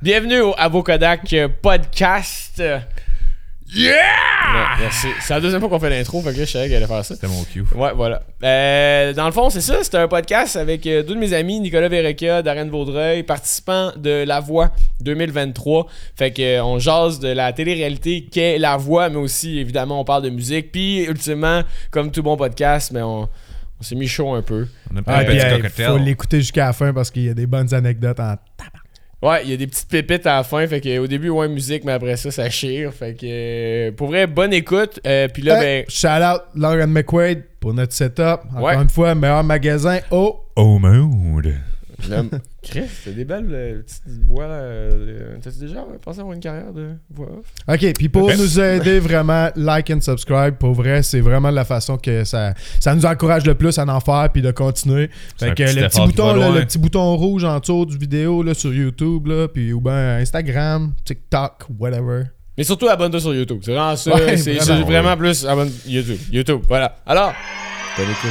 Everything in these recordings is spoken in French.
Bienvenue au Avocodac euh, Podcast. Yeah! merci. C'est la deuxième fois qu'on fait l'intro, fait que là, je savais qu'elle allait faire ça. C'était mon cue. Ouais, voilà. Euh, dans le fond, c'est ça. C'était un podcast avec euh, deux de mes amis, Nicolas Verrecchia, Darren Vaudreuil, participants de La Voix 2023. Fait que euh, on jase de la télé-réalité qu'est La Voix, mais aussi, évidemment, on parle de musique. Puis, ultimement, comme tout bon podcast, mais on, on s'est mis chaud un peu. On a pris Ah, un puis, petit hey, cocktail. faut l'écouter jusqu'à la fin parce qu'il y a des bonnes anecdotes en tabac. Ouais, il y a des petites pépites à la fin. Fait que, au début, ouais, musique, mais après ça, ça chire. Fait que, euh, pour vrai, bonne écoute. Euh, puis là, ben. Shout out Lauren McQuaid pour notre setup. Encore Ouais. une fois, meilleur magasin. Oh, Oh, mood. Là, Chris, t'as des belles euh, petites voix. euh, euh, T'as-tu déjà pensé avoir une carrière de voix off? OK, puis pour Ben- nous aider vraiment, like and subscribe. Pour vrai, c'est vraiment la façon que ça, ça nous encourage le plus à en faire puis de continuer. C'est Fait un que petit le petit effort hein. qui bouton, va là, loin. le petit bouton rouge en dessous du vidéo là, sur YouTube, là, puis ou ben Instagram, TikTok, whatever. Mais surtout, abonne-toi sur YouTube. C'est vraiment ça. Ouais, c'est c'est vraiment, vraiment. plus abonne YouTube. YouTube, voilà. Alors, bonne écoute.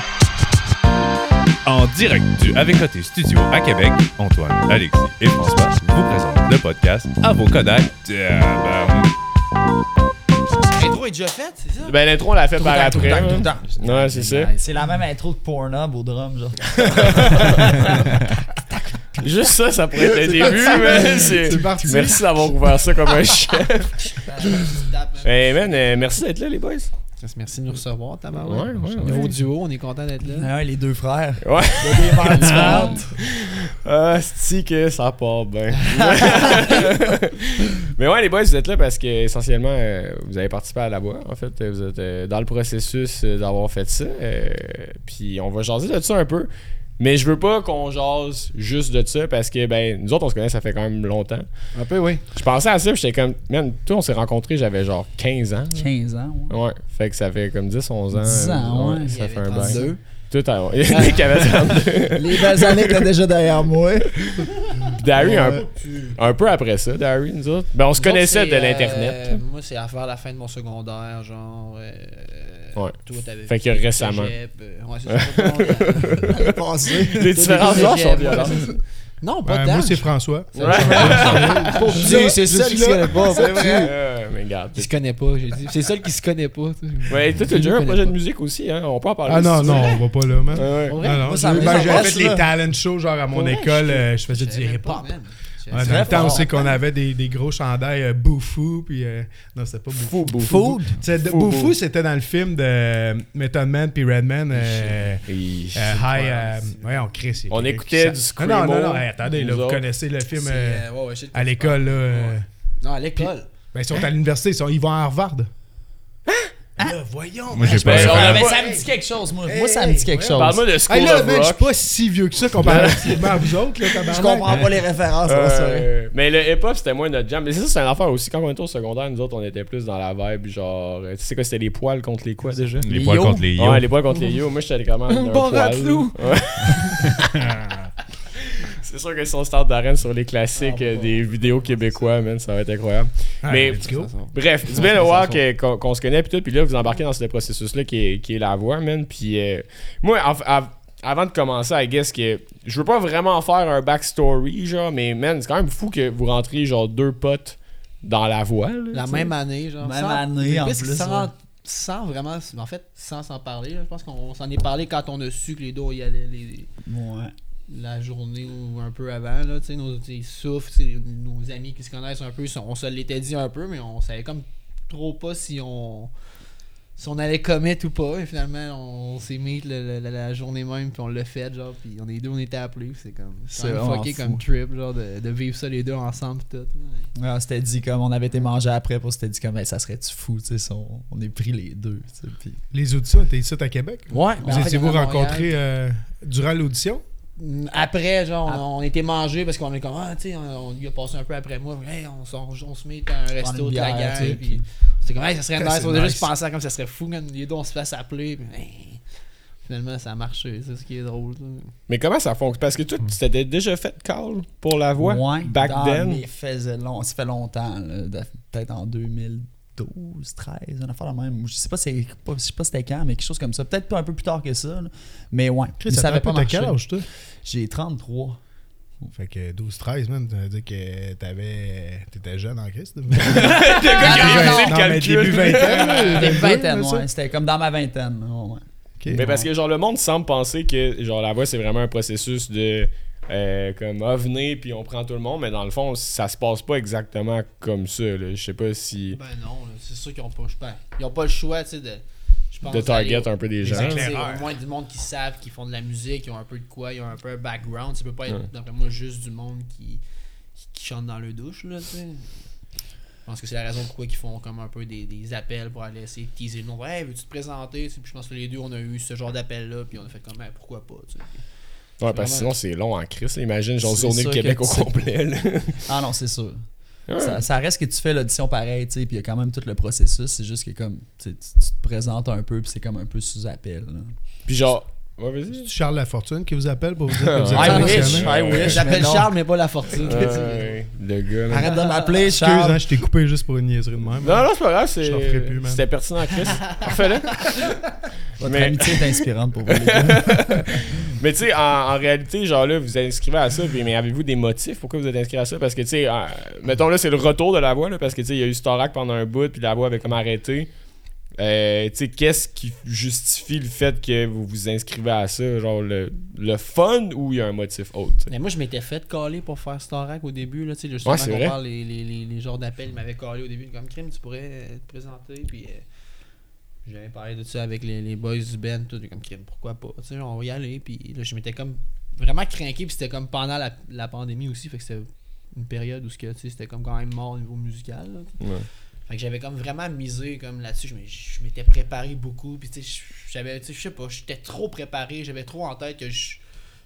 En direct du Avec Côté Studio à Québec, Antoine, Alexis et François vous présentent le podcast à vos Kodak. L'intro est déjà faite, c'est ça? Ben, l'intro, on l'a fait par Tout après. le temps, tout le hein. temps, tout le temps. Ouais, c'est ça. C'est la même intro de Pornhub au drum, genre. Juste ça, ça pourrait être le début, mais c'est. C'est parti. Merci d'avoir ouvert ça comme un chef. Tape. Hey man, euh, merci d'être là, les boys. Chris, Merci de nous recevoir, ta maman. Ouais, ouais, Nouveau duo, on est content d'être là. Ah, les deux frères. Ouais. Il y a des verres différentes. Ah, si que ça part bien. Mais ouais, les boys, vous êtes là parce que essentiellement, euh, vous avez participé à la voix. En fait, Euh, vous êtes euh, dans le processus euh, d'avoir fait ça. Euh, Puis on va jaser de ça un peu. Mais je veux pas qu'on jase juste de ça parce que ben nous autres on se connaît ça fait quand même longtemps. Un peu, oui. Je pensais à ça, puis j'étais comme man, toi on s'est rencontrés, j'avais genre 15 ans. 15 ans, ouais. Ouais, fait que ça fait comme 10 11 ans. 10 ans, ouais. ça Il y fait avait un bail. 32. Tout à Il y en a qui avait 32. Les belles années étaient déjà derrière moi. Puis Dari, un, un peu après ça, Dari, nous autres. Ben, on se connaissait de l'Internet. euh, moi, c'est à faire la fin de mon secondaire, genre. euh, Ouais. Toi, t'avais Fait que fait le récemment. cégep, euh, ouais, c'est ça. pas longtemps. Passé. Les différences genres sont violentes. Non, Ben, pas moi, d'âge. c'est François. Pour dire, c'est ça qui se connaît pas. C'est pour vrai. dire. Euh, mais regarde. Il se connaît pas, j'ai dit. C'est ça qui se connaît pas. tu sais. Ouais, toi, t'as déjà eu un connais projet de pas. musique aussi, hein. On peut en parler. Ah si non, tu non, veux. on va pas là, Euh, man. Ouais, ouais. Pour vrai, Non, non, moi, ça j'ai- me- ben, ça me j'avais reste, fait les là. talent shows, genre à mon Ouais, école, euh, je faisais du J'avais hip-hop. Ben, pas, man. Ouais, J'avais- dans le temps, on fort, sait qu'on avait des, des gros chandails euh, Boufou, puis... euh, non, c'était pas Fou, Boufou. beau. Food? C'est de- Fou, Boufou, Boufou. c'était dans le film de euh, Method Man puis Redman. Euh, Et- euh, High... euh, ouais, on crée. c'est- On écoutait du Ah, Non, non, non, Screamo, non, hey, attendez, là, nous vous autres. connaissez le film C'est, euh, euh, ouais, ouais, je sais de quoi à tu l'école, là. euh, parles. Non, à l'école. Ben, ils sont à l'université, ils, sont- ils vont à Harvard. Là, voyons! Moi, j'ai man, pas je- Ben, on Ah, avait- mais ça me dit quelque chose, moi. Moi, ça me dit quelque chose. Parle-moi de School Hey, là, of man, je suis Rock. pas si vieux que ça comparativement à vous autres, là, tabarnak. Je comprends pas les références, Euh, là, ça. mais le hip-hop, c'était moins notre jam. Mais c'est ça, c'est un affaire aussi. Quand on était au secondaire, nous autres, on était plus dans la vibe, genre. euh, Tu sais quoi, c'était les poils contre les quoi déjà? Les poils yo. contre les yo. Ouais, Ah, les poils contre les yo. Moi, j'étais quand même. Un bon poil. raclou. Ouais. C'est sûr que si on se tente d'arène sur les classiques euh, des vidéos québécois, man, ça va être incroyable. Ah, Mais- let's go. Bref, du bien de voir que- qu'on qu'on se connaît, puis tout, puis là, vous embarquez dans ce processus-là qui est, qui est la voix, man. Puis euh, moi, av- av- avant de commencer, I guess que je veux pas vraiment faire un backstory, genre, mais man, c'est quand même fou que vous rentriez, genre, deux potes dans la voix. là, La tu sais. même année, genre. Même sans- année, en parce que plus, Sans, ouais. sans vraiment, en fait, sans s'en parler. là, je pense qu'on s'en est parlé quand on a su que les deux y allaient les- Ouais. la journée ou un peu avant. Là, tu sais, nos tu sais, souffles, tu sais, nos amis qui se connaissent un peu, ils sont- on se l'était dit un peu, mais on savait comme trop pas si on si on allait commettre ou pas. Et finalement, on s'est mis le- le- la, la journée même, puis on l'a fait, genre, puis on est deux, on était appelés. puis C'est comme, C'est c'est quand même vraiment fucké fou. comme trip, genre, de, de vivre ça les deux ensemble, puis tout. là. Ouais, on s'était Ah, dit comme on avait été mangé après, puis on s'était dit comme Hey, ça serait-tu fou, tu sais, si on, on est pris les deux, tu sais, puis- Les auditions étaient ici à Québec? Ouais, Ben, en vous fait, étiez-vous il y en a à rencontrés euh, durant l'audition? Mm, Après, genre, on, on était mangés parce qu'on est comme, ah, tu sais, on, on lui a passé un peu après moi. Hey, on, s'en- on se met à un resto une de la bière, gang. tu sais, Puis c'était comme, hey, ça serait Ouais, nice. c'est On a nice. juste pensé à comme ça serait fou quand les deux on se fasse appeler. Puis, hey, finalement, ça a marché. C'est ce qui est drôle. ça. Mais comment ça fonctionne? Parce que toi, tu t'étais déjà fait call pour la voix Ouais, back ah, then. Mais faisait long, ça fait longtemps, là, de- peut-être en 2012, 13, une affaire de même. ou Je sais pas, c'est, pas- je sais pas c'était quand, mais quelque chose comme ça. Peut-être pas un peu plus tard que ça, là. mais ouais. mais Chris, ça attends avait un peu, pas t'as marché. quel âge, toi? J'ai 33. Fait que 12-13, man, ça veut dire que t'avais. T'étais jeune en Christ. Le gars qui a Ah, non, non, réussi le non, mais calcul. début vingtaine. Début vingtaine, vingtaine, ça. ouais. C'était comme dans ma vingtaine. ouais, ouais. Ok. Mais parce que genre le monde semble penser que genre la voix c'est vraiment un processus de euh, comme ah, venez puis on prend tout le monde mais dans le fond ça se passe pas exactement comme ça là. je sais pas si Ben non, là, c'est sûr qu'ils ont pas, je pense- ils ont pas le choix, tu sais, de. Je pense de d'aller target au- un peu des gens Tu sais, Éclaireur. Au moins du monde qui savent, qui font de la musique, qui ont un peu de quoi, ils ont un peu un background. Ça peut pas être, d'après moi, juste du monde qui, qui, qui chante dans le douche, là, tu sais. Je pense que c'est la raison pourquoi ils font comme un peu des, des appels pour aller essayer de teaser le nom. Hey, veux-tu te présenter? Tu sais, Puis je pense que les deux, on a eu ce genre d'appel-là, puis on a fait comme, Hey, pourquoi pas, tu sais. ouais, parce que sinon vraiment- c'est long en crise là. imagine genre C'est journée sûr le Québec que au tu sais. complet là. Ah non, c'est sûr. Ouais. Ça, ça reste que tu fais l'audition pareil, tu sais, puis il y a quand même tout le processus. C'est juste que comme tu, sais, tu- tu te présentes un peu, puis c'est comme un peu sous appel. là. puis genre ouais vas-y C'est Charles Lafortune qui vous appelle pour vous dire que vous êtes I wish, sélectionné. I wish, J'appelle mais non. Charles, mais pas la fortune. Ouais, le gars là. Arrête de m'appeler, Excuse, hein, Charles. je t'ai coupé juste pour une niaiserie de même. non non c'est pas grave c'est- Je t'en ferai plus, man. c'était pertinent en crise refais-le Votre mais- amitié est inspirante pour vous. les gars. Mais tu sais, en, en réalité, genre là, vous êtes inscrivez à ça, puis, mais avez-vous des motifs pourquoi vous êtes inscrit à ça? Parce que tu sais, euh, mettons là, c'est le retour de la voix, là, parce que tu sais, il y a eu Starak pendant un bout, puis la voix avait comme arrêté. Euh, tu sais, qu'est-ce qui justifie le fait que vous vous inscrivez à ça? Genre le, le fun ou il y a un motif autre? tu sais? Mais moi, je m'étais fait caller pour faire Starac au début. Là, tu sais, justement, Ouais, c'est qu'on vrai. parle les, les, les, les genres d'appels, ils m'avaient callé au début. Comme crime, tu pourrais euh, te présenter. Puis euh, j'avais parlé de ça avec les, les boys du Ben. Tout, comme crime, pourquoi pas? Tu sais, on va y aller. Puis là, je m'étais comme vraiment craqué. Puis c'était comme pendant la, la pandémie aussi. Fait que c'était une période où ce que, tu sais, c'était comme quand même mort au niveau musical. là, tu sais. Ouais. Fait que j'avais comme vraiment misé comme là-dessus. Je m'ai- Je m'étais préparé beaucoup. Puis tu sais, je- j'avais, tu sais, je sais pas, j'étais trop préparé. J'avais trop en tête que je,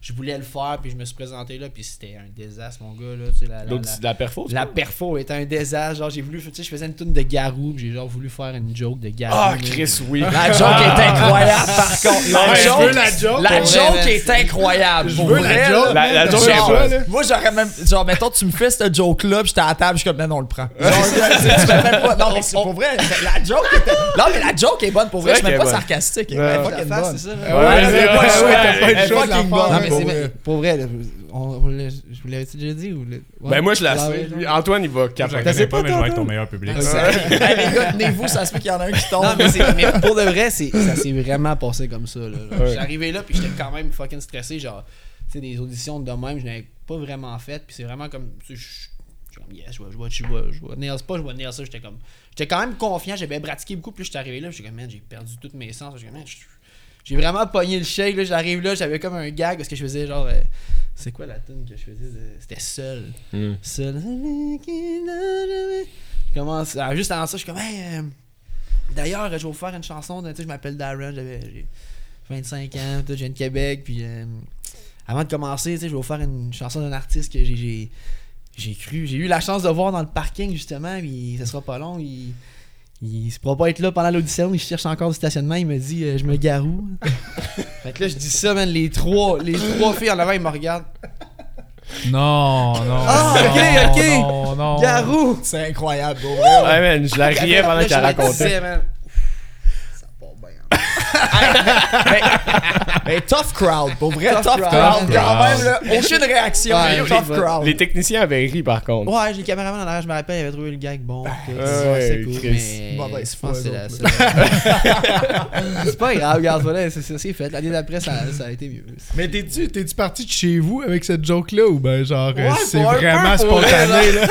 je voulais le faire. Puis je me suis présenté là. Puis c'était un désastre, mon gars. Là, tu sais, la, la, L'autre, la, c'est de la perfo? c'est la pas? perfo était un désastre. Genre, j'ai voulu, tu sais, je faisais une tune de Garou. puis j'ai genre voulu faire une joke de Garou. Ah, là. Chris, oui. La joke est incroyable, par contre. La Ouais, je joke, veux la joke. la Pour joke vrai, est incroyable. Je pour veux vrai, la joke. là. La- la man. joke, j'aime Genre, pas, là. Moi, j'aurais même. Genre, mettons, tu me fais cette joke-là, pis j'étais à la table, je suis comme, non, non, on le prend. Genre, tu sais, tu fais même pas. Non, mais c'est pour vrai. La joke était. Non, mais la joke est bonne pour vrai. Je C'est suis même pas vrai qu'elle est bonne. sarcastique. Elle Ouais. est La fucking face, bonne. c'est ça, là. Ouais, Ouais, c'est- t'avais pas le choix, ouais, t'avais ouais, pas le choix. ouais. fucking Non, bonne, mais pour c'est vrai. vrai. Pour vrai, là, on- on l'a- je vous l'avais-tu déjà dit ou. le- Ouais. Ben moi, je la Ah, sais. ouais, Lui, Ah, Antoine, il va Je capoter. la connais C'est pas, mais je vais être ton Antoine? meilleur public. Hey, les gars, tenez-vous, ça se peut qu'il y en a un qui tombe. Non, mais, c'est- mais pour de vrai, c'est- ça s'est vraiment passé comme ça. Là, là. J'étais arrivé là, puis j'étais quand même fucking stressé. Genre, tu sais, des auditions de même, je n'avais pas vraiment fait. Puis c'est vraiment comme. tu sais, Je je suis comme, yes, je vois, je vois, je vois, je vois nails pas, je vois nails ça. J'étais comme. J'étais quand même confiant, j'avais pratiqué beaucoup, puis j'étais arrivé là, puis j'étais comme, man, j'ai perdu toutes mes sens. J'étais comme, man, je- j'ai vraiment pogné le shake, là, j'arrive là, j'avais comme un gag parce que je faisais genre. euh, c'est quoi la tune que je faisais de- C'était seul. Seul. Je commence. ah, juste avant ça, je suis comme, hey, euh, D'ailleurs, je vais vous faire une chanson. de- Tu sais, je m'appelle Darren, j'avais j'ai 25 ans, tout, je viens de Québec. Puis euh, avant de commencer, tu sais, je vais vous faire une chanson d'un artiste que j'ai- j'ai j'ai cru, j'ai eu la chance de voir dans le parking justement. Puis ça sera pas long. Il, il se pourra pas être là pendant l'audition. Il cherche encore du stationnement. Il me dit, euh, je me garoue. fait que là, je dis ça, man. Les trois, les trois filles en avant, ils me regardent. Non, non. Ah, ok, non, ok. Non, non. Garou. C'est incroyable, pour vrai. Ouais, man, je la riais pendant Là, qu'elle je me racontait. disais, man, Mais tough crowd, pour vrai, hein. Tough tough, crowd. crowd. Quand même, là, aucune réaction, Ouais, mais les- tough crowd. Les techniciens avaient ri, par contre. Ouais, j'ai les caméramans en arrière, je me rappelle, ils avaient trouvé le gag bon. tout. ouais, Ouais, c'est cool, Chris. mais Mauvaise je pense que c'est foi, la- eux c'est la- C'est pas grave, regarde, voilà, c'est- c'est c'est fait. L'année d'après, ça, ça a été mieux. Mais t'es-tu t'es-tu parti de chez vous avec cette joke-là ou ben genre euh, Ouais, c'est pour un peu, vraiment pour vrai, spontané là?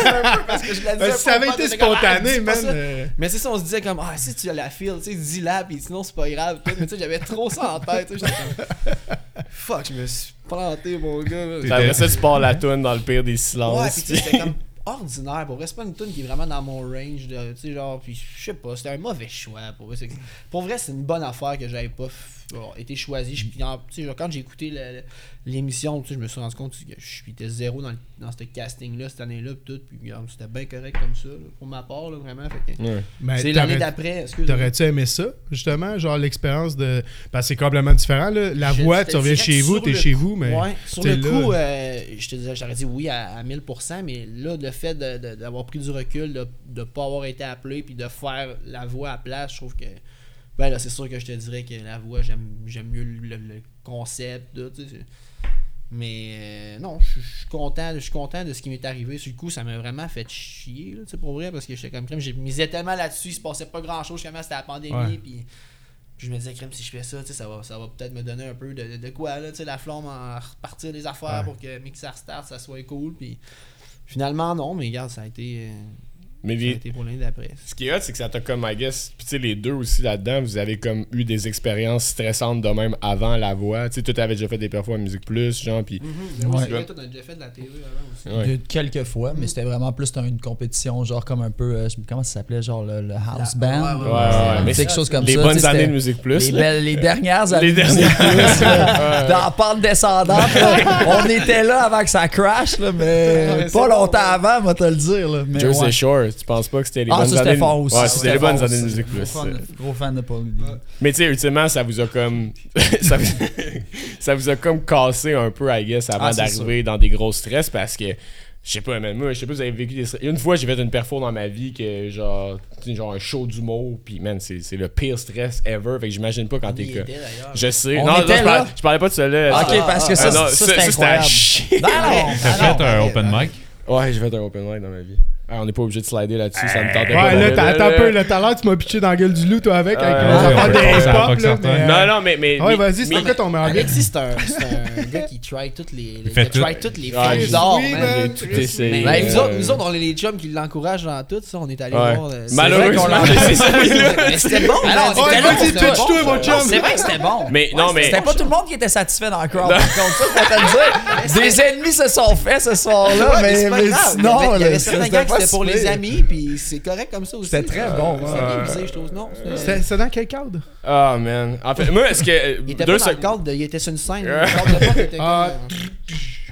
Parce que je la Ben, disais Si ça pas avait au été pote, j'étais comme, ah, spontané, dis pas man. ça. euh, Mais c'est ça, on se disait comme, ah, si tu as la file, tu sais, dis-la, pis sinon c'est pas grave. tout. Mais tu sais, j'avais trop ça en tête. tu sais, j'étais comme, Fuck, je me suis planté, mon gars. là. Puis Après ça, tu pars la toune dans le pire des silences. Ouais, pis tu sais, c'était comme ordinaire. Pour vrai, c'est pas une tune qui est vraiment dans mon range. De, tu sais, genre, pis je sais pas, c'était un mauvais choix. Pour vrai, c'est- pour vrai, c'est une bonne affaire que j'avais pas f- bon, été choisi. Je- puis en- tu sais, genre, quand j'ai écouté le- le- l'émission, tu sais, je me suis rendu compte que je suis zéro dans, le- dans ce casting-là cette année-là. Pis tout, pis regarde, c'était bien correct comme ça, là, pour ma part, là, vraiment. Fait que- Ouais. ben, c'est l'année t'aurais- d'après, excuse T'aurais-tu aimé ça, justement? Genre l'expérience de. Parce que c'est complètement différent, là. La Je- voix, je tu te reviens dirais chez que vous, sur t'es le chez coup- vous, mais. Ouais, sur t'es le là. coup, euh, je te dirais, j'aurais dit oui à, à 1000%, mais là, le fait de- de- d'avoir pris du recul, de ne pas avoir été appelé, puis de faire la voix à place, je trouve que. Ben là, c'est sûr que je te dirais que la voix, j'aime j'aime mieux le, le- le concept. là, tu sais, c'est- Mais euh, non, je je suis content, je suis content de ce qui m'est arrivé. Sur le coup, ça m'a vraiment fait chier, là, tu sais, pour vrai, parce que j'étais comme crème, j'ai misé tellement là-dessus, il se passait pas grand-chose, justement, c'était la pandémie, Ouais. puis puis je me disais, crème, si je fais ça, tu sais, ça va, ça va peut-être me donner un peu de, de- de quoi, là, tu sais, la flamme à repartir des affaires pour que Mixer Start, ça soit cool, puis finalement, non, mais regarde, ça a été, euh, Mais ça a les- été pour l'année d'après. ce qui est hot, c'est que ça t'a comme, I guess, pis tu sais, les deux aussi là-dedans, vous avez comme eu des expériences stressantes de même avant la voix. Tu sais, toi, t'avais déjà fait des performances Musique Plus, genre, Mhm. pis. Ouais. vrai, on a déjà fait de la TV avant aussi. Ouais. De- Quelques fois, mais c'était vraiment plus une compétition, genre comme un peu, euh, je- comment ça s'appelait, genre le, le house La- band. ouais, ouais, ouais, C'était mais quelque chose comme les ça. tu bonnes sais, années c'était- de Musique Plus. les, là. belles- les dernières années. Les dernières. Plus, là, dans la pente descendante, là, on était là avant que ça crash, là, mais pas longtemps avant, moi te le dire. Là, mais Jersey ouais. Shore, tu penses pas que c'était les Ah, bonnes ça, années c'était de- fort aussi. Ouais, c'était les bonnes fort années aussi. de Musique Plus. Gros fan de- Gros fan de Paul Lee. Mais tu sais, ultimement, ça vous a comme. ça, vous... ça vous a comme cassé un peu, I guess, avant Ah, c'est d'arriver dans des gros stress parce que. Je sais pas, même moi, je sais pas, vous avez vécu des stress. Une fois, j'ai fait une perfo dans ma vie que, genre, tu sais, genre un show d'humour, pis man, c'est c'est le pire stress ever. Fait que j'imagine pas quand t'es. Il que- était, d'ailleurs. Je sais. On non, non, était je, parlais, là. je parlais pas de celui-là. Ok, parce que ça, Ah, non, c'est- ça, c'était c'était à incroyable. chier. Non, non, T'as non, fait un open mic? Ouais, j'ai fait un open mic dans ma vie. Ah, on n'est pas obligé de slider là-dessus, ça me tentait pas. Ouais, là, d'aller t'as- attends un peu, là, tout à l'heure, tu m'as pitché dans la gueule du loup, toi, avec, avec Ouais, les ouais, affaires on peut de pas, ça hip-hop, fuck là, certain. mais, Non, non, mais. mais euh, Ouais, mais- vas-y, c'est mais- quoi ton meilleur beat? Ah, Alexis, c'est un, c'est un gars qui try toutes les, les, fait qui try tout. toutes les Ah, filles j'ai- d'or, oui, man. man. J'ai tout essayé. Mais ben, nous, euh, autres, nous autres, on est les chums qui l'encouragent dans tout, ça. On est allé Ouais. voir. euh, c'est vrai qu'on Malheureusement, l'a- c'est ça, mais là, Mais c'était bon, Ah man, non, oh, c'était bon, vas-y, c'était Twitch, bon. toi, mon chum. C'est vrai que c'était bon. Mais non, mais. C'était pas tout le monde qui était satisfait dans le crowd, par contre, ça, faut te le dire. Des ennemis se sont faits ce soir-là, Ouais, mais, c'est pas mais grave. sinon, il y avait, il y là, avait certains gars qui pas c'était pour si les pire. amis, puis c'est correct comme ça aussi. C'était très bon, hein. ouais. C'est bien visé, je trouve. Non, c'était- C'est c'est dans quel cadre? Ah, man. En fait, moi, est-ce que. euh, il était deux pas dans le sec- cadre de- Il était sur une scène. Ouais. le cadre de porte était Ah. comme-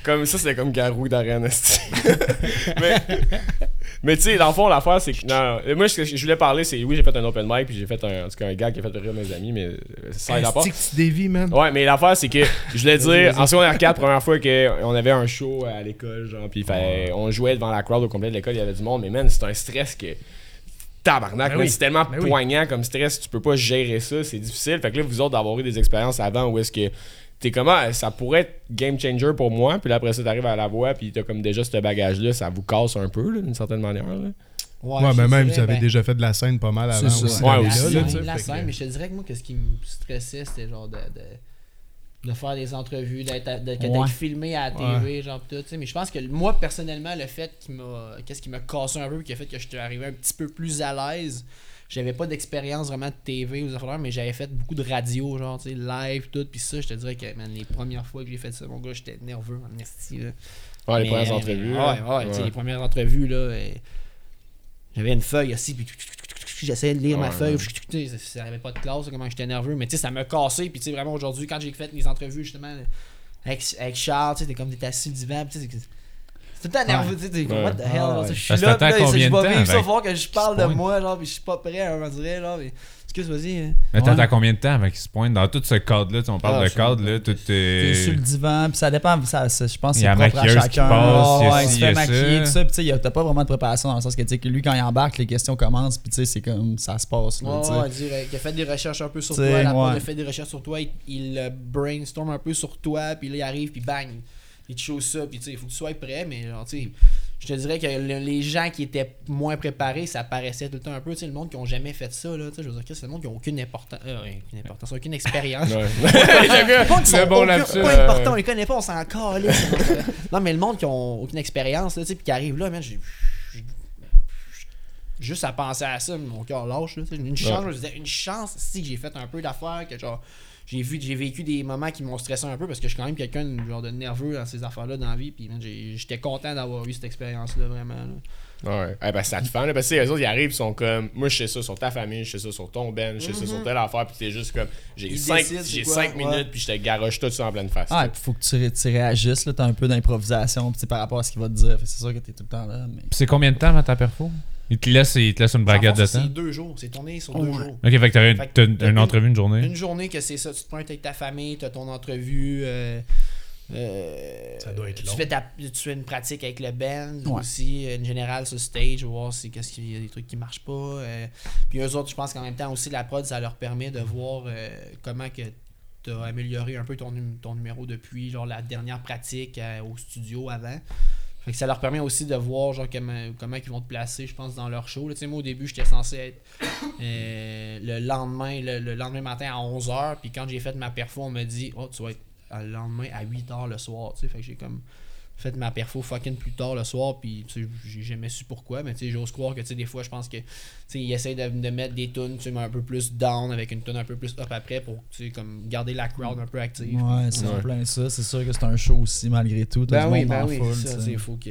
Comme ça, c'était comme Garou d'Ariane esti. mais, mais tu sais, dans le fond, l'affaire, c'est que. Non, non. moi, ce que je voulais parler, c'est. Oui, j'ai fait un open mic, puis j'ai fait un. En tout cas, un gag qui a fait rire mes amis, mais euh, ça aide à part. Esti que tu dévis, man. Ouais, mais l'affaire, c'est que je voulais dire, en secondaire 4, première fois qu'on avait un show à l'école, genre, puis il fallait- on jouait devant la crowd au complet de l'école, il y avait du monde, mais man, c'est un stress que. Tabarnak, Ben man, oui, c'est tellement ben oui. poignant comme stress, tu peux pas gérer ça, c'est difficile. Fait que là, vous autres, d'avoir eu des expériences avant où est-ce que t'es comment, ça pourrait être game changer pour moi, puis là, après ça, t'arrives à la voix, puis t'as comme déjà ce bagage-là, ça vous casse un peu, là, d'une certaine manière. là. Ouais, je mais même, dirais, vous avez euh, ben, déjà fait de la scène pas mal avant C'est ça. aussi. Ouais, dans les aussi. gars, là, la scène, tu sais, la fait scène, que- mais je te dirais que moi, qu'est-ce qui me stressait, c'était genre de, de- de faire des entrevues, d'être à- de- que d'être Ouais. filmé à la TV, genre pis tout, tu sais. Mais je pense que moi, personnellement, le fait qui m'a. Qu'est-ce qui m'a cassé un peu, qui a fait que je suis arrivé un petit peu plus à l'aise. J'avais pas d'expérience vraiment de TV ou des affaires, mais j'avais fait beaucoup de radio, genre, tu sais, live, tout. Puis ça, je te dirais que, man, les premières fois que j'ai fait ça, mon gars, j'étais nerveux, en esti, là. Ouais, les Mais- premières entrevues. mais- là. ouais, ouais, tu sais, Ouais. les premières entrevues, là. euh, J'avais une feuille aussi, puis j'essayais de lire ma Ouais, feuille. tu sais, Ça n'avait pas de classe, là, comment j'étais nerveux. Mais tu sais, ça m'a cassé. Puis tu sais, vraiment aujourd'hui, quand j'ai fait les entrevues, justement, avec, avec Charles, tu sais, t'es comme t'es assis sur le divan, puis tu sais, c'est- c'est tout le temps nerveux, tu sais, t'es comme, Ouais. what the hell, Ah, genre, ouais. je suis Parce que là, t'attends puis là, combien je de temps vais vivre ça, avec- faut que je parle de pointe? moi, genre, puis je suis pas prêt, hein, on dirait, genre, mais. Excuse, vas-y. hein. Mais Ouais. t'attends combien de temps avant qu'il se pointe? Dans tout ce cadre-là, tu sais, on parle Ah, de ça, cadre, là, tout T'es sur est... le divan, puis ça dépend, ça, ça- je pense que Il y a c'est la propre à maquilleuse qui chacun. passe, il y a ouais, il ci, se il y a fait ça. maquiller, tout ça, puis tu sais, il y a- t'as pas vraiment de préparation dans le sens que, tu sais, que lui, quand il embarque, les questions commencent, puis tu sais, c'est comme, ça se passe, là, tu sais. Ouais, ouais, direct. Il a fait des recherches un peu sur T'sais, toi. La porte ouais. a fait des recherches sur toi. Il, il, euh, brainstorm un peu sur toi. Puis là, il arrive, puis bang. Il te show ça. Puis tu sais, il faut que tu sois prêt. Mais genre, tu sais, je te dirais que le- les gens qui étaient moins préparés, ça paraissait tout le temps un peu. Tu sais, le monde qui ont jamais fait ça, là. Tu sais, je veux dire, Chris, c'est le monde qui n'a aucune, importan- euh, aucune importance, aucune expérience. Ouais. Le gars, Pas qui le sont bon aucun- lapsus. pas important, on les connaît pas, on s'en calisse. non, mais le monde qui ont aucune expérience, là, tu sais, puis qui arrive là, man, j'ai. j'ai- Juste à penser à ça, mon cœur lâche. Là, tu sais. une chance, je me disais, une chance si que j'ai fait un peu d'affaires, que genre, j'ai vu, j'ai vécu des moments qui m'ont stressé un peu parce que je suis quand même quelqu'un de- genre de nerveux dans ces affaires-là dans la vie. Puis man, j'ai- j'étais content d'avoir eu cette expérience-là vraiment. là. Ouais. Eh ben, ça te fend, là. Parce que les autres, ils arrivent, ils sont comme, moi, je sais ça sur ta famille, je sais ça sur ton ben, je sais ça sur telle affaire, puis t'es juste comme, j'ai Mhm. Ils 5 décident, c'est j'ai quoi, cinq ouais. minutes, puis je te garoche tout ça en pleine face. Ah, il faut que tu, ré- tu réagisses, là, t'as un peu d'improvisation, puis tu sais, par rapport à ce qu'il va te dire, Fait que c'est sûr que t'es tout le temps là, mais... Puis c'est combien de temps avant ta perfo? Il te laisse, il te laisse une braguette Dans de le fond, ça, temps? C'est deux jours, c'est tourné sur deux jours. Ok, fait que t'avais une, Fait que t'as une- t'as une- une entrevue une journée. Une journée que c'est ça, tu te pointes avec ta famille, t'as ton entrevue. euh, euh, Ça doit être long. Tu fais, ta- tu fais une pratique avec le band Ouais. aussi, une générale sur stage, voir si qu'est-ce qu'il y a des trucs qui marchent pas. euh. puis eux autres, je pense qu'en même temps aussi, la prod, ça leur permet de voir euh, comment que t'as- t'as amélioré un peu ton, num- ton numéro depuis genre la dernière pratique euh, au studio avant. Fait que ça leur permet aussi de voir genre comment, comment ils vont te placer, je pense, dans leur show. là. Tu sais, moi au début, j'étais censé être euh, le lendemain, le, le lendemain matin à 11h, puis quand j'ai fait ma perfo, on m'a dit Oh, tu vas être euh, le lendemain à 8h le soir. Tu sais, fait que j'ai comme fait ma perfo fucking plus tard le soir puis tu sais, j'ai jamais su pourquoi mais tu sais j'ose croire que tu sais des fois je pense que tu sais ils essayent de, de mettre des tunes tu sais, mais un peu plus down avec une tune un peu plus up après pour tu sais comme garder la crowd un peu active Ouais, c'est en Ouais. plein ça. C'est sûr que c'est un show aussi, malgré tout. T'as ben du oui monde ben en oui foule, c'est ça t'sais. c'est faut que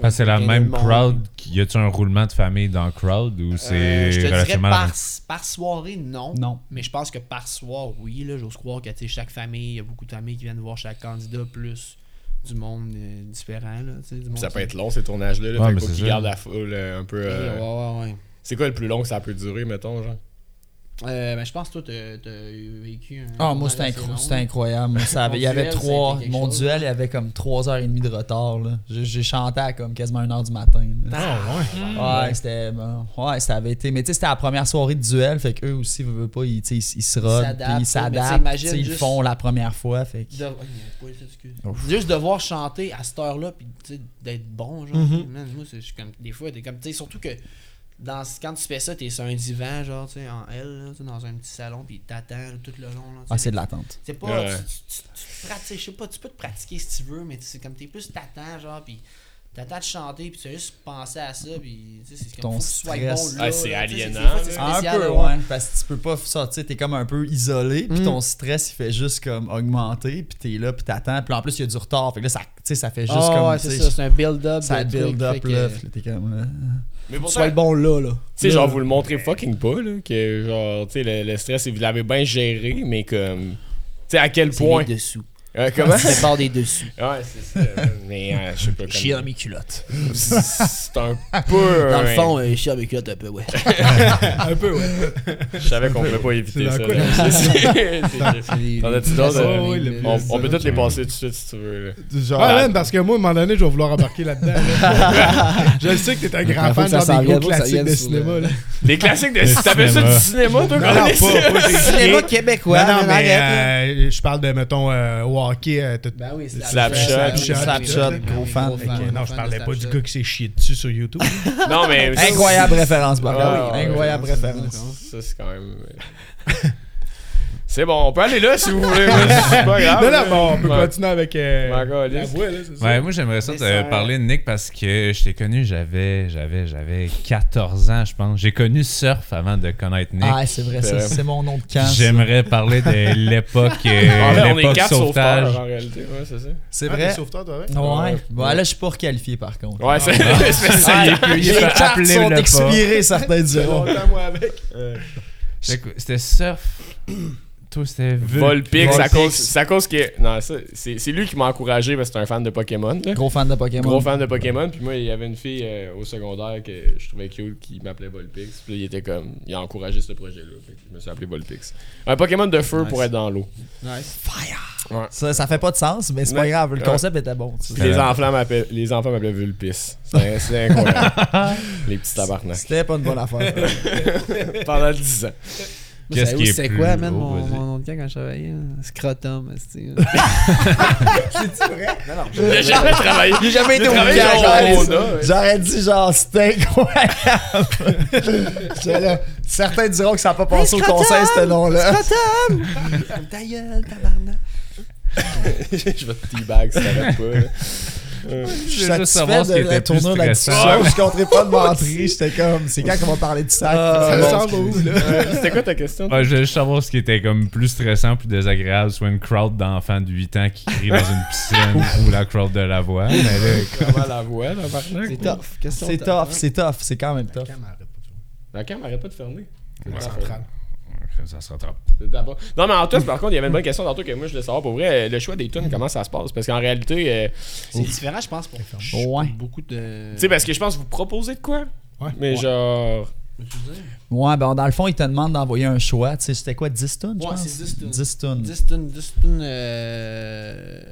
Parce que Ben, c'est la qu'il y ait même du monde. crowd. qui- Y a-tu un roulement de famille dans le crowd ou c'est Euh, je te dirais relativement. la par, même- par soirée non Non. mais je pense que par soir oui là j'ose croire que tu sais chaque famille il y a beaucoup de familles qui viennent voir chaque candidat plus du monde euh, différent là tu sais du monde Ça qui- peut être long ces tournages-là. Là, Ouais, Fait mais faut c'est qu'ils ça. gardent la foule euh, un peu. Ouais, euh, ouais ouais ouais C'est quoi le plus long que ça peut durer, mettons, genre Euh, ben, je pense que toi, t'as- t'as eu vécu un. Ah, moi, c'était assez incro- long. c'était incroyable. Moi, ça avait- il y Mon avait duel, ça a trois. été quelque Mon chose. hein. duel, il y avait comme 3h30 de retard. là. J'ai j'ai chanté à comme quasiment 1h du matin. là. Ah, Ouais, c'était. bon, Ouais, ça avait été. Mais tu sais, c'était la première soirée de duel. Fait qu'eux aussi, ils veulent pas, ils, tu sais, ils, ils se rodent. s'adaptent, puis Ils mais tu sais, s'adaptent. tu imagine sais, Ils le juste- font la première fois. Fait que- De- oh, il y a pas eu ça, excuse. Juste devoir chanter à cette heure-là, puis tu sais, d'être bon, genre. Man, moi, c'est- je suis comme. Des fois, t'es comme. Tu sais, surtout que. Dans, quand tu fais ça, t'es sur un divan, genre, tu sais, en L, là, tu sais, dans un petit salon, puis t'attends tout le long. Là, tu Ah, sais. c'est de l'attente. C'est pas. Ouais. Tu, tu, tu- tu pratiques, je sais pas, tu peux te pratiquer si tu veux, mais c'est comme t'es plus t'attends, genre, puis t'attends de chanter, puis tu as juste pensé à ça, puis tu sais, c'est Ton comme faut que tu sois stress. bon. Là, Ah, c'est là, tu sais, aliénant, des fois, c'est là. Un spécial, peu, ouais. Mm. ouais. Parce que tu peux pas sortir, t'es comme un peu isolé, puis ton stress, il fait juste comme augmenter, puis t'es là, puis t'attends, puis en plus, il y a du retard. Fait que là, ça, tu sais, ça fait juste Ah, comme. ouais, tu c'est sais, ça, c'est un build-up. ça de build trucs, up, fait que- là. puis là, T'es comme là. Mais pour Sois le bon là, là. Tu sais, genre, vous le montrez fucking pas, là, que genre, tu sais, le, le stress, vous l'avez bien géré, mais comme. Tu sais, à quel point. dessous. Euh, comment C'est part des dessous. Ouais, c'est ça. mais euh, je sais pas Chier dans comment. mes culottes. C'est un peu. Dans le hein. fond, euh, chier dans mes culottes un peu, ouais. Je savais qu'on pouvait pas éviter ça. là. C'est- T'en as-tu d'autres? Ouais, euh, ouais, le On, plus- on peut toutes les passer tout de suite si tu veux. là. Genre, Ah, ah, man, attends. parce que moi, à un moment donné, je vais vouloir embarquer là-dedans. là. je sais que t'es un grand faut fan que ça genre, s'en des gros vienne, faut que ça classiques vienne de sur le- cinéma. Là. Des classiques de. Le T'appelles ça du cinéma. cinéma, toi, Ah, quand on est ici? Cinéma québécois, non, non, man, mais arrête, là. euh, je parle de, mettons, euh, au hockey. euh, t'as- Ben oui, Slapshot. Slapshot. Slapshot, gros fan. Ok, non, je parlais pas du gars qui s'est chié dessus sur YouTube. Non, mais. Incroyable référence, Bob. euh, Ah oui, Incroyable référence. Ça, c'est quand même. euh, C'est bon, on peut aller là si vous voulez. moi, C'est pas grave. non, là. non, bon, on peut Ouais. continuer avec euh, Ma galisse. la voix, là, c'est ça. Ouais, moi j'aimerais ça Mais te ça- parler de Nick parce que je t'ai connu, j'avais j'avais j'avais 14 ans, je pense. J'ai connu surf avant de connaître Nick. Ah, c'est vrai, ça, c'est mon nom de camp. ça. J'aimerais parler de l'époque Ah, euh, là, on est l'époque quatre sauvetage. sauveteurs en réalité. Ouais, c'est ça. C'est Ah, t'es vrai. sauveteur, toi, ouais? Ouais. Bon, là, je suis pas requalifié par contre. Ouais, c'est ça. Les cartes sont expirées, certains C'est diront. longtemps, moi, avec. C'était- C'était surf. Toi, c'était Vul- Volpix, à Volpix. cause, c'est à cause que. Non, ça, c'est c'est lui qui m'a encouragé parce que c'est un fan de Pokémon. là. Gros fan de Pokémon. Gros fan de Pokémon. Puis moi, il y avait une fille euh, au secondaire que je trouvais cute qui m'appelait Volpix. Puis il était comme. Il a encouragé ce projet-là. Fait que Je me suis appelé Volpix. Un Pokémon de feu pour être dans l'eau. Ça, ça fait pas de sens, mais c'est pas Mais- grave. Le Ouais. concept était bon. tu sais. Puis les enfants m'appelaient, les enfants m'appelaient Vulpis. C'est c'est incroyable. les petits tabarnak. C'était pas une bonne affaire. Pendant 10 ans. Qu'est-ce qui est C'est plus quoi, man, gros, mon, vas-y. mon nom de gang quand je travaillais? là? Scrotum, hein. c'est J'ai jamais travaillé. J'ai jamais été au village, J'aurais dit genre c'était incroyable. J'étais là, certains diront que ça n'a pas passé au conseil ce nom-là. Ta gueule, tabarnak. Je vais te teabag si t'arrêtes pas. là. Euh, Je voulais juste savoir ce qui de la était plus tournure de la stressant. discussion. Je compterais pas de mentir. J'étais comme c'est quand qu'on va parler de ça. Ça Ça ressemble où, là? Euh, C'était quoi ta question? Ouais, je voulais juste savoir ce qui était comme plus stressant, plus désagréable, soit une crowd d'enfants de 8 ans qui crie dans une piscine ou la crowd de la voix. Mais là, Comment la voix, tabarnak? C'est tough. hein? Question C'est tough, c'est tough, c'est quand même tough. La cam arrête pas de fermer. Ouais. C'est ça se rattrape. C'est d'abord- Non, mais en tout, par contre, il y avait une bonne question tantôt que moi, je voulais savoir. Pour vrai, euh, le choix des tunes, comment ça se passe? Parce qu'en réalité, euh, C'est différent, je pense, pour Ouais. beaucoup de. tu sais, parce que je pense que vous proposez de quoi? Ouais. Mais genre. Ouais, ben dans le fond, ils te demandent d'envoyer un choix. Tu sais, c'était quoi, 10 tonnes? Ouais, c'est 10 tonnes. 10 tonnes. 10 tunes, 10 tunes, euh,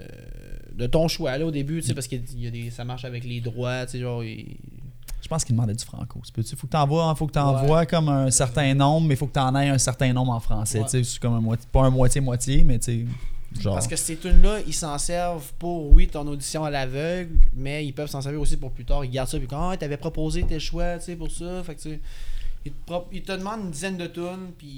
de ton choix là au début, tu sais, parce que y a des, ça marche avec les droits, tu sais, genre. il- Je pense qu'il demandait du franco. C'est petit. Faut que t'envoies, faut que t'envoies comme un certain nombre, mais faut que t'en aies un certain nombre en français. Ouais. Tu sais, c'est comme un moitié, pas un moitié-moitié, mais tu sais, genre. Parce que ces tunes-là, ils s'en servent pour, oui, ton audition à l'aveugle, mais ils peuvent s'en servir aussi pour plus tard. Ils gardent ça, puis quand ah, t'avais proposé tes choix, tu sais, pour ça. Fait que, tu sais, ils te, pro- ils te demandent une dizaine de tunes, puis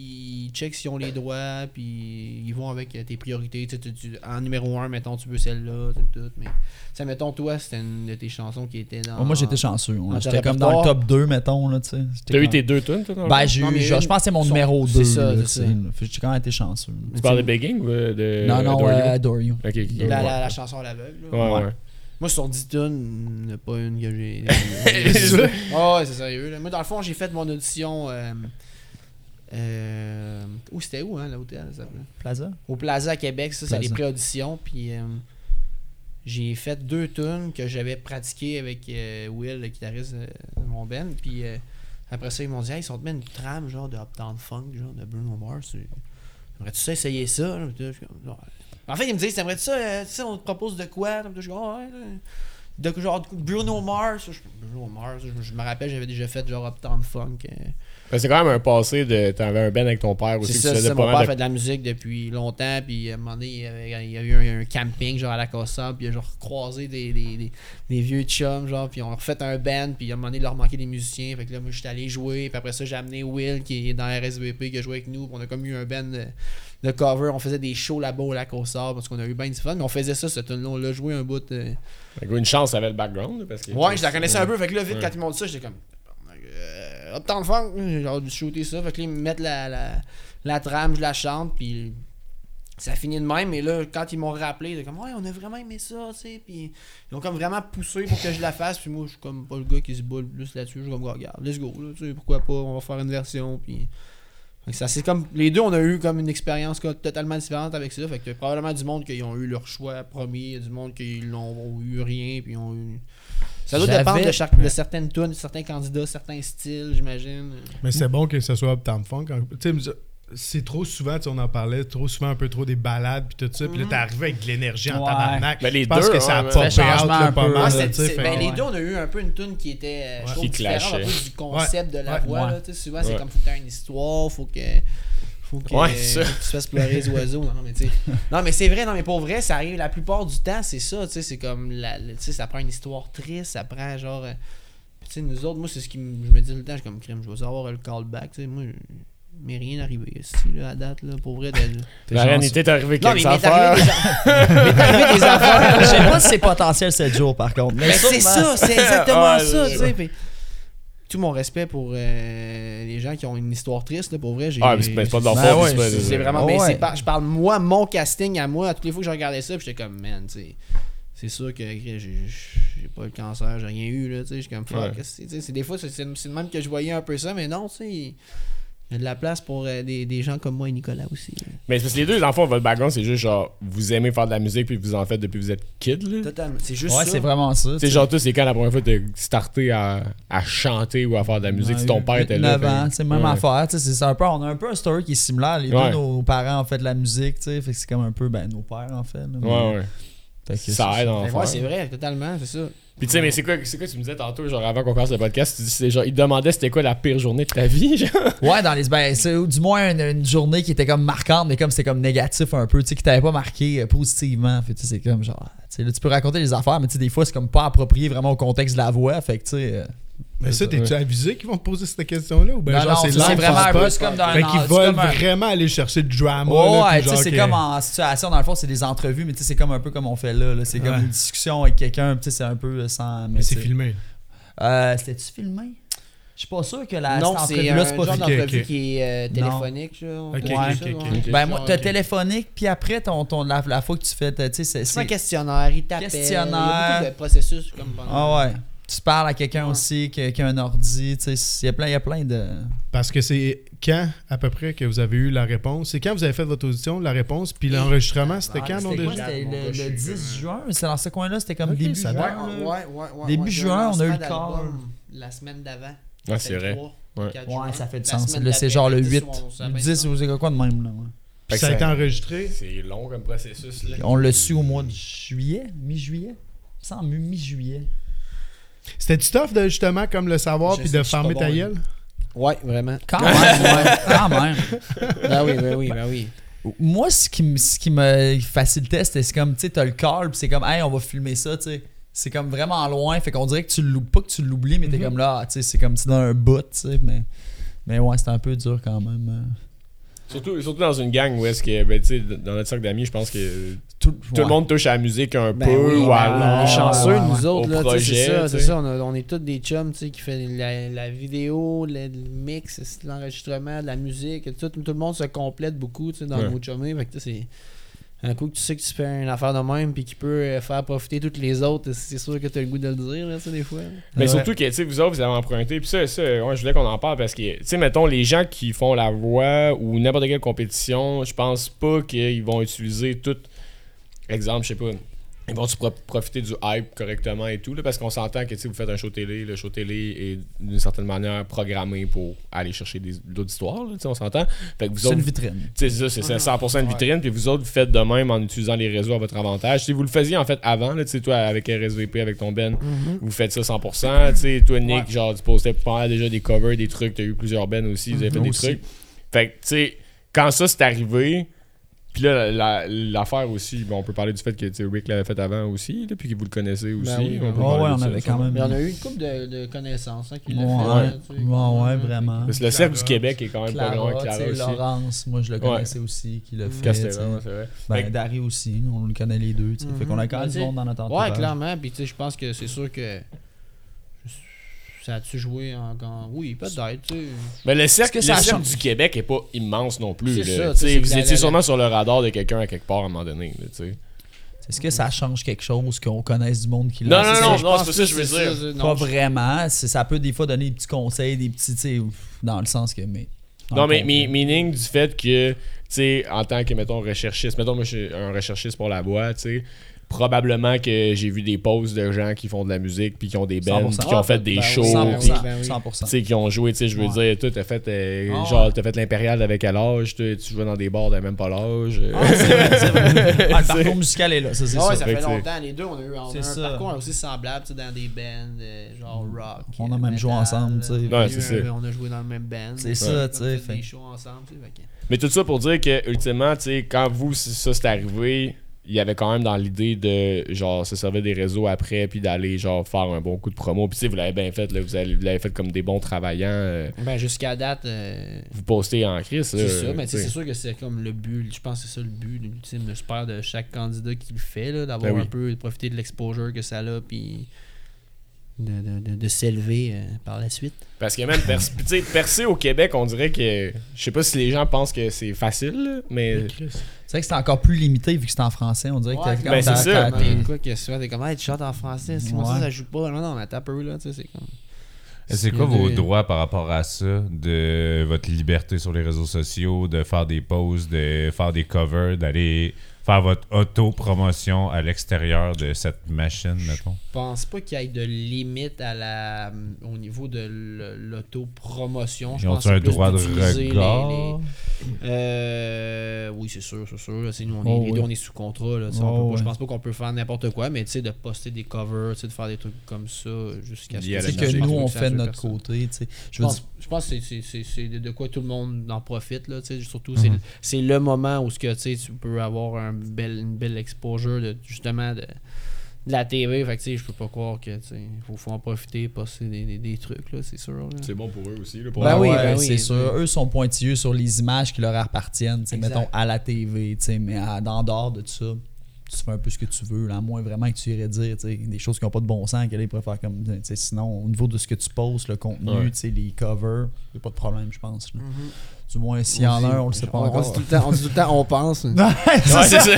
ils checkent s'ils ont les droits, puis ils vont avec euh, tes priorités. Tu sais, tu- tu- en numéro 1, mettons, tu veux celle-là, tu sais, tout. Mais, ça, mettons, toi, c'était une de tes chansons qui était dans. Oh, moi, j'étais chanceux. ouais. dans J'étais ton comme dans le répertoire. top 2, mettons. Là, tu sais. J'étais T'as eu comme- tes deux tunes, toi, dans le Ben, fond? j'ai Non, eu, mais genre, je pense que c'est mon son- numéro 2. c'est ça, là, c'est tu sais. ça. Fait que J'ai quand même été chanceux. là. Tu parles de Begging ou euh, de. Non, non, Adore You? euh, Adore You. Ok, ok, La, ouais. la, la chanson à l'aveugle. là. Ouais, ouais. Moi, sur 10 tunes, il n'y en a pas une que j'ai. Ah ouais, c'est sérieux. là. Moi, dans le fond, j'ai fait mon audition. Euh, euh, où c'était où, hein, l'hôtel ça s'appelait? Plaza? Au Plaza à Québec, ça, c'est Plaza. les pré-auditions. Puis euh, j'ai fait deux tunes que j'avais pratiquées avec euh, Will, le guitariste euh, de mon band. Puis euh, après ça, ils m'ont dit, hey, ils sont te met une trame genre de Uptown Funk, genre de Bruno Mars. Tu- Aimerais-tu ça essayer ça? là? Puis là, je suis comme, Ouais. En fait, ils me disent, t'aimerais-tu ça? euh, tu sais, on te propose de quoi? Puis là, Je suis comme, Ah, ouais. là. De, genre de- Bruno Mars. Je- Bruno Mars, je, je me rappelle, j'avais déjà fait genre Uptown Funk. euh, Ben, c'est quand même un passé de. T'avais un ben avec ton père aussi. c'est qui ça, faisait c'est ça, pas mon mal père de- fait de la musique depuis longtemps, puis à un moment donné, il y avait- il y a eu un, un camping, genre à la Cossa, puis il a genre croisé des, des, des- des vieux chums, genre, puis on a refait un band, puis à un moment donné, il leur manquait des musiciens, fait que là, moi, j'étais allé jouer, puis après ça, j'ai amené Will, qui est dans RSVP, qui a joué avec nous, puis on a comme eu un band de, de cover, on faisait des shows là-bas au lac aux Sables, parce qu'on a eu bien du fun, mais on faisait ça, ce tune-là, on l'a joué un bout... euh, Fait que Une chance, t'avais le background. là, Parce que, Ouais, je la connaissais un peu. Fait que là, vite, Ouais. quand ils m'ont dit ça, j'étais comme. Euh, Uptown Funk, genre dû shooter ça. Fait que là, ils me mettent la, la, la trame, je la chante, puis ça finit de même. Mais là, quand ils m'ont rappelé, ils étaient comme, ouais, on a vraiment aimé ça, tu sais. Puis ils ont comme vraiment poussé pour que je la fasse. Puis moi, je suis comme pas le gars qui se boule plus là-dessus. Je suis comme, regarde, let's go, là, tu sais, pourquoi pas, on va faire une version. Puis. Fait que ça, c'est comme. Les deux, on a eu comme une expérience co- totalement différente avec ça. Fait que t'as probablement du monde qui ont eu leur choix premier, y a du monde qui n'ont eu rien, puis ont eu. Ça doit J'avais- dépendre de, chaque- de certaines tunes, de certains candidats, certains styles, j'imagine. Mais c'est bon que ce soit Uptown Funk. hein. Tu sais, c'est trop souvent, tu sais, on en parlait, trop souvent un peu trop des balades puis tout ça. Puis là, t'es arrivé avec de l'énergie en Mm. Ouais. tabarnak. Ben, les je pense deux, que ça a ouais, popé ouais. Ça fait out changement là, un pas peu, Ah, mal. là, c'est- tu sais, c'est- fait ben, que- les deux, on a eu un peu une tune qui était, euh, je trouve, Qui différente clashait. un peu du concept de la Ouais, voix. ouais. là, tu sais, souvent, c'est Ouais. comme faut que tu une histoire, faut que. Faut que, Ouais, faut ça. que tu fasses pleurer les oiseaux. Non, non, mais tu sais. Non, mais c'est vrai, non, mais pour vrai, ça arrive la plupart du temps, c'est ça. Tu sais, c'est comme. la- le- Tu sais, ça prend une histoire triste, ça prend genre. euh, tu sais, nous autres, moi, c'est ce qui m- je me dis tout le temps, je suis comme crime, je veux avoir le callback. Tu sais, moi, je- mais rien arrivé ici, là, à date, là, pour vrai. de- La réalité, t'es arrivé Non, quelques mais il m'est arrivé affaires. des a- il m'est arrivé des affaires. Je sais pas si c'est potentiel 7 jours, par contre. Mais Ben, c'est ça, c'est exactement Ouais, ça, c'est tu sais. puis Tout mon respect pour euh, les gens qui ont une histoire triste, là, pour vrai. j'ai- Ah, mais c'est ben, c'est pas de leur Ben faute. ouais, pas- c'est c'est vraiment. mais Ouais. c'est pas- je parle, moi, mon casting à moi, à toutes les fois que je regardais ça, puis j'étais comme, man, tu sais. C'est sûr que j'ai j'ai pas le cancer, j'ai rien eu, là, tu sais. Je suis comme, fuck, Ouais. qu'est-ce que c'est, tu sais, c'est des fois, c'est- c'est c'est de même que je voyais un peu ça, mais non, tu sais. Il y a de la place pour euh, des, des gens comme moi et Nicolas aussi. là. Mais c'est parce que les deux, dans le fond, votre background, c'est juste genre, vous aimez faire de la musique puis vous en faites depuis que vous êtes kid, là. Totalement. C'est juste Ouais, ça. c'est vraiment ça. tu C'est sais. genre, toi, c'est quand la première fois que t'as starté à, à chanter ou à faire de la musique, si ton père était là. 9 ans, fait- c'est même Ouais. affaire. tu sais, C'est c'est un peu, on a un peu un story qui est similaire. Les Ouais. deux, nos parents ont fait de la musique. tu sais, Fait que c'est comme un peu ben, nos pères, en fait. là, mais- Ouais, ouais. Fait que Ça c'est- aide en Ouais, faire. c'est vrai, totalement, c'est ça. Puis tu sais, mais c'est quoi, c'est quoi tu me disais tantôt, genre avant qu'on commence le podcast, tu dis, c'est genre, il te demandait c'était quoi la pire journée de ta vie, genre. Ouais, dans les. Ben, c'est- ou du moins une, une journée qui était comme marquante, mais comme c'était comme négatif un peu, tu sais, qui t'avait pas marqué euh, positivement. Fait que, tu sais, c'est comme genre. tu sais, là, tu peux raconter les affaires, mais tu sais, des fois, c'est comme pas approprié vraiment au contexte de la voix. Fait que, tu sais. euh, Mais ça, t'es-tu avisé qu'ils vont te poser cette question-là? Ou ben, non, non, genre, c'est live vraiment sur un peu spot? c'est comme dans Fait un- Ben, qu'ils Ah c'est veulent comme un- vraiment aller chercher du drama. Ouais, là, ouais, puis tu sais, genre c'est que- comme en situation, dans le fond, c'est des entrevues, mais tu sais, c'est comme un peu comme on fait là. là. C'est comme Ouais. une discussion avec quelqu'un, tu sais, c'est un peu euh, sans. Mais c'est tu sais. filmé. Euh, C'était-tu filmé? Je suis pas sûr que la non, cette c'est entrevue-là, un c'est genre filmé. d'entrevue Ok, ok. qui est euh, Non. téléphonique. genre, Ok, on ok, peut dire ok, ça, ok. ouais. Ben, moi, t'as Genre, téléphonique, puis après, ton, ton, la, la fois que tu fais, t'as- tu sais, c'est- C'est un c'est. questionnaire, il t'appelle. Questionnaire. Il y a beaucoup de processus comme pendant- Ah ouais. Tu parles à quelqu'un Ouais. aussi qui, qui a un ordi, tu sais, il y a plein, il y a plein de. Parce que c'est quand, à peu près, que vous avez eu la réponse? C'est quand vous avez fait votre audition, la réponse, puis l'enregistrement, c'était Ah, quand, non, c'était C'était déjà? quoi? déjà? C'était Mon le, gars, je le suis 10 juin? C'est dans ce coin-là, c'était comme Ok, début ça juin. date. Ouais, là. ouais, ouais, ouais, ouais. Début Le juin, on a eu le lancement call. d'album, La semaine d'avant. Ouais, c'est vrai. Ouais. Ouais, ça fait du sens. Là, C'est genre le 8, le 10 ou c'est quoi de même. Là, ouais. Puis ça a été enregistré? C'est long comme processus, là. On l'a su au mois de juillet, mi-juillet. Sans mi-juillet. C'était du stuff de justement comme le savoir Je puis sais de que je suis pas farmer ta bon, gueule? Ouais, vraiment. Quand même, ouais, quand même. Ben oui, ben oui, ben oui. Moi, ce qui, me- ce qui me facilitait, c'était c'est comme, tu sais, t'as le call, puis c'est comme, hey, on va filmer ça, tu sais. C'est comme vraiment loin, fait qu'on dirait que tu l'oublies, pas que tu l'oublies, mais t'es Mhm. comme là, ah, tu sais, c'est comme si dans un bout, tu sais, mais, mais ouais, c'était un peu dur quand même. euh. Surtout, surtout dans une gang où est-ce que, ben, tu sais, dans notre cercle d'amis, je pense que Tout, tout le ouais. monde touche à la musique un Ben peu oui, ou ben, alors. on est chanceux, nous Ah, Au autres, là, tu sais, projet, c'est ça, tu c'est sais. ça, on, a- on est tous des chums, tu sais, qui fait la, la vidéo, le, le mix, c'est l'enregistrement, de la musique, tout, tout le monde se complète beaucoup, tu sais, dans Ouais. nos chummés, fait que, tu sais, c'est... Un coup que tu sais que tu fais une affaire de même puis qui peut euh, faire profiter toutes les autres, c'est sûr que t'as le goût de le dire, là, tu sais, des fois. Mais Ouais. surtout que, tu sais, vous autres, vous avez emprunté. Puis ça, ça ouais, je voulais qu'on en parle parce que, tu sais, mettons, les gens qui font la voix ou n'importe quelle compétition, je pense pas qu'ils vont utiliser tout. Exemple, je sais pas. Ils vont-tu pro- profiter du hype correctement et tout, là, parce qu'on s'entend que, tu sais, vous faites un show télé, le show télé est d'une certaine manière programmé pour aller chercher des- de l'auditoire, là, tu sais, on s'entend. Fait que vous C'est autres, une vitrine. tu sais, c'est ça, c'est c'est 100% une vitrine, puis vous autres, vous faites de même en utilisant les réseaux à votre avantage. Si vous le faisiez en fait avant, là, tu sais, toi, avec RSVP, avec ton Ben, Mhm. vous faites ça 100%. Tu sais, toi, Nick, genre, tu postais pas mal déjà des covers, des trucs, t'as eu plusieurs Ben aussi, vous avez fait Mhm. des trucs. Fait que, tu sais, quand ça c'est arrivé, puis là, la- la- l'affaire aussi, bon, on peut parler du fait que, tu sais, Rick l'avait fait avant aussi, là, puis que vous le connaissez aussi. oui, on ben peut Ouais, parler ouais, de on ça, avait ça. quand même. Mais on a eu une couple de, de connaissances hein, qui Ouais, l'a fait. ouais, là, tu sais, ouais, ouais, euh, vraiment. Parce que le cercle du Québec est quand même pas loin, Clara, tu Clara sais, aussi. Laurence, moi je le Ouais. connaissais aussi, qui l'a fait. tu sais. Castella, ouais, c'est vrai. Ben, Fait que- Dari aussi, on le connaît les deux, tu sais. Fait qu'on a quand même Mhm. du monde dans notre Ouais, entourage. clairement. Puis, tu sais, je pense que c'est sûr que. Ça a-tu joué en. en- Oui, peut-être, tu sais. Mais le cercle, que ça le a cercle changé? du Québec est pas immense non plus. là. C'est ça, tu sais, T'sais, c'est que vous la- étiez la- sûrement sur le radar de quelqu'un à quelque part à un moment donné. là, t'sais. Est-ce que ça change quelque chose qu'on connaisse du monde qui Non, l'a non, non, C'est ça, non, je c'est pas pense ça que je veux c'est dire. ça, c'est- Pas non, vraiment. C'est- Ça peut des fois donner des petits conseils, des petits, tu sais, ouf, dans le sens que. Mais, Non, mais Encore. mi- meaning du fait que, tu sais, en tant que, mettons, recherchiste, mettons, moi, je suis un recherchiste pour la voix, tu sais, probablement que j'ai vu des posts de gens qui font de la musique, puis qui ont des bands, 100%. qui ont fait des Ben oui, shows, puis 100%. ben oui. 100%. tu sais, qui ont joué, tu sais, je veux dire, toi, t'as fait, euh, Ah ouais. genre, t'as fait l'impérial avec quel âge, toi, tu jouais dans des bars de même pas l'âge. euh. Ah, le parcours musical est là, ça, c'est Ah ouais, ça. ça Fait fait que longtemps, les deux, on a eu on a C'est un ça. Mm. parcours aussi semblable, tu sais, dans des bands, euh, genre rock. On a euh, même metal, joué ensemble, tu sais. euh, Ouais, on a c'est eu ça. un- On a joué dans le même band. C'est ça, tu On a sais. fait fait- des shows ensemble, tu sais. fait que- Mais tout ça pour dire que, ultimement, tu sais, quand vous, c- ça c'est arrivé, il y avait quand même dans l'idée de, genre, se servir des réseaux après, puis d'aller, genre, faire un bon coup de promo. Puis, tu sais, vous l'avez bien fait, là, vous avez- vous l'avez fait comme des bons travaillants. euh, Ben, jusqu'à date, euh, vous postez en crise. c'est ça. Mais tu sais, c'est sûr que c'est comme le but. Je pense que c'est ça le but ultime, j'espère, de chaque candidat qui le fait, là, d'avoir Ben oui. un peu, de profiter de l'exposure que ça a, puis de, de, de, de s'élever euh, par la suite. Parce que même perc- tu sais, percer au Québec, on dirait que. Je sais pas si les gens pensent que c'est facile, là, mais. C'est vrai que c'est encore plus limité vu que c'est en français. On dirait que t'as Ouais, comme ben, t'as- c'est t'as- ça. t'as- T'es quoi que souvent t'es comme hey, tu chantes en français, c'est comment ça Ouais. ça joue pas? Non, non, mais t'as peu là, tu sais, c'est comme. C'est quoi vos des- droits par rapport à ça, de votre liberté sur les réseaux sociaux, de faire des posts, de faire des covers, d'aller faire votre auto-promotion à l'extérieur de cette machine, mettons? Je pense pas qu'il y ait de limite à la au niveau de l- l'autopromotion. Je Ils ont pense un que c'est plus droit de d'utiliser les- regard? les- Euh, oui, c'est sûr, c'est sûr. là. C'est nous, on est, Oh, les oui. deux, on est sous contrat. là, tu sais, Oh, on peut pas- ouais. Je pense pas qu'on peut faire n'importe quoi, mais tu sais, de poster des covers, tu sais, de faire des trucs comme ça jusqu'à Lié à la C'est je que pense nous, pas on ça fait de tue notre personne. côté. tu sais. Je Je veux pense, dire, je pense que c'est- c'est- c'est de de quoi tout le monde en profite. Là, tu sais. surtout, c'est le- c'est le moment où ce que, tu sais, tu peux avoir un bel, une belle exposure de, justement de, de la TV. Fait que, tu sais, je peux pas croire que tu sais, faut, faut en profiter, poster des, des- des trucs, là, c'est sûr. là. bon pour eux aussi, là, Ben ouais, oui, ouais, ben oui, c'est oui. sûr. Eux sont pointilleux sur les images qui leur appartiennent, tu sais, Exact. mettons à la TV, tu sais, mais à, en dehors de tout ça, tu fais un peu ce que tu veux, là, à moins vraiment que tu irais dire tu sais, des choses qui n'ont pas de bon sens, que là, ils préfèrent comme. tu sais, Sinon, au niveau de ce que tu postes, le contenu, Ouais. tu sais, les covers, il a pas de problème, je pense. là. Du moins, s'il y en a un, on le sait pas Mhm. on, on dit encore. tout le temps, on dit tout le temps, on pense. mais- Ouais, c'est ça.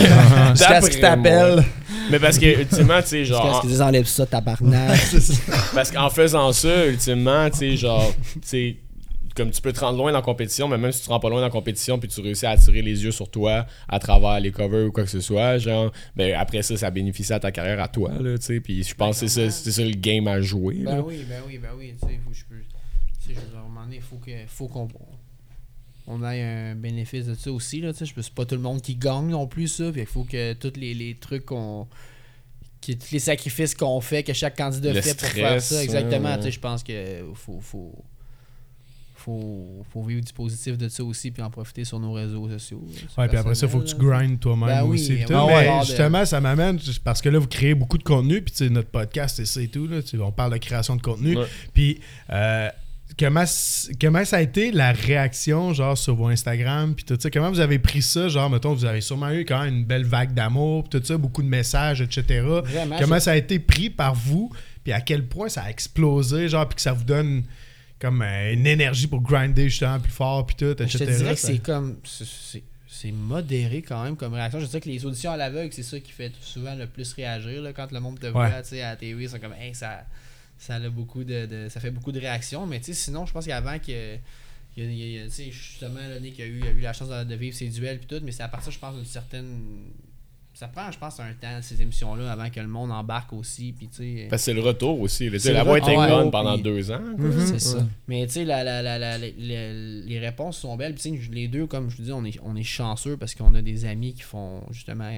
Jusqu'à ce D'après moi. qu'ils t'appellent. Mais parce que, ultimement, tu sais, genre. Qu'est-ce qu'ils enlèvent ça, tabarnak? Parce qu'en faisant ça, ultimement, tu sais, genre, tu sais, comme tu peux te rendre loin dans la compétition, mais même si tu te rends pas loin dans la compétition, puis tu réussis à attirer les yeux sur toi à travers les covers ou quoi que ce soit, genre, ben après ça, ça bénéficie à ta carrière à toi, là, tu sais. Puis je pense que c'est ça, c'est ça le game à jouer. là. ben oui, ben oui, ben oui. Tu sais, faut que je peux. Tu sais, je veux dire, à un moment donné, faut que, faut qu'on on ait un bénéfice de ça aussi là. Tu sais, je peux- c'est pas tout le monde qui gagne non plus ça. Puis il faut que tous les, les trucs qu'on qui est tous les sacrifices qu'on fait, que chaque candidat Le fait pour stress, hein. faire ça. Exactement. ouais, Tu sais, Je pense que faut, faut, faut, faut vivre du positif de ça aussi, puis en profiter sur nos réseaux sociaux. Ouais, puis après ça, faut que tu grindes toi-même Ben oui, aussi. puis tout. ouais, mais ouais. justement, ça m'amène, parce que là, vous créez beaucoup de contenu, puis tu sais, notre podcast, c'est ça et tout, là, tu sais, on parle de création de contenu. Ouais. Puis, euh, comment, c- comment ça a été la réaction, genre, sur vos Instagram, puis tout ça? Comment vous avez pris ça? Genre, mettons, vous avez sûrement eu quand même une belle vague d'amour, puis tout ça, beaucoup de messages, etc. Vraiment, comment ça a été pris par vous, puis à quel point ça a explosé, genre, puis que ça vous donne comme euh, une énergie pour grinder justement plus fort, puis tout, etc. Ben, Je te dirais que ça- c'est comme. c'est- c'est- C'est modéré quand même comme réaction. Je dirais que les auditions à l'aveugle, c'est ça qui fait souvent le plus réagir. là, quand le monde te voit Ouais. tu sais, à la TV, ils sont comme Hey, ça, ça, a beaucoup de, de- ça fait beaucoup de réactions. Mais tu sais, sinon, je pense qu'avant que. il y a- il y a- il y a- tu sais, justement, là, Nick a eu, a eu la chance de, de vivre ses duels puis tout, mais c'est à partir, je pense, d'une certaine. Ça prend, je pense, un temps, ces émissions-là, avant que le monde embarque aussi. Puis, tu sais. Parce que c'est le retour aussi. là. Tu sais, C'est la le voix était retour, Ah Mhm. conne puis- pendant deux ans. quoi. C'est ça. Mais tu sais, la, la, la, la- la- la- les réponses sont belles. Puis tu sais, les deux, comme je vous dis, on est, on est chanceux parce qu'on a des amis qui font justement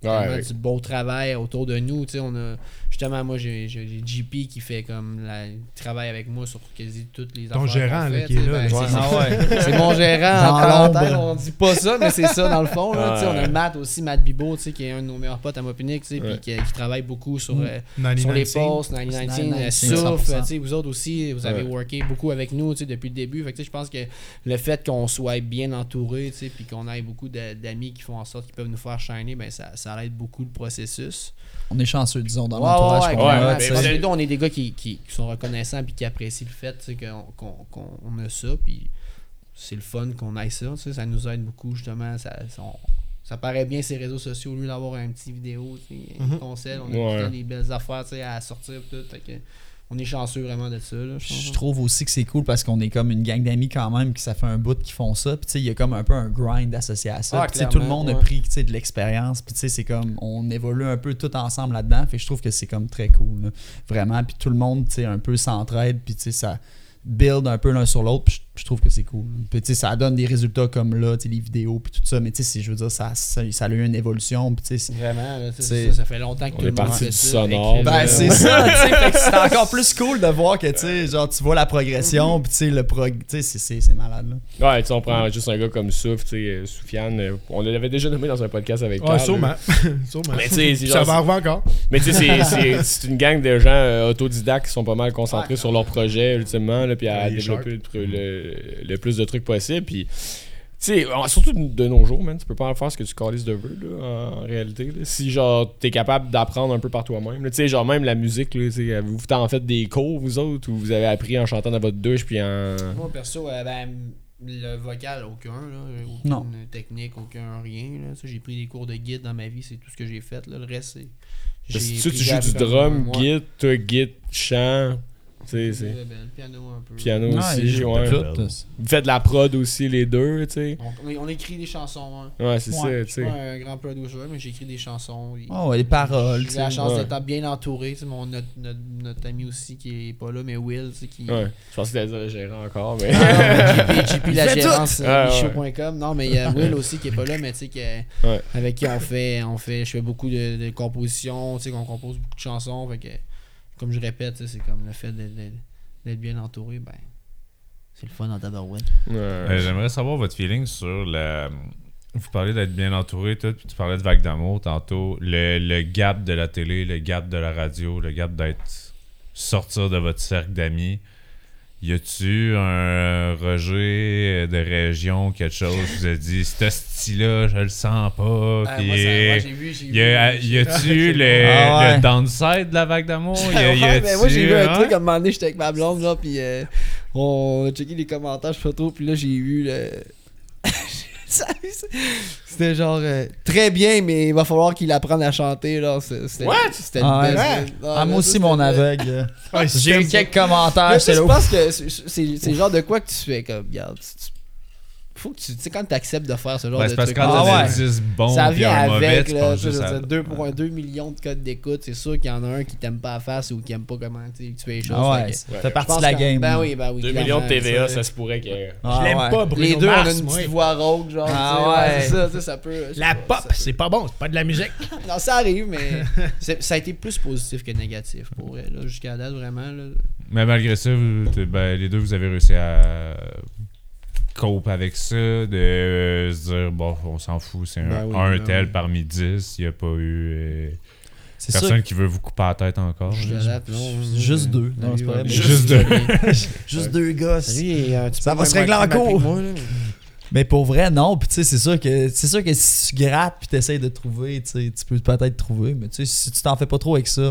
tellement Ouais. du beau travail autour de nous. Tu sais, on a justement, moi, j'ai j'ai- j'ai JP qui fait comme la, il travaille avec moi sur quasi toutes les Ton affaires gérant, qu'on là, fait, qui est tu sais, là, ben, là. c'est- Ah ouais. c'est mon gérant Dans en parenthèse, l'ombre. on dit pas ça, mais c'est ça dans le fond. Ouais. là, tu sais, On a Matt aussi, Matt Bibot, tu sais, qui est un de nos meilleurs potes à Mopinic, tu sais, puis Ouais. qui, qui travaille beaucoup Mm. sur, euh, sur 99 les scene. posts, 99, 99, Souf, 100%. euh, tu sais, vous autres aussi, vous avez Ouais. worké beaucoup avec nous tu sais, depuis le début. Fait que, tu sais, je pense que le fait qu'on soit bien entouré, tu sais, puis qu'on ait beaucoup de- d'amis qui font en sorte qu'ils peuvent nous faire shiner, ben ça, ça aide beaucoup le processus. On est chanceux, disons, dans Ouais, l'entourage ouais, qu'on ouais, a, clairement. tu sais. Parce que nous, on est des gars qui, qui, qui sont reconnaissants puis qui apprécient le fait tu sais, qu'on qu'on- qu'on- on a ça. Puis c'est le fun qu'on aille ça. tu sais, Ça nous aide beaucoup, justement. Ça, ça- on- ça paraît bien ces réseaux sociaux, lui, d'avoir un petit vidéo, tu sais, un conseil. On a Ouais. tout le temps des belles affaires tu sais, à sortir. puis Tout, Fait que on est chanceux vraiment de ça. là, je pense. Je trouve aussi que c'est cool parce qu'on est comme une gang d'amis quand même, que ça fait un bout qui font ça. Puis tu sais, il y a comme un peu un grind associé à ça. Ah, Puis, tu sais, clairement, tout le monde a ouais. pris tu sais, de l'expérience. Puis tu sais, c'est comme on évolue un peu tout ensemble là-dedans. Fait que je trouve que c'est comme très cool. là. Vraiment. Puis tout le monde, tu sais, un peu s'entraide. Puis tu sais, ça build un peu l'un sur l'autre. Puis je, je trouve que c'est cool. Puis tu sais, ça donne des résultats comme là, tu sais, les vidéos, puis tout ça. Mais tu sais, c'est- je veux dire, ça, ça, ça a eu une évolution. Puis tu sais, c'est- Vraiment, là, tu C'est- sais, ça, ça fait longtemps que On tout le est monde parti fait du ça, sonore, euh, écrit, là. Ben, là. c'est ça, tu sais. fait que C'est encore plus cool de voir que, tu sais, genre, tu vois la progression, puis tu sais, le prog. Tu sais, c'est- c'est c'est malade, là. Ouais, tu sais, on prend juste un gars comme Souf, tu sais, euh, Soufiane. euh, On l'avait déjà nommé dans un podcast avec Ouais, Carl, sûrement. là. Sûrement. Mais tu sais, c'est ça genre- va arriver encore. Mais tu sais, c'est- c'est- c'est une gang de gens euh, autodidactes qui sont pas mal concentrés Ouais. sur leur projet, ultimement, là, puis à Les développer le, tru- le- le plus de trucs possible. Puis, tu sais, en- surtout de- de nos jours, man, tu peux pas en faire ce que tu calises de veux, là, en, en réalité. là. Si, genre, t'es capable d'apprendre un peu par toi-même. là. Tu sais, genre, même la musique, là, tu sais, vous vous en faites des cours, vous autres, ou vous avez appris en chantant dans votre douche, puis en. Moi, perso, euh, ben, le vocal, aucun. Là, aucune Non. technique, aucun rien. là. Ça, J'ai pris des cours de guide dans ma vie, c'est tout ce que j'ai fait. Là. Le reste, c'est. j'ai Parce que tu, pris tu joues du la- drum, Ouais. git, toi, git, chant, tu sais, c'est- Ouais, ben, le piano un peu. piano Ouais, aussi, j'ai- ouais. tout. Vous faites de la prod aussi, les deux, tu sais. On, on é- on écrit des chansons. Hein. Ouais, c'est Ouais, ça, tu Je suis sais. pas un grand producer, mais j'écris des chansons. Et- Oh, ouais, les paroles, tu J'ai sais. la chance ouais. d'être bien entouré. tu sais, Mon, notre, notre, notre ami aussi qui est pas là, mais Will, tu sais, qui, Ouais. Je pensais que t'allais dire le gérant encore, mais. Ah, JP la gérance euh, Ouais, ouais. michaud.com. Non, mais il y a Will aussi qui est pas là, mais tu sais, que- Ouais. avec qui on fait, on fait, je fais beaucoup de, de compositions, tu sais, qu'on compose beaucoup de chansons. Fait que, comme je répète, tu sais, c'est comme le fait de- de- d'être bien entouré, ben, c'est le fun en tabarouette. Euh, Ouais. J'aimerais savoir votre feeling sur la. Vous parlez d'être bien entouré, tout, puis tu parlais de vague d'amour tantôt. Le, le gap de la télé, le gap de la radio, le gap d'être. sortir de votre cercle d'amis. Y a-tu un rejet de région, quelque chose, qui vous a dit, ce style-là, je le sens Euh, pas, Ah, puis- vu, j'ai Y a- y a-tu le, Ah ouais. le downside de la vague d'amour? Y a- Ouais, y a-tu, ben, moi j'ai vu un hein? truc à un moment donné, j'étais avec ma blonde là, puis euh, on a checké les commentaires, je sais pas trop, puis là j'ai vu le. Ça- C'était genre euh, très bien, mais il va falloir qu'il apprenne à chanter. Là. C'est- C'était What? C'était Ah ouais. le best, Ouais. là. Ah, Ah, là, moi ça, aussi, mon c'était- aveugle. Ouais, J'ai eu Ah, système- quelques Ah, Mais commentaires, ça, c'est je là. pense que c'est- c'est c'est le genre de quoi que tu fais comme, regarde, tu- tu- Faut que tu. Tu sais, quand t'acceptes de faire ce genre Ben, de c'est parce que truc. quand Ah t'as ouais. des 10 bons ça pis vient un mauvais, avec, tu là. penses tu sais, juste à- je veux dire, 2,2 millions de codes d'écoute. C'est sûr qu'il y en a un qui t'aime pas la face ou qui aime pas comment tu sais, tu fais les choses. Ah Fait ouais, que- ça Ouais. fait je pense partie de la que- game. Ben oui, ben oui. Deux millions de clairement, TVA, ça- ça se pourrait que. Ah Je l'aime ouais. pas, Bruno Les deux, Mars, on a une moi. petite voix rauque, genre. Ah tu sais, ouais. c'est ça, tu sais, ça peut. La ça- pop, ça- c'est pas bon, c'est pas de la musique. Non, ça arrive, mais c'est- ça a été plus positif que négatif pour vrai, là, jusqu'à la date, vraiment. Là. Mais malgré ça, vous- t- ben, les deux, vous avez réussi à cope avec ça, de euh, se dire, bon, on s'en fout, c'est un, Ben oui, un ben tel oui. parmi 10, il n'y a pas eu euh, C'est sûr personne qui veut vous couper la tête encore. Jusqu'à la date, non. que- Juste deux. Non, c'est pas vrai. mais- Juste deux. Juste deux gosses. Ça va se régler en cours. Mais pour vrai, non. Puis tu sais, c'est sûr que c'est sûr que si tu grattes puis t'essayes de trouver, tu sais, tu peux peut-être trouver. Mais tu sais, si tu t'en fais pas trop avec ça,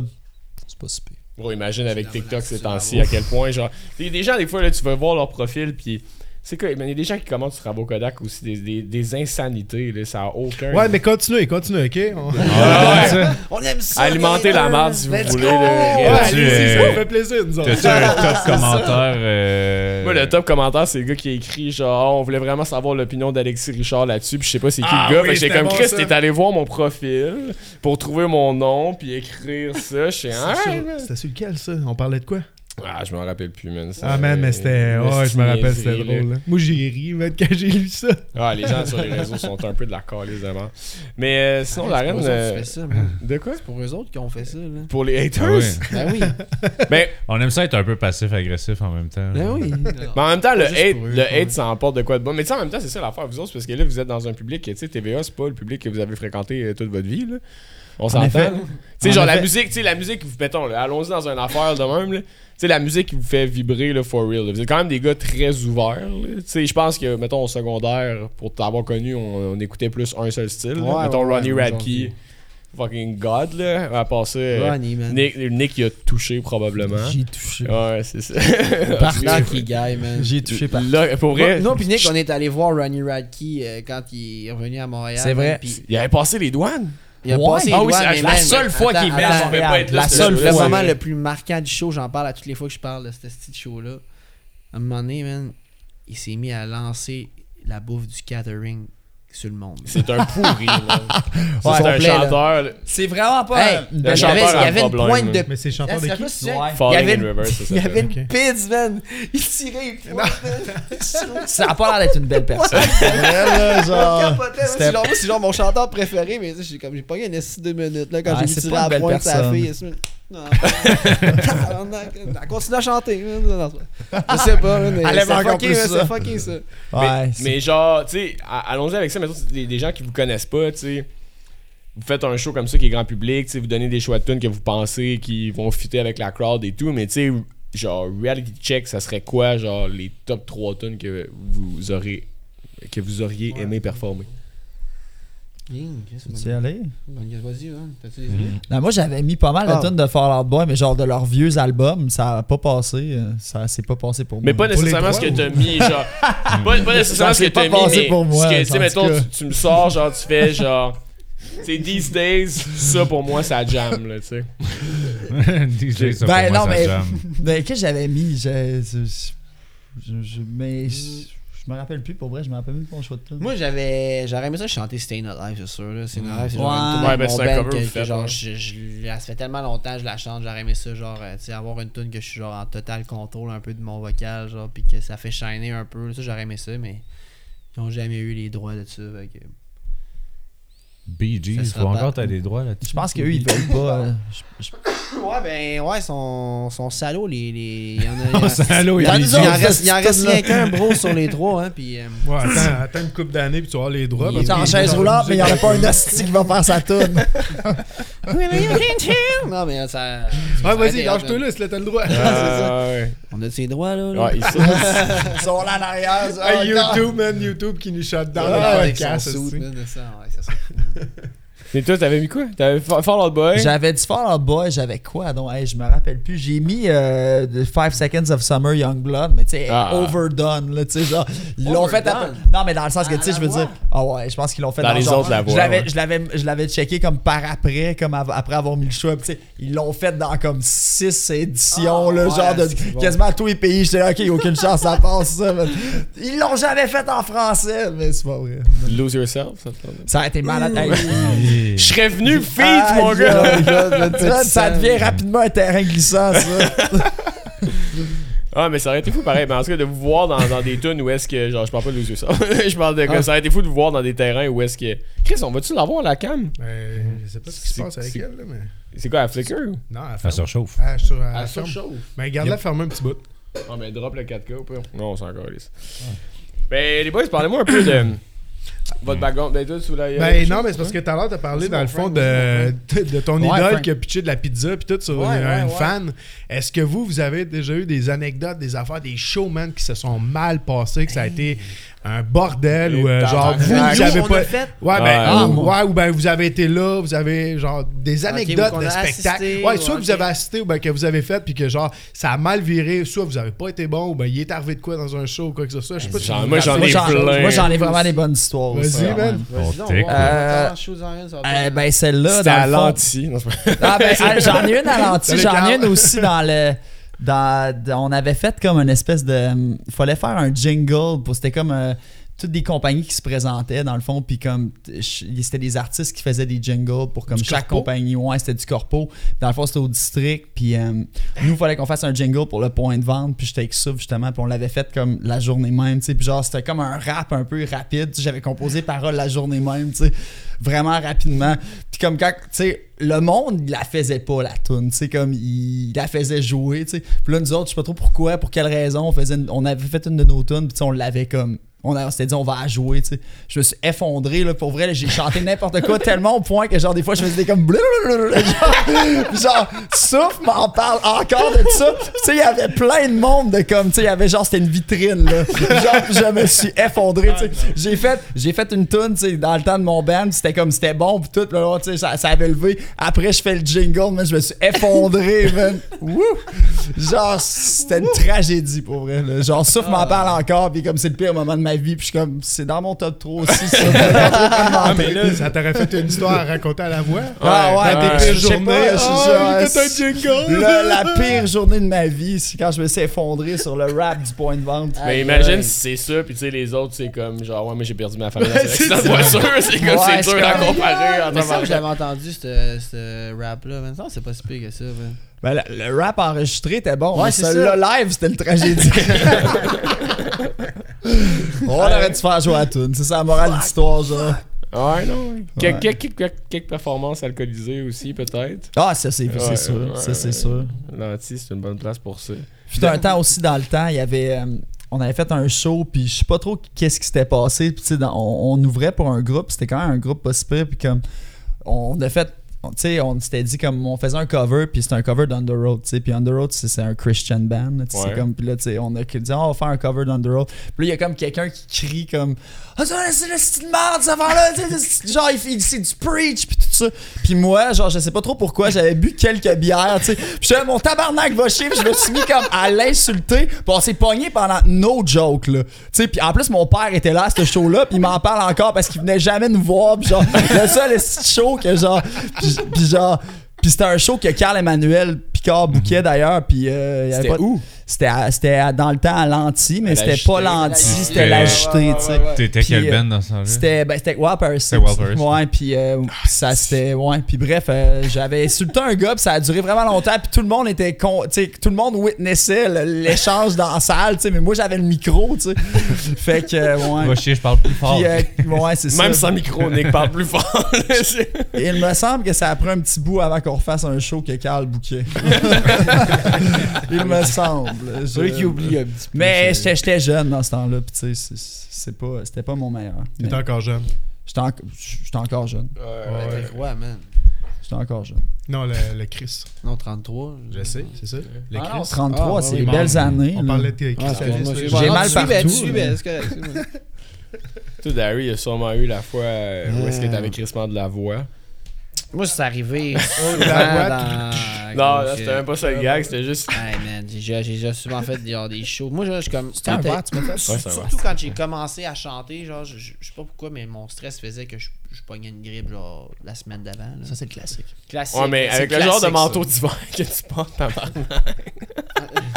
c'est pas si pire. Bro, imagine avec la TikTok ces relation, temps-ci, bravo. à quel point, genre. Il y a des gens, des fois, là, tu vas voir leur profil, puis. C'est quoi, man, il y a des gens qui commentent sur Ravo Kodak aussi, des, des, des insanités, là, ça a aucun. Ouais, mais continuez, continuez, ok? On- Ah, ouais. On aime ça. Alimenter la marde si vous Let's voulez. go. là. Ouais, T'as-tu, allez-y, ça euh, nous fait plaisir, nous autres. T'as-tu un top commentaire? euh, Moi, le top commentaire, c'est le gars qui a écrit genre, Ah, on voulait vraiment savoir l'opinion d'Alexis Richard là-dessus, puis je sais pas c'est qui Ah le gars. oui, fait que j'étais c'était comme bon, Chris, ça. t'es allé voir mon profil pour trouver mon nom, puis écrire ça. Je sais, C'était Alright, sur- man. C'était sur lequel, ça? On parlait de quoi? Ah, je me rappelle plus, man. ça, Ah, man, euh, mais c'était... une Ouais, je me rappelle, c'était niaiserie, là. drôle. là. Moi, j'ai ri, man, quand j'ai lu ça. Ah, les gens sur les réseaux sont un peu de la calise avant. Mais euh, Ah, sinon, la reine. euh, de quoi Pour eux autres qui ont fait ça, là. Pour les haters Ah ouais. Ben oui. Mais On aime ça être un peu passif-agressif en même temps. Ben oui. Mais en même temps, le Juste hate, pour eux, le ouais. hate, ça emporte de quoi de bon. Mais tu sais, en même temps, c'est ça l'affaire, vous autres, parce que là, vous êtes dans un public, que, tu sais, TVA, c'est pas le public que vous avez fréquenté euh, toute votre vie, là. On s'entend. effet. là. Tu sais, En genre la effet. musique, tu sais, la musique, vous mettons, là, allons-y dans une affaire de même, là. Tu sais, la musique qui vous fait vibrer, là, for real. là. Vous êtes quand même des gars très ouverts, là. Tu sais, je pense que, mettons, au secondaire, pour t'avoir connu, on, on écoutait plus un seul style. là. Ouais, mettons, ouais, ouais, Ronnie ouais, Radke, fucking God, là. À part ça, euh, Ronnie, man. Nick, Nick, il a touché probablement. J'ai touché. Ouais, c'est ça. Lucky guy, man. J'ai touché par. Là, euh, pour vrai, Non, puis Nick, on est allé voir Ronnie Radke euh, quand il est revenu à Montréal. C'est vrai. Puis il avait passé les douanes. il a Ouais. passé les Ah oui, doigts, c'est la- mais la man, seule fois attends, qu'il est venu à attends, Montréal. attends. pas être là, la ce seule jeu-là. Le fois. moment le plus marquant du show, j'en parle à toutes les fois que je parle de ce petit show-là. À un moment donné, man, il s'est mis à lancer la bouffe du catering sur le monde. C'est un pourri. là. Ça, Ouais, c'est un complet, là. chanteur. là. C'est vraiment pas. Hey, une il y Le belle- avait, chanteur il y a un avait une problème, pointe de. là. Mais c'est le Ah, chanteur c'est de la qui? fois- Ouais. Il y avait Falling in une, reverse, ça il y s'appelle. avait une Ok. pizza, man. Il tirait une pointe, man. Ça a pas l'air d'être une belle personne. Je capotais, man. c'était- C'est genre, moi, c'est genre mon chanteur préféré, mais tu sais, j'ai comme j'ai pas gagné 6 deux minutes là, quand Ah, j'ai vu c'est tirer pas à une la belle pointe à la personne. fille. elle se met- Non. Tabarnak, Elle continue à chanter. man. Non, non, c'est pas- Je sais pas, man, mais Elle aime c'est encore fucké, plus man, ça. c'est fucké ça. Ouais. mais, mais genre, tu sais, a- allons-y avec ça. Mettons, c'est des, des gens qui vous connaissent pas, tu sais. Vous faites un show comme ça qui est grand public, tu sais, vous donnez des choix de tunes que vous pensez qui vont fitter avec la crowd et tout, mais tu sais, genre, reality check, ça serait quoi, genre, les top 3 tunes que vous aurez que vous auriez aimé performer? Tu y allais? Vas-y, T'as-tu des Non, moi, j'avais mis pas mal Ah. de tonnes de Fall Out Boy, mais genre de leurs vieux albums, ça a pas passé. euh, Ça s'est pas passé pour Mais moi. pas nécessairement ce que t'as mis, genre. pas, pas nécessairement Ça ce que s'est t'as pas mis, passé mais. pour moi, ce que, tu en sais, tout mettons, cas. tu, tu me sors, genre, tu fais genre. Tu sais, these days, ça pour moi, ça jam, là, tu sais. DJ, ça, Ben, pour moi, non, ça mais- jamme. Mais qu'est-ce que j'avais mis? Je, je- je- je- mais je, je me rappelle plus, pour vrai, je me rappelle même pas mon choix de tune. Moi, j'avais. J'aurais aimé ça chanter Stayin' Alive, c'est sûr. Là. Stayin' Alive, c'est Ouais. genre. Ouais, une ben, tune c'est un avec cover mon band vous que, que faites, ouais. genre, je, je- ça fait tellement longtemps que je la chante, j'aurais aimé ça, genre, euh, tu sais, avoir une tune que je suis genre en total contrôle un peu de mon vocal, genre, pis que ça fait shiner un peu. Ça, j'aurais aimé ça, mais. Ils ont jamais eu les droits de ça. fait que- Bee Ça Gees, sera faut pas- encore t'as des droits là-dessus. Je pense qu'eux, ils veulent pas. euh, je- je- Ouais, ben, ouais, ils sont, sont salauds, les. les... Il y en a. il y en a- Salaud, Il il y en- a il dit. y en reste- il en reste rien qu'un, bro, sur les trois, hein, pis. euh, Ouais, attends, attends une couple d'années, puis tu vas avoir les droits. Il parce est que en les chaise gens- roulante, mais il y en a pas un hostie qui va faire sa tune. non, Ouais, mais ça. ça aurait vas-y, été hot, lâche-toi man. là, si là, t'as le droit. Ah, On a de ces droits, là. ouais. là? Ouais, ici. Ils sont là en arrière. ça, Hey, encore. YouTube, man, YouTube qui nous shot dans Ouais, le Ah, avec son podcast. suit, aussi. là, de ça, ouais, ça serait fou. Mais toi, t'avais mis quoi T'avais Fa- Fall Out Boy J'avais du Fall Out Boy, j'avais quoi donc Hey, Je me rappelle plus. J'ai mis euh, de 5 Seconds of Summer Young Blood, mais tu sais, Ah. overdone, là, tu sais, genre. Ils l'ont fait. à- Overdone? Non, mais dans le sens que, À tu sais, la je veux voix? dire. Ah ouais, je pense qu'ils l'ont fait Dans dans, les genre- autres, la voix, Je l'avais, ouais. je l'avais, je l'avais checké comme par après, comme av- après avoir mis le choix. puis Tu sais, ils l'ont fait dans comme 6 éditions, Ah, là, ouais, genre de c'est bon. quasiment tous les pays. J'étais là, ok, aucune chance, ça passe, ça. mais- Ils l'ont jamais fait en français, mais c'est pas vrai. Lose Yourself. ça te parle. Ça a été malade. Hey. Et- Je serais venu feat, Ah, mon yeah, gars. yeah, le trend, ça devient rapidement un terrain glissant, ça. Ah, mais ça aurait été fou pareil. Mais en tout cas, de vous voir dans, dans des tunes où est-ce que. Genre, je parle pas de Lose Yourself. je parle de. comme Ça aurait été fou de vous voir dans des terrains où est-ce que. Chris, on va-tu l'avoir, la cam Ben, je sais pas ce qui se passe avec C'est- elle, là, mais. C'est quoi, à Flickr ou Non, elle Ça ferme. surchauffe. Ah, je suis sur- elle ferme. surchauffe. Ben, garde-la fermée un petit bout. Ah, ben, drop le 4K ou pas Non, on s'en calisse. Ben, les boys, parlez-moi un peu de. Votre background. Ben, toi, tu voulais. Ben non, mais c'est parce que tout à l'heure, t'as parlé Vas-y, dans mon le fond Frank, de, de- de ton Ouais, idole Frank. qui a pitché de la pizza puis tout sur Ouais, une, ouais, une ouais. fan. Est-ce que vous, vous avez déjà eu des anecdotes, des affaires, des showman qui se sont mal passés, que ça a été un bordel Et ou euh, t'as- genre vous, Nous, vous avez on pas... a fait. Ouais, ben, Ah, ou, mon- ouais, ou ben vous avez été là, vous avez genre des anecdotes ou qu'on de a spectacle. assisté, ouais, ou- soit que ok. vous avez assisté ou ben que vous avez fait puis que genre ça a mal viré, soit vous avez pas été bon ou ben il est arrivé de quoi dans un show ou quoi que ce soit. Je sais pas si Genre, vous moi, vous j'en moi, ai rappelez. j'en, plein. moi, j'en ai vraiment des bonnes histoires. Vas-y, ça, quand man. même. Vas-y donc, t'écoute. on va faire Euh, chose en une, ça va Euh, pas- ben, celle-là, C'était dans à le fond- l'anti. Non, c'est pas- Ah, ben, ah, j'en ai une à l'anti, Salut, j'en ai Carl. une aussi dans le. Dans, dans- on avait fait comme une espèce de. hum, fallait faire un jingle. pour C'était comme euh, toutes des compagnies qui se présentaient, dans le fond. Puis comme. t- ch- C'était des artistes qui faisaient des jingles pour comme chaque compagnie. Ouais, c'était du corpo. Dans le fond, c'était au district. Puis hum, nous, il fallait qu'on fasse un jingle pour le point de vente. Puis j'étais avec Souf, justement. Puis on l'avait fait comme la journée même. tu sais. Puis genre, c'était comme un rap un peu rapide. tu sais, J'avais composé paroles la journée même. tu sais vraiment rapidement. Puis comme quand, tu sais, le monde, il la faisait pas, la toune. Tu sais, comme, il, il la faisait jouer, tu sais. Puis là, nous autres, je sais pas trop pourquoi, pour quelle raison, on, faisait une- on avait fait une de nos tounes, puis tu sais, on l'avait comme... On, a- on s'était dit, on va la jouer, tu sais. Je me suis effondré, là, pour vrai, là, j'ai chanté n'importe quoi tellement au point que, genre, des fois, je faisais des comme... blablabla, Genre, genre souffle, m'en parle encore de ça. Puis, tu sais, il y avait plein de monde de comme, tu sais, il y avait genre, c'était une vitrine, là. Genre, je me suis effondré, tu sais. J'ai fait, j'ai fait une tune, tu sais, dans le temps de mon band, c'était comme, c'était bon, puis tout, là, tu sais, ça, ça avait levé. Après, je fais le jingle, mais je me suis effondré, man. Wouh! Genre, c'était une tragédie, pour vrai, là. Genre, souffle, Ah. m'en parle encore, puis comme, c'est le pire moment de ma vie, puis je suis comme, c'est dans mon top 3 aussi, ça. Ah, mais là, ça t'aurait fait une histoire à raconter à la voix. Ah ouais, ouais, t'es ouais. pire Je sais journée. pas, je suis ah, genre, il était un jingle. Le- la pire journée de ma vie, c'est quand je me suis effondré sur le rap du point de vente. Mais imagine si c'est ça, puis tu sais, les autres, c'est comme genre, ouais, mais j'ai perdu ma famille dans un accident de voiture. C'est comme, Ouais, c'est c'est dur à comme- comparer en Mais ça, tant que que- je l'avais entendu, ce ce rap-là. mais non, c'est pas si pire que ça. man. Ben, le, le rap enregistré était bon, Ouais, mais c'est celui-là live, c'était le tragédie. On aurait dû faire jouer à la toune, c'est ça la morale de l'histoire, genre. Ouais, non. ouais. Quel- quel- quel- quel- Quelques performances alcoolisées aussi, peut-être. Ah, ça c'est Ouais, c'est sûr, ouais, ça c'est ouais. sûr. L'anti, c'est une bonne place pour ça. Puis un temps aussi dans le temps, il y avait euh, on avait fait un show puis je sais pas trop qu'est-ce qui s'était passé, puis tu sais dans- on, on ouvrait pour un groupe, c'était quand même un groupe pas si pire, puis comme on a fait on- tu sais on s'était dit comme on faisait un cover puis c'était un cover d'Underworld tu sais puis Underworld c'est c'est un Christian band là, tu sais, Ouais. c'est comme puis là tu sais on a dit Ah, on va faire un cover d'Underworld puis là il y a comme quelqu'un qui crie comme ah ça, c'est le style de merde ça va là tu sais, c'est- genre il, fait- c'est du preach puis tout ça puis moi genre je sais pas trop pourquoi j'avais bu quelques bières tu sais puis j'étais là, mon tabarnak va chier puis je me suis mis comme à l'insulter puis on s'est pogné pendant no joke là tu sais puis en plus mon père était là à ce show là puis il m'en parle encore parce qu'il venait jamais nous voir puis genre le seul esti de show que genre puis, puis genre puis c'était un show que Carl Emmanuel Picard bouquait d'ailleurs puis euh, il y avait C'était pas- c'était à- c'était à- dans le temps à l'anti À mais la c'était Jetée. pas l'anti c'était Ouais, la ouais, jetée tu sais T'étais Puis, quel euh, ben dans ce temps-là? c'était ben, c'était Wild Paris. C'était Ah, Wild Paris. Ouais, puis euh, ça c'était ouais, puis bref, euh, j'avais insulté un gars, puis ça a duré vraiment longtemps, puis tout le monde était con, tu sais, tout le monde witnessait le- l'échange dans la salle, tu sais, mais moi j'avais le micro, tu sais. fait que euh, ouais. Va chier, je parle plus fort. Puis, euh, ouais, c'est ça. Même sans micro, Nick parle plus fort. C'est- Il me semble que ça a pris un petit bout avant qu'on refasse un show que Carl bouquet. Il me semble. Celui Je- qui oublie un petit peu. Mais j'étais c'est- j'étais jeune dans ce temps-là, puis tu sais, c'est- c'est pas- c'était pas mon meilleur. Mais T'es encore jeune. J'étais en- j'étais encore jeune. Ouais, t'es roi, man. J'étais encore jeune. Non, le, le Chris. Non, 33. Je sais, c'est ça. Le Ah Chris. non, 33, Ah, c'est ouais, des ouais. belles années. On là. parlait de Chris. Ah, excuse-moi, J'ai excuse-moi. J'ai Non, mal tu suis partout, bête, tu suis là. bête, c'est correct, c'est correct. Toi, Darry, il a sûrement eu la fois euh, où est-ce que t'avais crissement de la voix. Moi, c'est Oh, arrivé souvent la dans... Non, là, c'était même pas ça le gag, c'était juste. Hey man, j'ai déjà, j'ai déjà souvent fait genre, des shows. Moi, genre, je suis comme. un verre, tu m'as fait? Ouais, c'est un verre. Surtout quand j'ai commencé à chanter, genre, je, je- je sais pas pourquoi, mais mon stress faisait que je, je pognais une grippe, genre, la semaine d'avant. là. Ça, c'est le classique. Classique. Ouais, mais c'est avec le genre de classique, manteau d'hiver que tu portes, ta mère.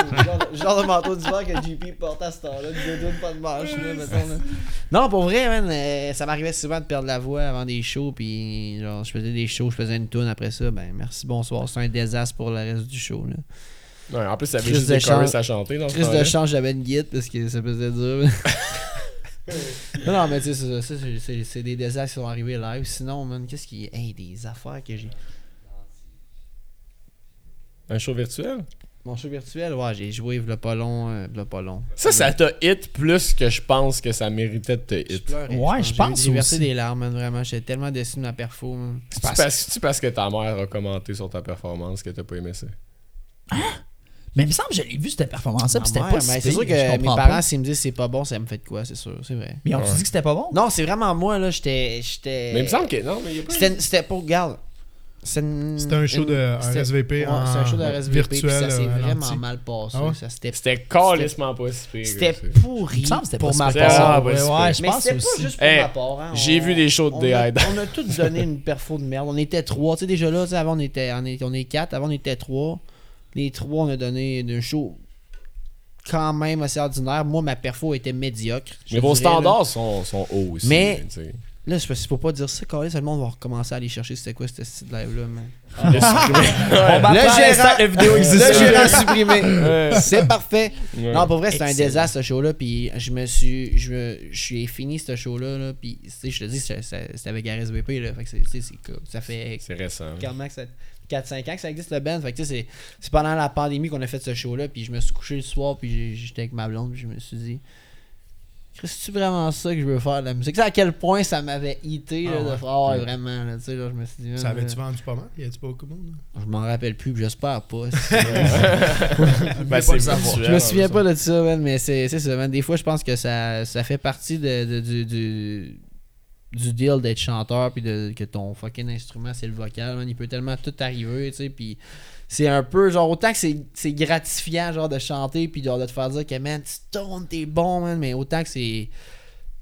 Le genre de- le genre de manteau d'hiver que JP porte à ce temps-là, du doudoune, pas de manche, là, mettons, là. Non, pour vrai, man, euh, ça m'arrivait souvent de perdre la voix avant des shows, puis genre, je faisais des shows, je faisais une tune après ça, ben merci, bonsoir, c'est un désastre pour le reste du show, là. Ouais, en plus, ça avait Crise juste de des chorus chance. à chanter dans ce Triste de temps-là. chance, j'avais une guide parce que ça faisait dur. non, non, mais tu sais, c'est ça, ça, c'est- c'est- c'est des désastres qui sont arrivés live. Sinon, man, qu'est-ce qui. Hey, des affaires que j'ai. Un show virtuel? Mon show virtuel, ouais, j'ai joué le pas long, euh, v'là pas long. Ça, ça t'a hit plus que je pense que ça méritait de te Je hit. pleurais, Ouais, je pense J'ai versé aussi. des larmes, man, vraiment. J'étais tellement déçu de ma perfo, man. C'est parce... tu parce que ta mère a commenté sur ta performance que t'as pas aimé Euh, ça? Mais il me semble que je l'ai vu, cette performance-là, Ma puis c'était mère, pas Ah, mais si C'est pire, sûr que je mes comprends parents, pas. s'ils me disent c'est pas bon, ça me fait de quoi, c'est sûr, c'est vrai. Mais ont-tu dit que c'était pas bon? Non, c'est vraiment moi, là, j'étais. j'étais- Mais il me semble que non, mais il y a pas eu- C'était c'était pour. Regarde. C'est une- C'était un show une- de un c'était- RSVP Ouais, en c'est un show de RSVP, puis virtuel. ça s'est euh, vraiment ralenti. mal passé. Ah ouais? ça, c'était, C'était calissement pas si pire. c'était c'est- pourri Il me semble que c'était pas pour si ma pire. Ah, part. bah, ouais, c'est ouais, je mais pense c'était pas aussi. juste pour Hey, ma part. hein. j'ai On- vu des shows de on Day a- Hide. On a tous donné une perfo de merde. On était trois. Tu sais, déjà là, tu sais, avant, on était, on, est- on est quatre. Avant, on était trois. Les trois, on a donné un show quand même assez ordinaire. Moi, ma perfo était médiocre. je Mais vos dirais, là. standards sont, sont hauts aussi. Mais- tu sais. Là, je ne faut pas dire ça. Quand même, seulement, on va recommencer à aller chercher c'était quoi ce style live-là, man. Le supprimer. On va Le prendre gérant- l'instant que la vidéo existe. Là, j'ai rien supprimé. C'est parfait. Ouais. Non, pour vrai, c'était un Excellent. désastre ce show-là. Puis je me suis. Je me, je suis fini ce show-là. Là, puis tu sais, je te dis, c'est- c'est- c'était avec RSVP. Là, fait que c'est- tu sais, c'est comme- ça fait C'est récent. clairement que ça- 4-5 ans que ça existe le band. Fait que tu sais, c'est- c'est pendant la pandémie qu'on a fait ce show-là. Puis je me suis couché le soir. Puis j'ai- j'étais avec ma blonde. Puis je me suis dit. C'est vraiment ça que je veux faire de la musique. Tu sais à quel point ça m'avait hité là, Ah de ouais. faire Ah ouais, vraiment là, tu sais là, je me suis dit Ça avait-tu man, vendu pas mal? Y a-tu pas beaucoup de monde? je m'en rappelle plus, puis j'espère pas. Ben, c'est virtuel, Je me souviens ça. pas de ça, man, mais c'est c'est ça, man. Des fois, je pense que ça, ça fait partie de, de- du, du, du deal d'être chanteur, puis de, que ton fucking instrument, c'est le vocal, man. Il peut tellement tout arriver, tu sais, puis c'est un peu, genre, autant que c'est- c'est gratifiant, genre, de chanter, puis genre, de te faire dire que, man, tu tournes, t'es bon, man, mais autant que c'est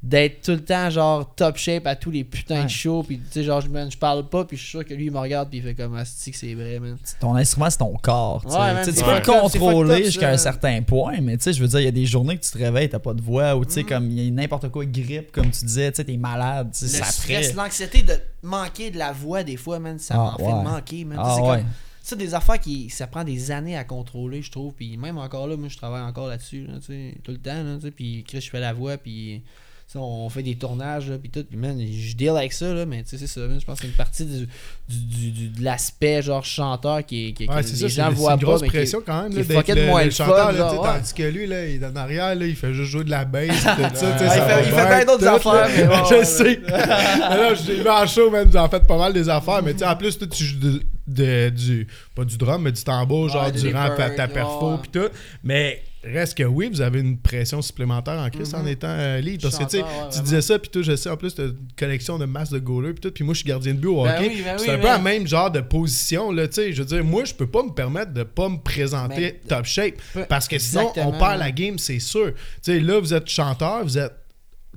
d'être tout le temps genre top shape à tous les putains de shows puis tu sais genre je man, je parle pas puis je suis sûr que lui il me regarde puis il fait comme asti que c'est vrai man Ton instrument, c'est ton corps. tu sais. Ouais, man, Tu sais, c'est tu peux le fucked up, c'est fucked contrôler up, jusqu'à ça. un certain point, mais tu sais, je veux dire, il y a des journées que tu te réveilles, t'as pas de voix, ou tu Mm. sais, comme il y a n'importe quoi, grippe, comme tu disais, tu sais, t'es malade, tu sais, Le ça stress, presse. l'anxiété de manquer de la voix des fois, man, ça Ah, m'en fait ouais. manquer, man. Ah, c'est ouais. comme, ça, des affaires qui, ça prend des années à contrôler, je trouve. Puis même encore là, moi, je travaille encore là-dessus, là, tu sais, tout le temps, là, tu sais. Puis Chris, je fais la voix, puis ça, on fait des tournages, là, puis tout. Puis man, je deal avec ça, là, mais tu sais, c'est ça. man, je pense que c'est une partie du, du- du- du- de l'aspect genre chanteur qui, est- qui, Ouais, que c'est les ça, c'est gens une- c'est voient une grosse pas. mais qui- pression quand même qui là, est d'être fucking le, moins le le chanteur, fun, là, tu sais, genre, ouais. tandis que lui, là, il est en arrière, là, il fait juste jouer de la bass, tout ça, tu sais, Ouais, il ça fait- va il fait bien d'autres tout, là. affaires, mais bon, je ouais. sais. Mais là, j'ai vu en show, même, vous en faites pas mal des affaires, mais tu sais, en plus, toi, tu joues de- de- du, pas du drum, mais du tambour, genre Ouais, des durant ta, ta reverbs, perfo, ouais. puis tout. Mais reste que oui, vous avez une pression supplémentaire en Chris en étant euh, lead, parce que tu sais, Mm-hmm. Chanteur, ouais, tu disais ça, puis toi, je sais, en plus, t'as une collection de masse de goalers, puis tout, puis moi, je suis gardien de but au Ben hockey. oui, ben Puis oui, c'est un peu ben- la même genre de position, là, tu sais. Je veux dire, moi, je peux pas me permettre de pas me présenter Ben, top shape peu- parce que sinon, Exactement. on perd la game, c'est sûr. Tu sais, là, vous êtes chanteur, vous êtes.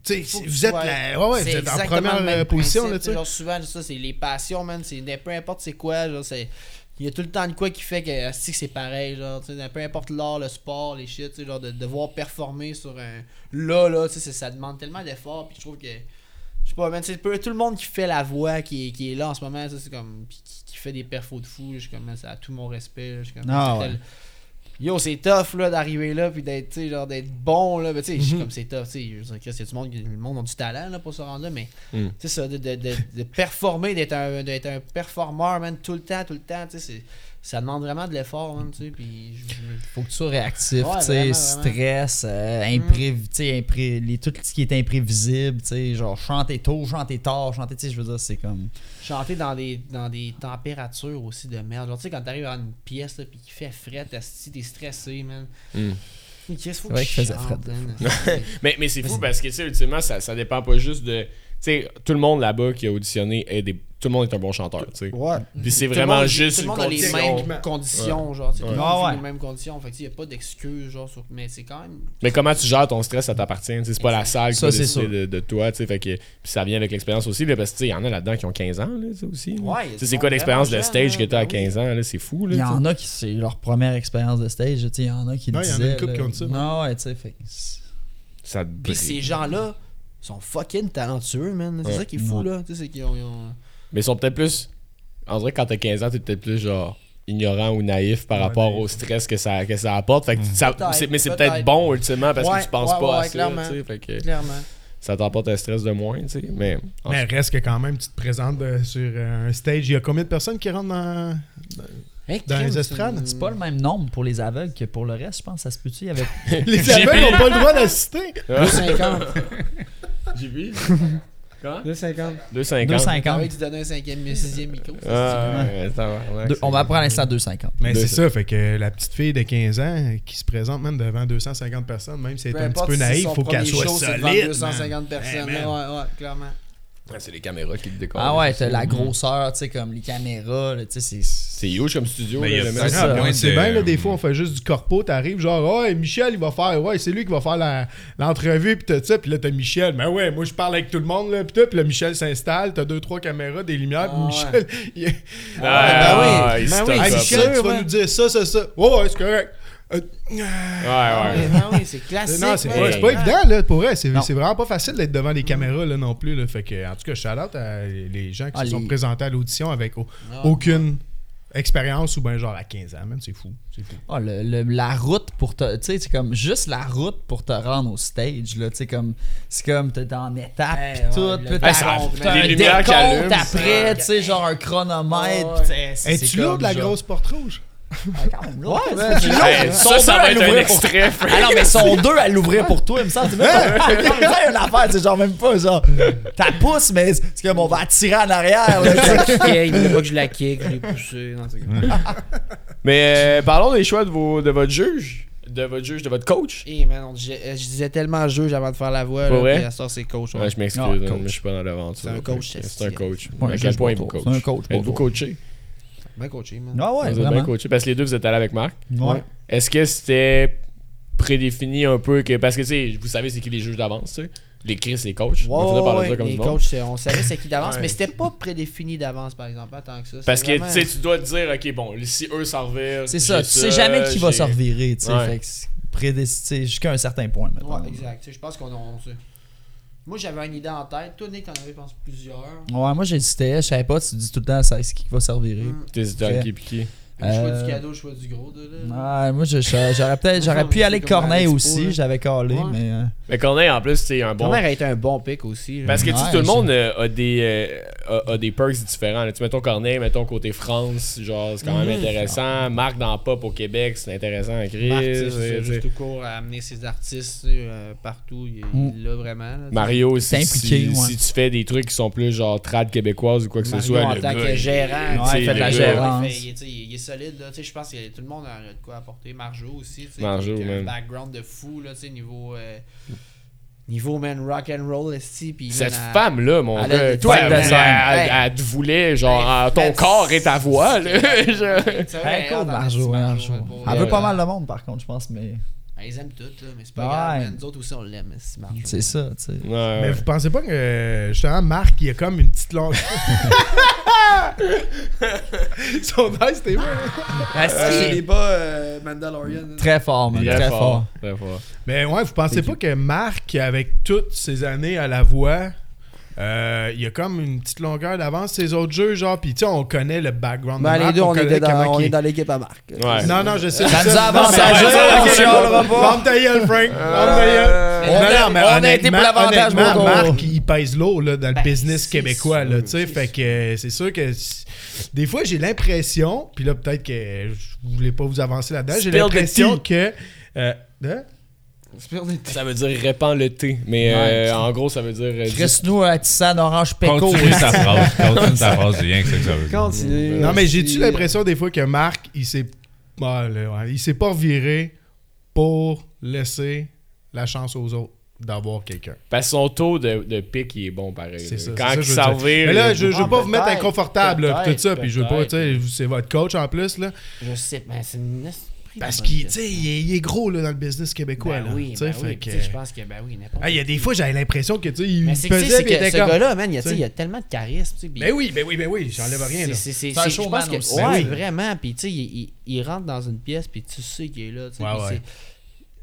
Tu sais, Faut que tu vous êtes, sois- la- ouais, ouais, vous c'est êtes en exactement première le même euh, position, principe, là, tu sais. Genre, souvent, ça, c'est les passions, man. C'est de- peu importe c'est quoi, genre, c'est. Il y a tout le temps de quoi qui fait que asti que c'est pareil, genre, tu sais, dans- peu importe l'art, le sport, les shit, tu sais, genre, de devoir performer sur un. Là, là, tu sais, c'est- ça demande tellement d'efforts, puis je trouve que. Je sais pas, man, c'est peu- tout le monde qui fait la voix, qui, est- qui est là en ce moment, ça, c'est comme. Puis qui, qui fait des perfos de fou, je suis comme, man, ça a tout mon respect, là, je suis comme. Ah, c'est ouais. tel- Yo, c'est tough là d'arriver là puis d'être tu sais, genre d'être bon là, mais tu sais, je Mhm. suis comme c'est tough, tu sais, je veux dire, Chris, y a du monde, qui- le monde a du talent là pour se rendre là, mais Mm. tu sais ça de, de, de, de performer, d'être un d'être un performeur man tout le temps, tout le temps, tu sais, c'est- ça demande vraiment de l'effort man, tu sais, puis je- je me- Faut que tu sois réactif, Ouais, tu sais, vraiment, Mm. stress, euh, imprévi- tu sais, impré- les- tout ce qui est imprévisible, tu sais, genre chanter tôt, chanter tard, chanter, tu sais, je veux dire, c'est comme. chanter dans des dans des températures aussi de merde. Genre tu sais quand t'arrives dans une pièce là puis qu'il fait fret, asti, t'es stressé man. Mm. Mais Chris, faut vrai que qu'il je faisait chante, fret, des man, asti. Mais, mais c'est fou parce que, tu sais, ultimement, ça, ça dépend pas juste de sais, tout le monde là-bas qui a auditionné est des- tout le monde est un bon chanteur, tu sais. Ouais. Puis c'est Tout le vraiment monde- juste tout une le monde a les condition. mêmes conditions, genre, tu sais, tout le Ouais. monde Ah vit ouais. les mêmes conditions. Fait que, tu sais, y a pas d'excuses, genre, sur- mais c'est quand même. Mais comment tu gères ton stress, ça t'appartient. hein? tu sais, C'est pas la salle qui Ça, va c'est décider sûr. de, de toi. tu sais, Fait que, puis ça vient avec l'expérience aussi. Là, parce qu'il y en a là-dedans qui ont 15 ans là, tu sais, aussi. là. Ouais, Tu sais, ils c'est sont hein, quoi l'expérience de vraiment stage jeunes, que t'as à ben oui. 15 ans? là, C'est fou. Là, Il y tu sais. en a qui, c'est leur première expérience de stage. tu sais, Il y en a qui le Ouais, il y en a disaient. une couple là. qui ont dit ça. Ah ouais, tu sais, fait que c'est- Ça te Puis brise. ces gens-là sont fucking talentueux, man. C'est Ouais. ça qui est Ouais. fou, Fou, là. là, tu sais, c'est qu'ils ont. ils ont- Mais ils sont peut-être plus. En vrai, quand t'as 15 ans, t'es peut-être plus genre ignorant ou naïf par rapport au stress que ça, que ça apporte. Mm. Fait que ça- Peut-être, c'est- mais c'est peut-être. peut-être bon ultimement parce Ouais, que tu penses ouais, pas ouais, à ça. clairement. tu sais, fait que Clairement. ça t'apporte un stress de moins. tu sais, Mais, en Mais reste que quand même, tu te présentes euh, sur euh, un stage. Il y a combien de personnes qui rentrent dans. Hey, Dans crime, les c'est estrades? une- c'est pas le même nombre pour les aveugles que pour le reste, je pense. Ça se peut-tu? Il y avait Les aveugles n'ont pas le droit d'assister. 2,50. J'ai vu. 2,50. 2,50. 2,50. Avec Ah tu donnais un cinquième, un sixième micro. ça, Ah, Ouais. ouais, tabarnak, Deux- Ah c'est- on va apprendre à l'instant 2,50. Mais Deux- c'est ça, fait que la petite fille de 15 ans euh, qui se présente même devant 250 personnes, même si elle est un petit importe peu si naïve, son faut qu'elle premier soit show, c'est solide. devant man. 250 personnes. Hey, là, man. ouais, ouais, clairement. Ouais, c'est les caméras qui te décorent. Ah ouais, t'as la grosseur, tu sais, comme les caméras, là, tu sais, c'est. C'est huge comme studio. Mais il y a là, le plein mec. de ça. points Ouais, de- c'est bien, là, des fois, on fait juste du corpo, t'arrives genre, ouais, Michel, il va faire, ouais, c'est lui qui va faire la- l'entrevue, pis tout ça, pis là, t'as Michel, mais ouais, moi, je parle avec tout le monde, là, pis tout, pis là, Michel s'installe, t'as deux, trois caméras, des lumières, pis Ah, Michel, il... hein. Ah, Ben oui, il ben stock oui, up. Hey, c'est Michel, tu sûr, vas ouais. nous dire ça, ça, ça, ouais, ouais, c'est correct. Euh, Ouais, ouais. Ouais, ah oui, c'est classique. non, c'est ouais. pas, c'est pas Ouais. évident, là, pour vrai, c'est Non. c'est vraiment pas facile d'être devant les caméras, là, non plus, là, fait que, en tout cas, shout out à les gens qui Ah, se sont les- présentés à l'audition avec au- Ah. aucune expérience, ou ben genre à 15 ans, même, c'est fou, c'est fou. Ah, le- le- la route pour te. Tu sais, c'est comme juste la route pour te rendre au stage, là. Tu sais, comme. C'est comme t'es en étape, Hey, pis ouais, tout. le- puis Hey, t'as- ça- t'as les un lumières qui allument, décompte ça. après, tu sais, genre un Ouais, chronomètre. ouais. pis t'sais, c'est- c'est Es-tu là comme de la genre- grosse porte rouge? Ouais, quand même, là. ben Hey, ça, ça va être un extrait. frère. Ah non, mais ils sont deux à l'ouvrir pour toi, il me semble. Tu sais, même pas- il me semble, il y a une affaire, c'est genre même pas, genre. T'as pousse, mais c'est comme on va attirer en arrière, là. Je la kick, il voulait pas que je la kick, je l'ai poussé. Non, c'est- Mais euh, parlons des choix de, vos, de votre juge, de votre juge, de votre coach. Eh man, on- je, euh, je disais tellement juge avant de faire la voix. Pour Là, vrai? puis à ce soir, c'est coach. ouais. Ouais, je m'excuse, Ah, hein, coach. mais je suis pas dans l'aventure. C'est un coach, C'est un c'est- coach. Ouais, à juge quel point pour vous toi. coach C'est un coach pour Êtes-vous toi. coaché Bien coaché, man. Ah ouais, Vous êtes bien vraiment. coaché parce que les deux, vous êtes allés avec Marc. Ouais. Est-ce que c'était prédéfini un peu que. Parce que, tu sais, vous savez, c'est qui les juges d'avance, tu sais Les Chris, les coachs. Ouais, On faisait parler ouais, ça comme les du monde. coachs, c'est- on savait c'est qui d'avance, mais c'était pas prédéfini d'avance, par exemple, pas tant que ça. Parce C'était que, vraiment- tu sais, tu dois te dire, ok, bon, si eux s'en revirent. C'est ça, j'ai tu sais jamais qui va j'ai- se revirer, tu sais. Ouais. Fait que c'est prédéc- tu sais, jusqu'à un certain point, maintenant. Ouais, exact. Tu sais, Je pense qu'on a. on sait. Moi, j'avais une idée en tête. Toi, Nick, t'en avais, je pense, plusieurs. Ouais, moi j'hésitais, je savais pas, tu dis tout le temps ça, c'est qui qui va se revirer. Hum. T'es Ok. John Kipiki. Le choix Euh, Ah. du cadeau, le choix du gros. De, là. Ouais, moi je- je- j'aurais peut-être j'aurais pu Ouais, aller c'est comme Corneille à l'expo, aussi, là. j'avais calé, Ouais. mais euh, Mais Corneille, en plus, c'est un Ton bon mère a été un bon pic aussi. là. Parce que tu sais, Ouais, tout le c'est- monde euh, a des, euh, a, a des perks différents. là. Tu mettons Corneille, mettons côté France, genre c'est quand Mhm. même intéressant. Marc dans Pop au Québec, c'est intéressant à Chris. Marc, tu euh, sais, c'est tu sais. juste au cours à amener ses artistes tu sais, euh, partout. Il, Mm. il l'a vraiment. là, tu sais. Mario aussi, C'est impliqué, si, ouais. si tu fais des trucs qui sont plus genre trad québécoise ou quoi que Mario, ce soit, en le tant gars, que il- gérant, tu sais, Ouais, il fait de le la gars- gérance. il, fait- il, tu sais, il est solide. Là, Tu sais, je pense que tout le monde a de quoi apporter. Marjo aussi. tu sais, Marjo, qui a man. un background de fou là, tu sais, niveau, euh, niveau man, rock and roll. esti, puis, Cette man, elle- femme-là, mon elle a gars, des toi, trucs elle, de elle- scène. elle- Ouais. elle te voulait, genre, Ouais, en- ton mais- corps et ta voix. là. Je- Tu sais, Hey, elle, cool, elle, Marjo, hein, elle, Marjo. elle, pour Elle vrai, veut pas là. mal de monde par contre, je pense, mais Ah, Ils aiment tout, là, mais c'est pas Ouais. grave. man. Nous autres aussi, on l'aime, c'est Marjo. c'est ça, tu sais. Ouais. Mais vous pensez pas que euh, justement Marc il a comme une petite longue. Son œil c'était vrai. Il est pas euh, Mandalorian. là. Très fort, man, Il est très fort, fort. très fort. Mais ouais, vous pensez pas que Marc, avec toutes ses années à la voix, euh, il a comme une petite longueur d'avance ses autres jeux, genre, pis tu sais, on connaît le background Ben, de Marc. les deux, on, connaît était dans, comment on il est est. dans l'équipe à Marc. Ouais. Non, non, je sais. je Ça sais. nous a Non, mais- avantagé, Ouais, on ok, chialera pas. Ferme ta gueule, Frank. Euh, Ferme Euh, ta gueule. on a été pour l'avantage, honnêtement, mon gars. Marc, il pèse lourd là, dans le Ben, business c'est québécois. sûr, Là, tu sais, c'est fait sûr. que euh, c'est sûr que c- des fois, j'ai l'impression, puis là, peut-être que je voulais pas vous avancer là-dedans, j'ai Spill the l'impression que. euh, hein? Ça veut dire répand le thé. Mais euh, en gros, ça veut dire. euh, Chris nous à Tissane Orange Péco. Continue ta phrase. Continue ta phrase. Rien que ça que ça veut dire. Continue. Non, mais j'ai-tu Si- l'impression des fois que Marc, il s'est. Ah, là, ouais, il s'est pas viré pour laisser la chance aux autres. d'avoir quelqu'un. Parce que son taux de, de pic, il est bon pareil. C'est là. ça, Quand il c'est ça que je veux dire. servir. Mais là, il- je, je veux Ah, pas vous mettre peut-être, inconfortable, là, pis tout ça, peut-être, puis je veux pas, tu peut-être. sais, vous- c'est votre coach en plus, là. Je sais, mais c'est une esprit Parce de qu'il, bonne tu sais, il, est- il est gros, là, dans le business question. québécois, Ben là. oui, tu sais, ben fait oui, puis que- tu sais, je pense que, ben oui, n'importe Ah, il y a des fois, j'avais l'impression que, tu sais, il Mais c'est que, tu sais, pesait, c'est pis il que était ce comme... gars-là, man, il y a, tu tu sais, sais. il y a tellement de charisme. tu sais, puis- Ben oui, ben oui, ben oui, j'enlève rien, là. C'est c'est- C'est un c'est- je pense showman que- aussi. Ouais, Ben oui. vraiment. Puis tu sais, il, il- il rentre dans une pièce, puis tu sais qu'il est là. tu sais, Ouais, puis ouais. c'est-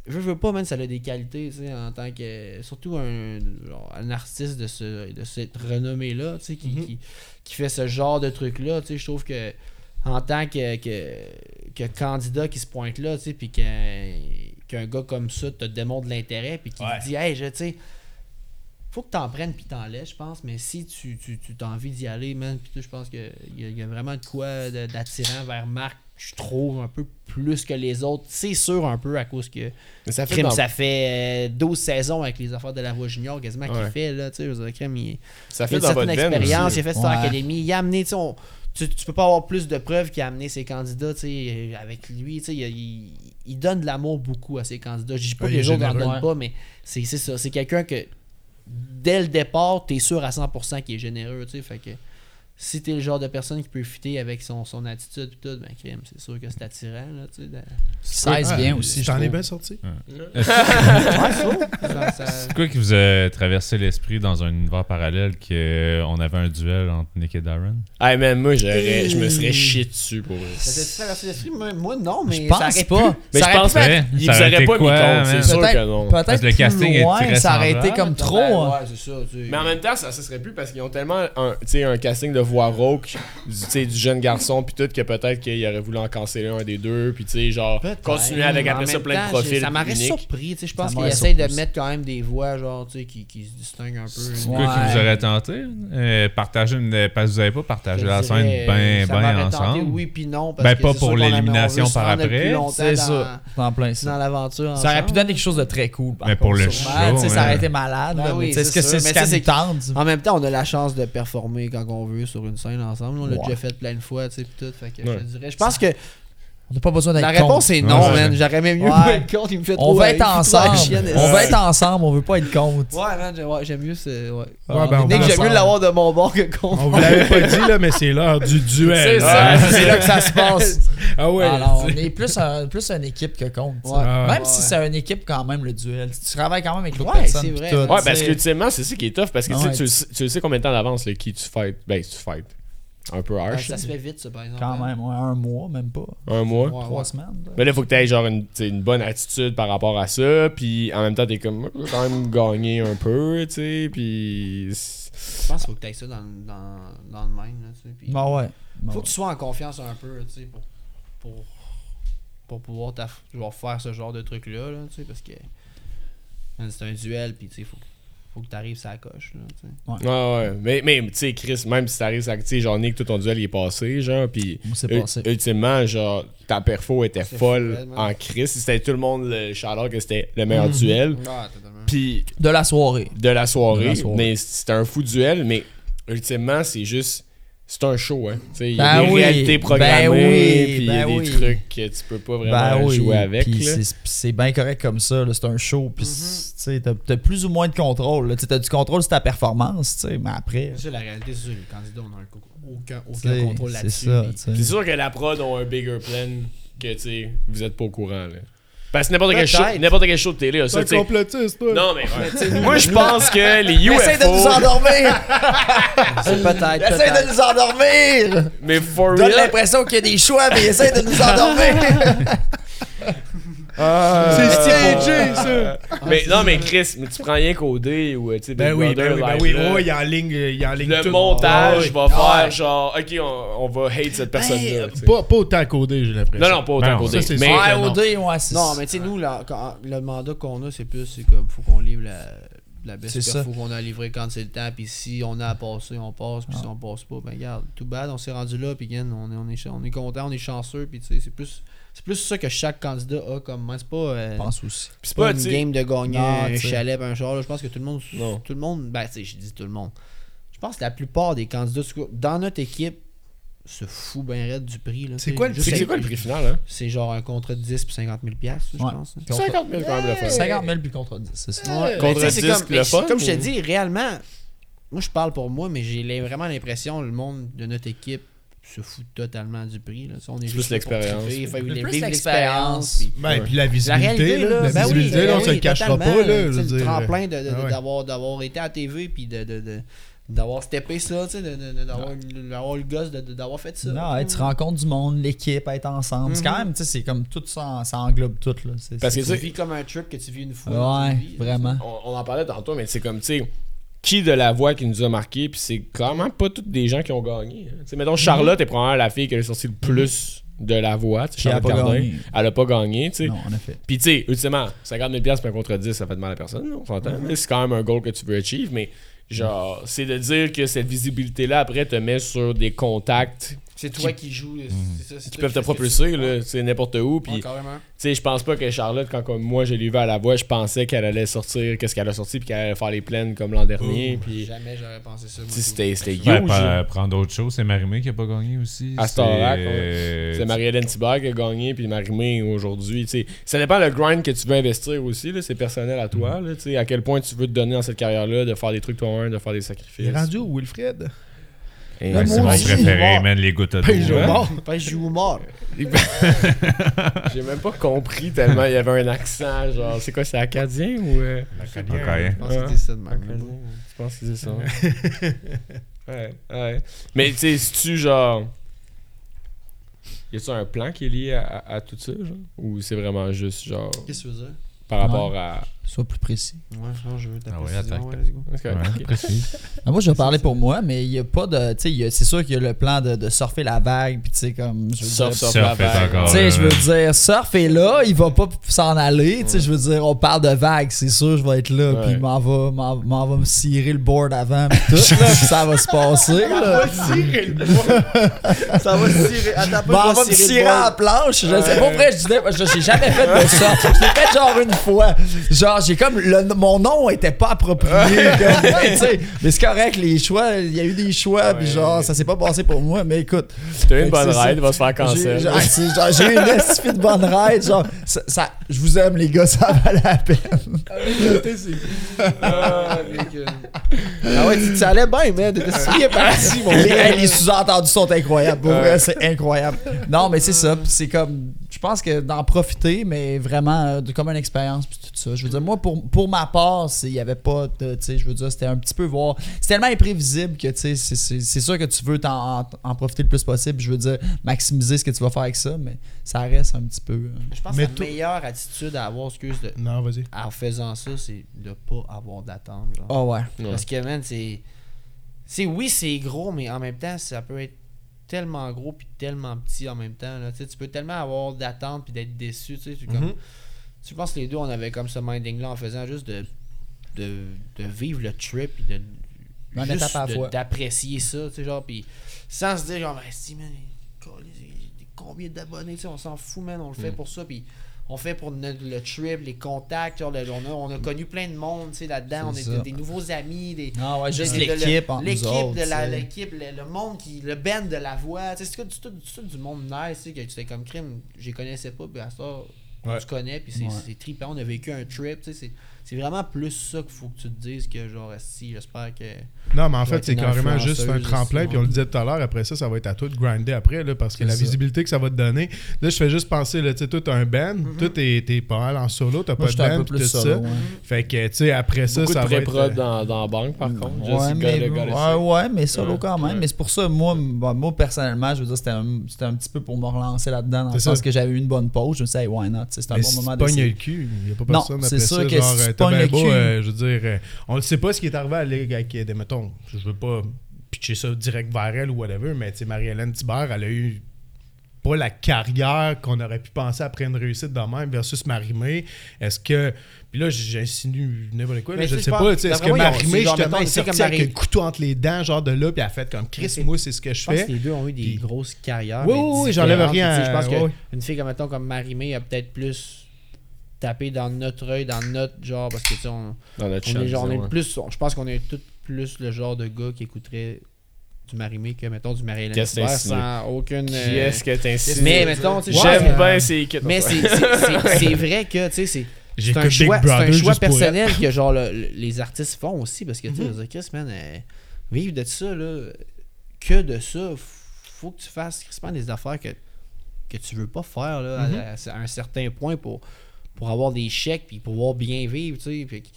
Je veux pas, man, ça a des qualités, tu sais, en tant que. Surtout un, genre, un artiste de, ce, de cette renommée-là, tu sais, qui, Mm-hmm. qui, qui fait ce genre de truc-là, tu sais, je trouve que. En tant que, que, que candidat qui se pointe là, tu sais, puis qu'un qu'un gars comme ça te démontre l'intérêt, puis qui te Ouais. dit, hey, je, tu sais, faut que t'en prennes puis t'en laisses, je pense. Mais si tu, tu, tu t'as envie d'y aller, man, puis tout, je pense qu'il y, a- y a vraiment de quoi de- d'attirant vers Marc, je trouve, un peu plus que les autres. C'est sûr, un peu, à cause que Mais ça fait Crime, dans- ça fait euh, 12 saisons avec les affaires de la voix junior quasiment qu'il Ouais. fait, là, tu sais. je veux dire, Crime, il, Ça il a fait une dans votre certaine veine. expérience, aussi. il a fait Star Ouais. Academy, il a amené, tu sais, on- tu, tu peux pas avoir plus de preuves qu'il a amené ses candidats, tu sais, euh, avec lui, tu sais, il, il- il donne de l'amour beaucoup à ses candidats. Je dis pas Ouais, que il les est autres n'en généreux. donnent pas, mais c'est c'est ça, c'est quelqu'un que dès le départ, t'es sûr à 100% qu'il est généreux, tu sais, fait que si t'es le genre de personne qui peut fitter avec son, son attitude pis tout, ben crime, c'est sûr que c'est attirant, là, tu sais. de- Qui size bien aussi, je Ah, T'en es trouve. bien sorti. genre, ça- C'est quoi qui vous a traversé l'esprit dans un univers parallèle qu'on avait un duel entre Nick et Darren? Hey, man, moi, j'aurais- je me serais chié dessus pour vrai. Ça t'a traversé l'esprit? Moi- Moi, non, mais Je ça pense aurait pas. pu. Mais je Ça aurait pense pu être- que Ça ils aurait auraient été pas quoi, mis compte, c'est man? sûr Peut-être- que non. Peut-être Parce que le plus casting est loin, très ça aurait été semblable. comme trop. hein. Ben, Ouais, c'est ça, tu sais. Mais en même temps, ça se serait plus parce qu'ils ont tellement un, tu sais, un casting de voix rauque du, tu sais, du jeune garçon puis tout que peut-être qu'ils auraient voulu en canceller un des deux puis tu sais genre continuer avec Mais après en ça même plein de temps, profils Ça m'aurait uniques. surpris, tu sais. Je pense Ça qu'il m'aurait essaye de surpris. mettre quand même des voix, genre, tu sais, qui, qui se distinguent un peu. C'est quoi qui vous aurait tenté? Euh, partager une... Parce que vous avez pas partagé la scène bien euh, ça m'aurait ben tenté ensemble. oui puis non. Parce Ben, que pas c'est sûr pour qu'on aime- on veut l'élimination se par rendre le plus après. longtemps C'est dans- ça. En plein ça. Dans l'aventure. Ça aurait pu ensemble. donner quelque chose de très cool. par Mais pour contre, le sûrement. show, hein. Tu sais, Ça ouais. aurait été malade. Ben là, oui, mais tu sais, Est-ce c'est que c'est sûr. ce Mais ça, c'est- qu'elle tente? En même temps, on a la chance de performer quand on veut sur une scène ensemble. On l'a Ouais. déjà fait plein de fois, tu sais, pis tout. Fait que Ouais. je te dirais. Je pense que On n'a pas besoin d'être la réponse est non, Ouais. man. J'aurais même mieux Ouais. pas être contre. Il me fait On trop- va il me être fait trop ensemble. la chienne, On ça. va être ensemble. On veut pas être contre. Ouais, man, j'ai- ouais, j'aime mieux ce. Ouais. Ouais, ben, on Nick, va j'aime mieux l'avoir de mon bord que contre. On vous l'avait pas dit, là, mais c'est l'heure du duel. C'est ça. C'est là que ça se passe. Ah ouais. Alors, on est plus, un- plus une équipe que contre. tu sais. Ouais. Ah, Même ouais. si c'est une équipe, quand même, le duel. Tu travailles quand même avec l'autre Ouais, personne. c'est pis vrai. tout, Ouais, Ouais, tu parce sais. que ultimement, c'est ça qui est tough parce que tu sais, Ouais. tu, le sais- tu le sais combien de temps d'avance là, qui tu fights. Ben, tu fights. Un peu Ouais, harsh. ça se fait vite, ça, par exemple. euh, Quand même, ouais, un mois, même pas. un mois. Ouais, Trois ouais. semaines. là. Mais là, faut que t'aies genre une, tu sais, une bonne attitude par rapport à ça, puis en même temps, t'es comme, je vais quand même gagner un peu, tu sais, puis... Je pense qu'il faut que tu ailles ça dans, dans, dans le même. Là, tu sais, puis Bah ouais. Bah Faut ouais. que tu sois en confiance un peu tu sais, pour, pour, pour pouvoir t'aff- genre faire ce genre de truc-là. Là, tu sais, parce que man, c'est un duel, puis il faut, faut que tu arrives ça coche. Là, tu sais. Ouais, ouais. Mais, mais tu sais, Chris, même si t'arrives à... Tu sais, genre, Nick, tout ton duel, il est passé, genre, puis... On s'est ul- passé. Ultimement, genre, ta perfo était C'est folle fou, man. en Chris. C'était tout le monde, le chaleur, que c'était le Mhm. meilleur duel. Ah, totalement. Puis De la soirée. de la soirée. De la soirée. Mais c'était un fou duel, mais ultimement, c'est juste. C'est un show, hein. Tu sais, Il y a Ben des oui, réalités programmées, ben oui, puis il y a ben des oui. trucs que tu peux pas vraiment Ben oui, jouer avec. puis là. c'est- c'est bien correct comme ça, là, c'est un show, Mm-hmm. puis c'est- tu sais, t'as t'as plus ou moins de contrôle, là. Tu sais, t'as du contrôle sur ta performance, tu sais, mais après, Tu sais, la réalité, c'est ça, les candidats, on n'a aucun, tu aucun sais, contrôle c'est là-dessus. ça, puis- tu C'est sais. sûr que la prod ont un bigger plan que, tu sais, vous êtes pas au courant, là. Parce que n'importe quel Peut-être. show, n'importe quel show de télé a ça, C'est tu sais. complotiste, toi. Non, mais moi, je pense que les Essaye de nous UFO, endormir! C'est peut-être. Essaye peut-être. de nous endormir! mais for Donne real, l'impression qu'il y a des choix, mais essaye de nous endormir! C'est Euh, stagé, ça. mais non, mais Chris, mais tu prends rien qu'au dé ou, tu sais, Ben Big oui, ben Brother, oui, ben like, oui. là. Oh, il y a en ligne, il y a en ligne le tout. montage Ouais, va ouais. faire genre ok on, on va hate cette personne là Ben, Pas, pas autant codé, j'ai l'impression. non non pas Ben autant non, qu'on ça, dit c'est mais sûr. Ouais, non. au dé, ouais, c'est Non, mais tu sais, nous, là, quand- le mandat qu'on a, c'est plus, c'est comme, faut qu'on livre la, la best C'est ça. perfo qu'on a livrée quand c'est le temps, puis si on a à passer, on passe, puis si on passe pas, ben regarde, tout bad, on s'est rendu là, puis again, on est, on est, ch- on est content, on est chanceux, puis tu sais, c'est plus, c'est plus ça que chaque candidat a comme, c'est pas, euh, je pense aussi. Pis c'est c'est pas pas une tu sais, game de gagner Non, un tu sais. chalet, pis un char, là, je pense que tout le monde, Non. tout le monde, ben tu sais, je dis tout le monde, je pense que la plupart des candidats, dans notre équipe, se fout ben raide du prix. là, C'est tu quoi sais, le juste C'est c'est avec- quoi le prix final, hein? C'est genre un contrat de 10 puis 50 000 piastres, Ouais. je pense. là. 50 000 quand même, le fun. 50 000 puis contre 10, c'est ça. Ouais, Contre mais tu sais, c'est 10, comme, le mais fun, Comme je te ou- dis, réellement, moi je parle pour moi, mais j'ai l'im- vraiment l'impression le monde de notre équipe se fout totalement du prix. Là. Tu sais, On est Plus juste là pour l'expérience. triper, faire Plus vivre l'expérience. l'expérience. puis- Ben, puis la La visibilité, réalité, là, là, la ben oui, visibilité, ben là, on oui, se le cachera totalement, pas, là, tu je veux sais, Le dire. tremplin de- de- Ah ouais. d'avoir d'avoir été à la TV puis de, de, de- d'avoir steppé ça, tu sais, de- de- de- d'avoir Ah. d'avoir le gosse de- de- d'avoir fait ça. Mm-hmm. Non, hey, tu rencontres du monde, l'équipe, être ensemble. C'est quand même, tu sais, c'est comme tout ça, en- ça englobe tout. Là. C'est- Parce que, c'est- tu Tu sais, vis comme un trip que tu vis une fois. dans ta vie, Ouais, là, vraiment. on, on en parlait tantôt, mais c'est comme, tu sais, qui de la voix qui nous a marqué, puis c'est clairement pas toutes des gens qui ont gagné. hein. Tu sais, mettons, Mhm. Charlotte est probablement la fille qui a sorti le plus de la voix, tu sais, Puis elle a Charlotte pas Cardin. gagné. Elle a pas gagné, tu sais. Non, en effet. Puis, tu sais, ultimement, 50 000 piastres, puis un contre 10, ça fait de mal à personne, on s'entend. Mais C'est quand même un goal que tu veux achieve, mais genre, c'est de dire que cette visibilité-là, après, te met sur des contacts C'est toi qui joues. c'est ça, c'est Mm. qui toi peuvent te fais ce que tu propulser, fais. là, c'est n'importe où, puis Ouais, carrément. tu sais, je pense pas que Charlotte, quand comme moi je l'ai vu à la voix, je pensais qu'elle allait sortir, qu'est-ce qu'elle a sorti, puis qu'elle allait faire les plaines comme l'an Oh. dernier. Puis, Jamais j'aurais pensé ça. moi, tu tout. sais, c'était c'était huge. Ben, pa- prendre d'autres choses. C'est Marimé qui a pas gagné aussi. À C'est- Starac, ouais. euh, C'est Marie-Hélène Thibert qui a gagné, puis Marimé aujourd'hui. tu sais. Ça dépend le grind que tu veux investir aussi, là, c'est personnel à toi. Là, tu sais, à quel point tu veux te donner dans cette carrière-là, de faire des trucs toi-même, de faire des Il sacrifices. est rendu où, Wilfred? Et- ouais, c'est mon maudit. préféré, man, les gouttes à Ben, je d'eau, hein. mort. Pas je joue mort. J'ai même pas compris tellement il y avait un accent, genre, c'est quoi, c'est acadien ou... euh? Ok, hein. Je pense que c'était ça de même. Je pense que c'est ça. ouais, ouais. Mais tu sais, si tu genre. Y a-tu un plan qui est lié à, à- à tout ça, genre Ou c'est vraiment juste genre. Qu'est-ce que tu veux dire? Par rapport à. Sois plus précis. Ouais, non, je veux ta Ah ouais, précision, attaque, ouais, attaque. let's go. Parce que- Ouais, ok. précis. Ah, moi, je vais parler pour moi, mais il n'y a pas de. Tu sais, il y a- c'est sûr qu'il y a le plan de, de surfer la vague, puis tu sais, comme. Je veux Surf, dire, surf, Surf la est vague. encore- Tu sais, je veux Ouais. dire, surf est là, il va pas s'en aller. Tu sais, je veux dire, on parle de vague, c'est sûr, je vais être là, Ouais. puis m'en va, m'en, m'en va me cirer le board avant, puis tout, là, puis ça va se passer, là. Ça va se tirer. Attends, M'en Bah, pas, va je me vais tirer le cirer à la ball. planche, je sais pas pourquoi je disais, parce que j'ai jamais fait de surf. Je l'ai fait genre une fois. Genre, j'ai comme, le- mon nom était pas approprié, comme, tu sais. Mais c'est correct, les choix, il y a eu des choix, puis genre, ça s'est pas passé pour moi, mais écoute. T'as eu Fait une que bonne c'est ride, ça. va se faire cancel. J'ai- j'ai- ah, c'est- genre, J'ai une estifie de bonne ride. Genre, ça, ça- je vous aime, les gars, ça valait la peine. Ah, avec, euh, Ah ouais, tu- tu allais bien, man. T'étais si parti, mon les, gars. hey, les sous-entendus sont incroyables. Pour vrai, c'est incroyable. Non, mais c'est ça. puis C'est comme, je pense que d'en profiter, mais vraiment euh, de- comme une expérience, puis tout ça. Je veux dire, moi, pour, pour ma part, c'est- il n'y avait pas de, tu sais, je veux dire, c'était un petit peu voir. C'est tellement imprévisible que, tu sais, c'est- c'est c'est sûr que tu veux t'en- en, en profiter le plus possible. Je veux dire, maximiser ce que tu vas faire avec ça, mais ça reste un petit peu. euh, Je pense que Mais la tout- meilleure attitude à avoir, excuse, de- Non, vas-y. en faisant ça, c'est de pas avoir d'attente. genre. Ah ouais. Parce que, man, c'est. c'est- oui, c'est gros, mais en même temps, ça peut être tellement gros puis tellement petit en même temps. là. Tu sais, tu peux tellement avoir d'attente puis d'être déçu. Tu sais, tu Mm-hmm. comme- tu penses que les deux, on avait comme ce minding-là en faisant juste de, de, de vivre le trip puis de. Une juste étape à la de- fois. D'apprécier ça, tu sais, genre, puis sans se dire, genre, ben, si, man, calé, j'ai combien d'abonnés, tu sais, on s'en fout, man, on le Mm. fait pour ça, puis on fait pour notre- le trip, les contacts, genre, le- on, a, on a connu plein de monde, tu sais, là-dedans, on Mm. C'est était ça. des nouveaux amis, des, Ah ouais, juste le- le- l'équipe entre nous l'équipe autres, de la- tu sais. l'équipe, le, le monde qui, le band de la voix, tu sais, c'est tout, c'est tout- c'est tout du monde nice, tu sais, que tu fais comme crime, je les connaissais pas, puis à ça, on se connaît, puis c'est Ouais. c'est trippant, on a vécu un trip, tu sais, c'est- c'est vraiment plus ça qu'il faut que tu te dises que genre, si, j'espère que. Non, mais en fait, être c'est une carrément influenceuse, juste un tremplin, justement. puis on le disait tout à l'heure, après ça, ça va être à toi de grinder après, là, parce que C'est la ça. visibilité que ça va te donner. Là, je fais juste penser, là, tu sais, toi, t'as un band, toi, t'es t'es pas mal en solo, t'as Mm-hmm. Moi, pas de j'étais un band, peu puis plus tout ça. solo. hein. ouais. Fait que, tu sais, après ça, Beaucoup de ça va pré-prod être. euh, dans, dans la banque, par contre. Just Ouais, gotta- mais, gotta ouais, say. ouais, mais solo Ouais, quand même. ouais. Mais c'est pour ça, moi, m- bah, moi personnellement, je veux dire, c'était un, c'était un petit peu pour me relancer là-dedans, dans le C'est sens ça. que j'avais eu une bonne pause. Je me suis dit, hey, why not? Tu sais, C'est un mais bon si moment tu pognes d'essayer. le cul, il n'y a pas Non, personne c'est après sûr ça. que genre, si tu euh, t'as pognes bien le beau, cul- euh, je veux dire, euh, on ne sait pas ce qui est arrivé à Ligue avec euh, des mettons, je veux pas pitcher ça direct vers elle ou whatever, mais tu sais, Marie-Hélène Thibert, elle a eu pas la carrière qu'on aurait pu penser après une réussite de même versus Marimé. Est-ce que. Puis là, j'insinue n'importe quoi, là, Mais je tu sais, sais je pas. pense- tu sais, Est-ce d'après que moi, ils ont- c'est Marimé, genre, justement, mettons, est tu sais, comme sortie avec Marie- le couteau entre les dents, genre de là, puis elle a fait comme Chris, Mais moi, c'est ce que je Je pense fais. que les deux ont eu des Puis- grosses carrières. Oui, mais oui, oui, différentes. j'enlève rien Tu sais, Je à- pense oui. qu'une fille comme, mettons, comme Marimé a peut-être plus tapé dans notre œil, dans notre genre, parce que tu sais, on, Dans notre on chat. est, genre, on est disons, ouais. plus, on- je pense qu'on est tous plus le genre de gars qui écouterait du Marimé que, mettons, du Marie-Hélène Qu'est-ce que Hubert t'insinues? sans aucune. Qui euh, est-ce que t'insinues? mais, mettons, tu sais, J'aime ouais, bien ces kits. Mais c'est- c'est c'est- c'est vrai que, tu sais, c'est. C'est J'écoute un, Big choix, c'est un Brother choix juste pour elle. personnel que genre le- le- les artistes font aussi parce que tu sais, Mhm. je veux dire, Chris, man, euh, vivre de ça, là, que de ça, f- faut que tu fasses crispement des affaires que, que tu veux pas faire là, à- à, à un certain point pour, pour avoir des chèques puis pouvoir bien vivre, tu sais. Fait que- tu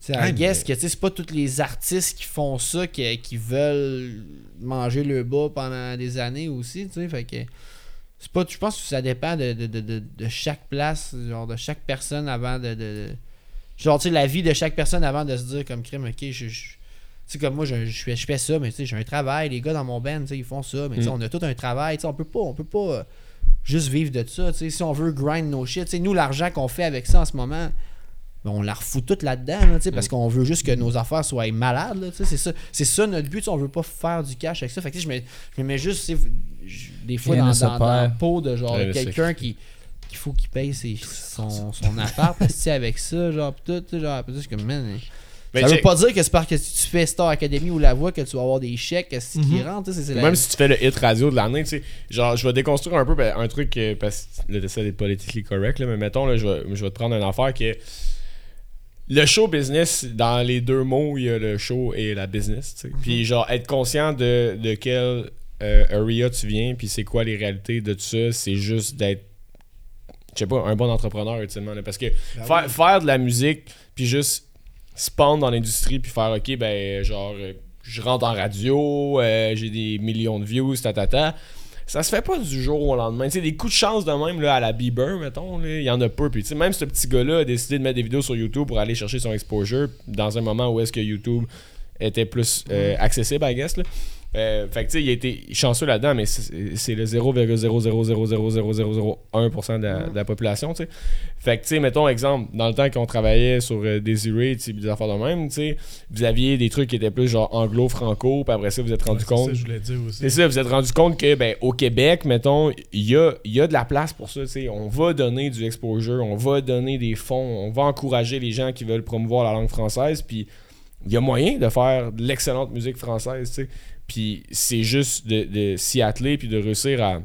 sais, I Ah, guess que tu sais, c'est pas tous les artistes qui font ça qui, qui veulent manger le bas pendant des années aussi, tu sais. Fait que c'est pas, je pense que ça dépend de, de, de, de, de chaque place, genre de chaque personne avant de, de- de- genre tu sais la vie de chaque personne avant de se dire comme crime, ok, je, je- tu sais comme moi je, je fais, je fais ça, mais tu sais j'ai un travail, les gars dans mon band, tu sais ils font ça, mais tu sais Mm. on a tout un travail, tu sais on peut pas, on peut pas euh, juste vivre de ça, tu sais si on veut grind nos shit, tu sais nous l'argent qu'on fait avec ça en ce moment. ben, on la refout toute là-dedans, là, tu sais, Mm. parce qu'on veut juste que nos affaires soient malades. là, tu sais, C'est ça, c'est ça notre but. tu sais, On veut pas faire du cash avec ça. Fait que, tu sais, je, me, je me mets juste tu sais, je- des fois Rien dans, ne se dans, dans la perd. peau de genre Ouais, de je sais. quelqu'un qui qu'il faut qu'il paye ses- son, son appart parce que, tu sais, avec ça genre pis tout tu sais, genre pis tout, je suis comme man Ben, ça veut check. pas dire que c'est parce que tu fais Star Academy ou la voix que tu vas avoir des chèques que c'est qui rentre tu sais, c'est- c'est la- Même si tu fais le hit radio de l'année, tu sais, genre, je vais déconstruire un peu ben, un truc, euh, parce que le décès est politically correct, là, mais mettons, là, je, vais, je vais te prendre une affaire qui est. Le show business, dans les deux mots, il y a le show et la business. Mhm. tu sais. Puis, genre, être conscient de, de quel euh, area tu viens, puis c'est quoi les réalités de tout ça, c'est juste d'être, je sais pas, un bon entrepreneur, ultimement. là, parce que Ben faire, faire de la musique, puis juste spawn dans l'industrie puis faire ok ben genre euh, je rentre en radio euh, j'ai des millions de views ta ta ta ça se fait pas du jour au lendemain tu sais des coups de chance de même là à la Bieber mettons là, il y en a peu puis tu sais même ce petit gars là a décidé de mettre des vidéos sur YouTube pour aller chercher son exposure dans un moment où est-ce que YouTube était plus euh, accessible I guess là Euh, fait que tu sais il a été chanceux là-dedans mais c'est c'est le 0,0000001% de, la- de la population tu sais fait que, tu sais, mettons exemple, dans le temps qu'on travaillait sur euh, Desiree, tu sais, des affaires de même, tu sais, vous aviez des trucs qui étaient plus genre anglo-franco, puis après ça, vous vous êtes rendu Ouais, C'est ça compte. que je voulais dire aussi. C'est ça, vous vous êtes rendu compte que, ben, au Québec, mettons, il y a, il y a de la place pour ça, tu sais. On va donner du exposure, on va donner des fonds, on va encourager les gens qui veulent promouvoir la langue française, puis il y a moyen de faire de l'excellente musique française, tu sais. Puis c'est juste de, de s'y atteler, puis de réussir à,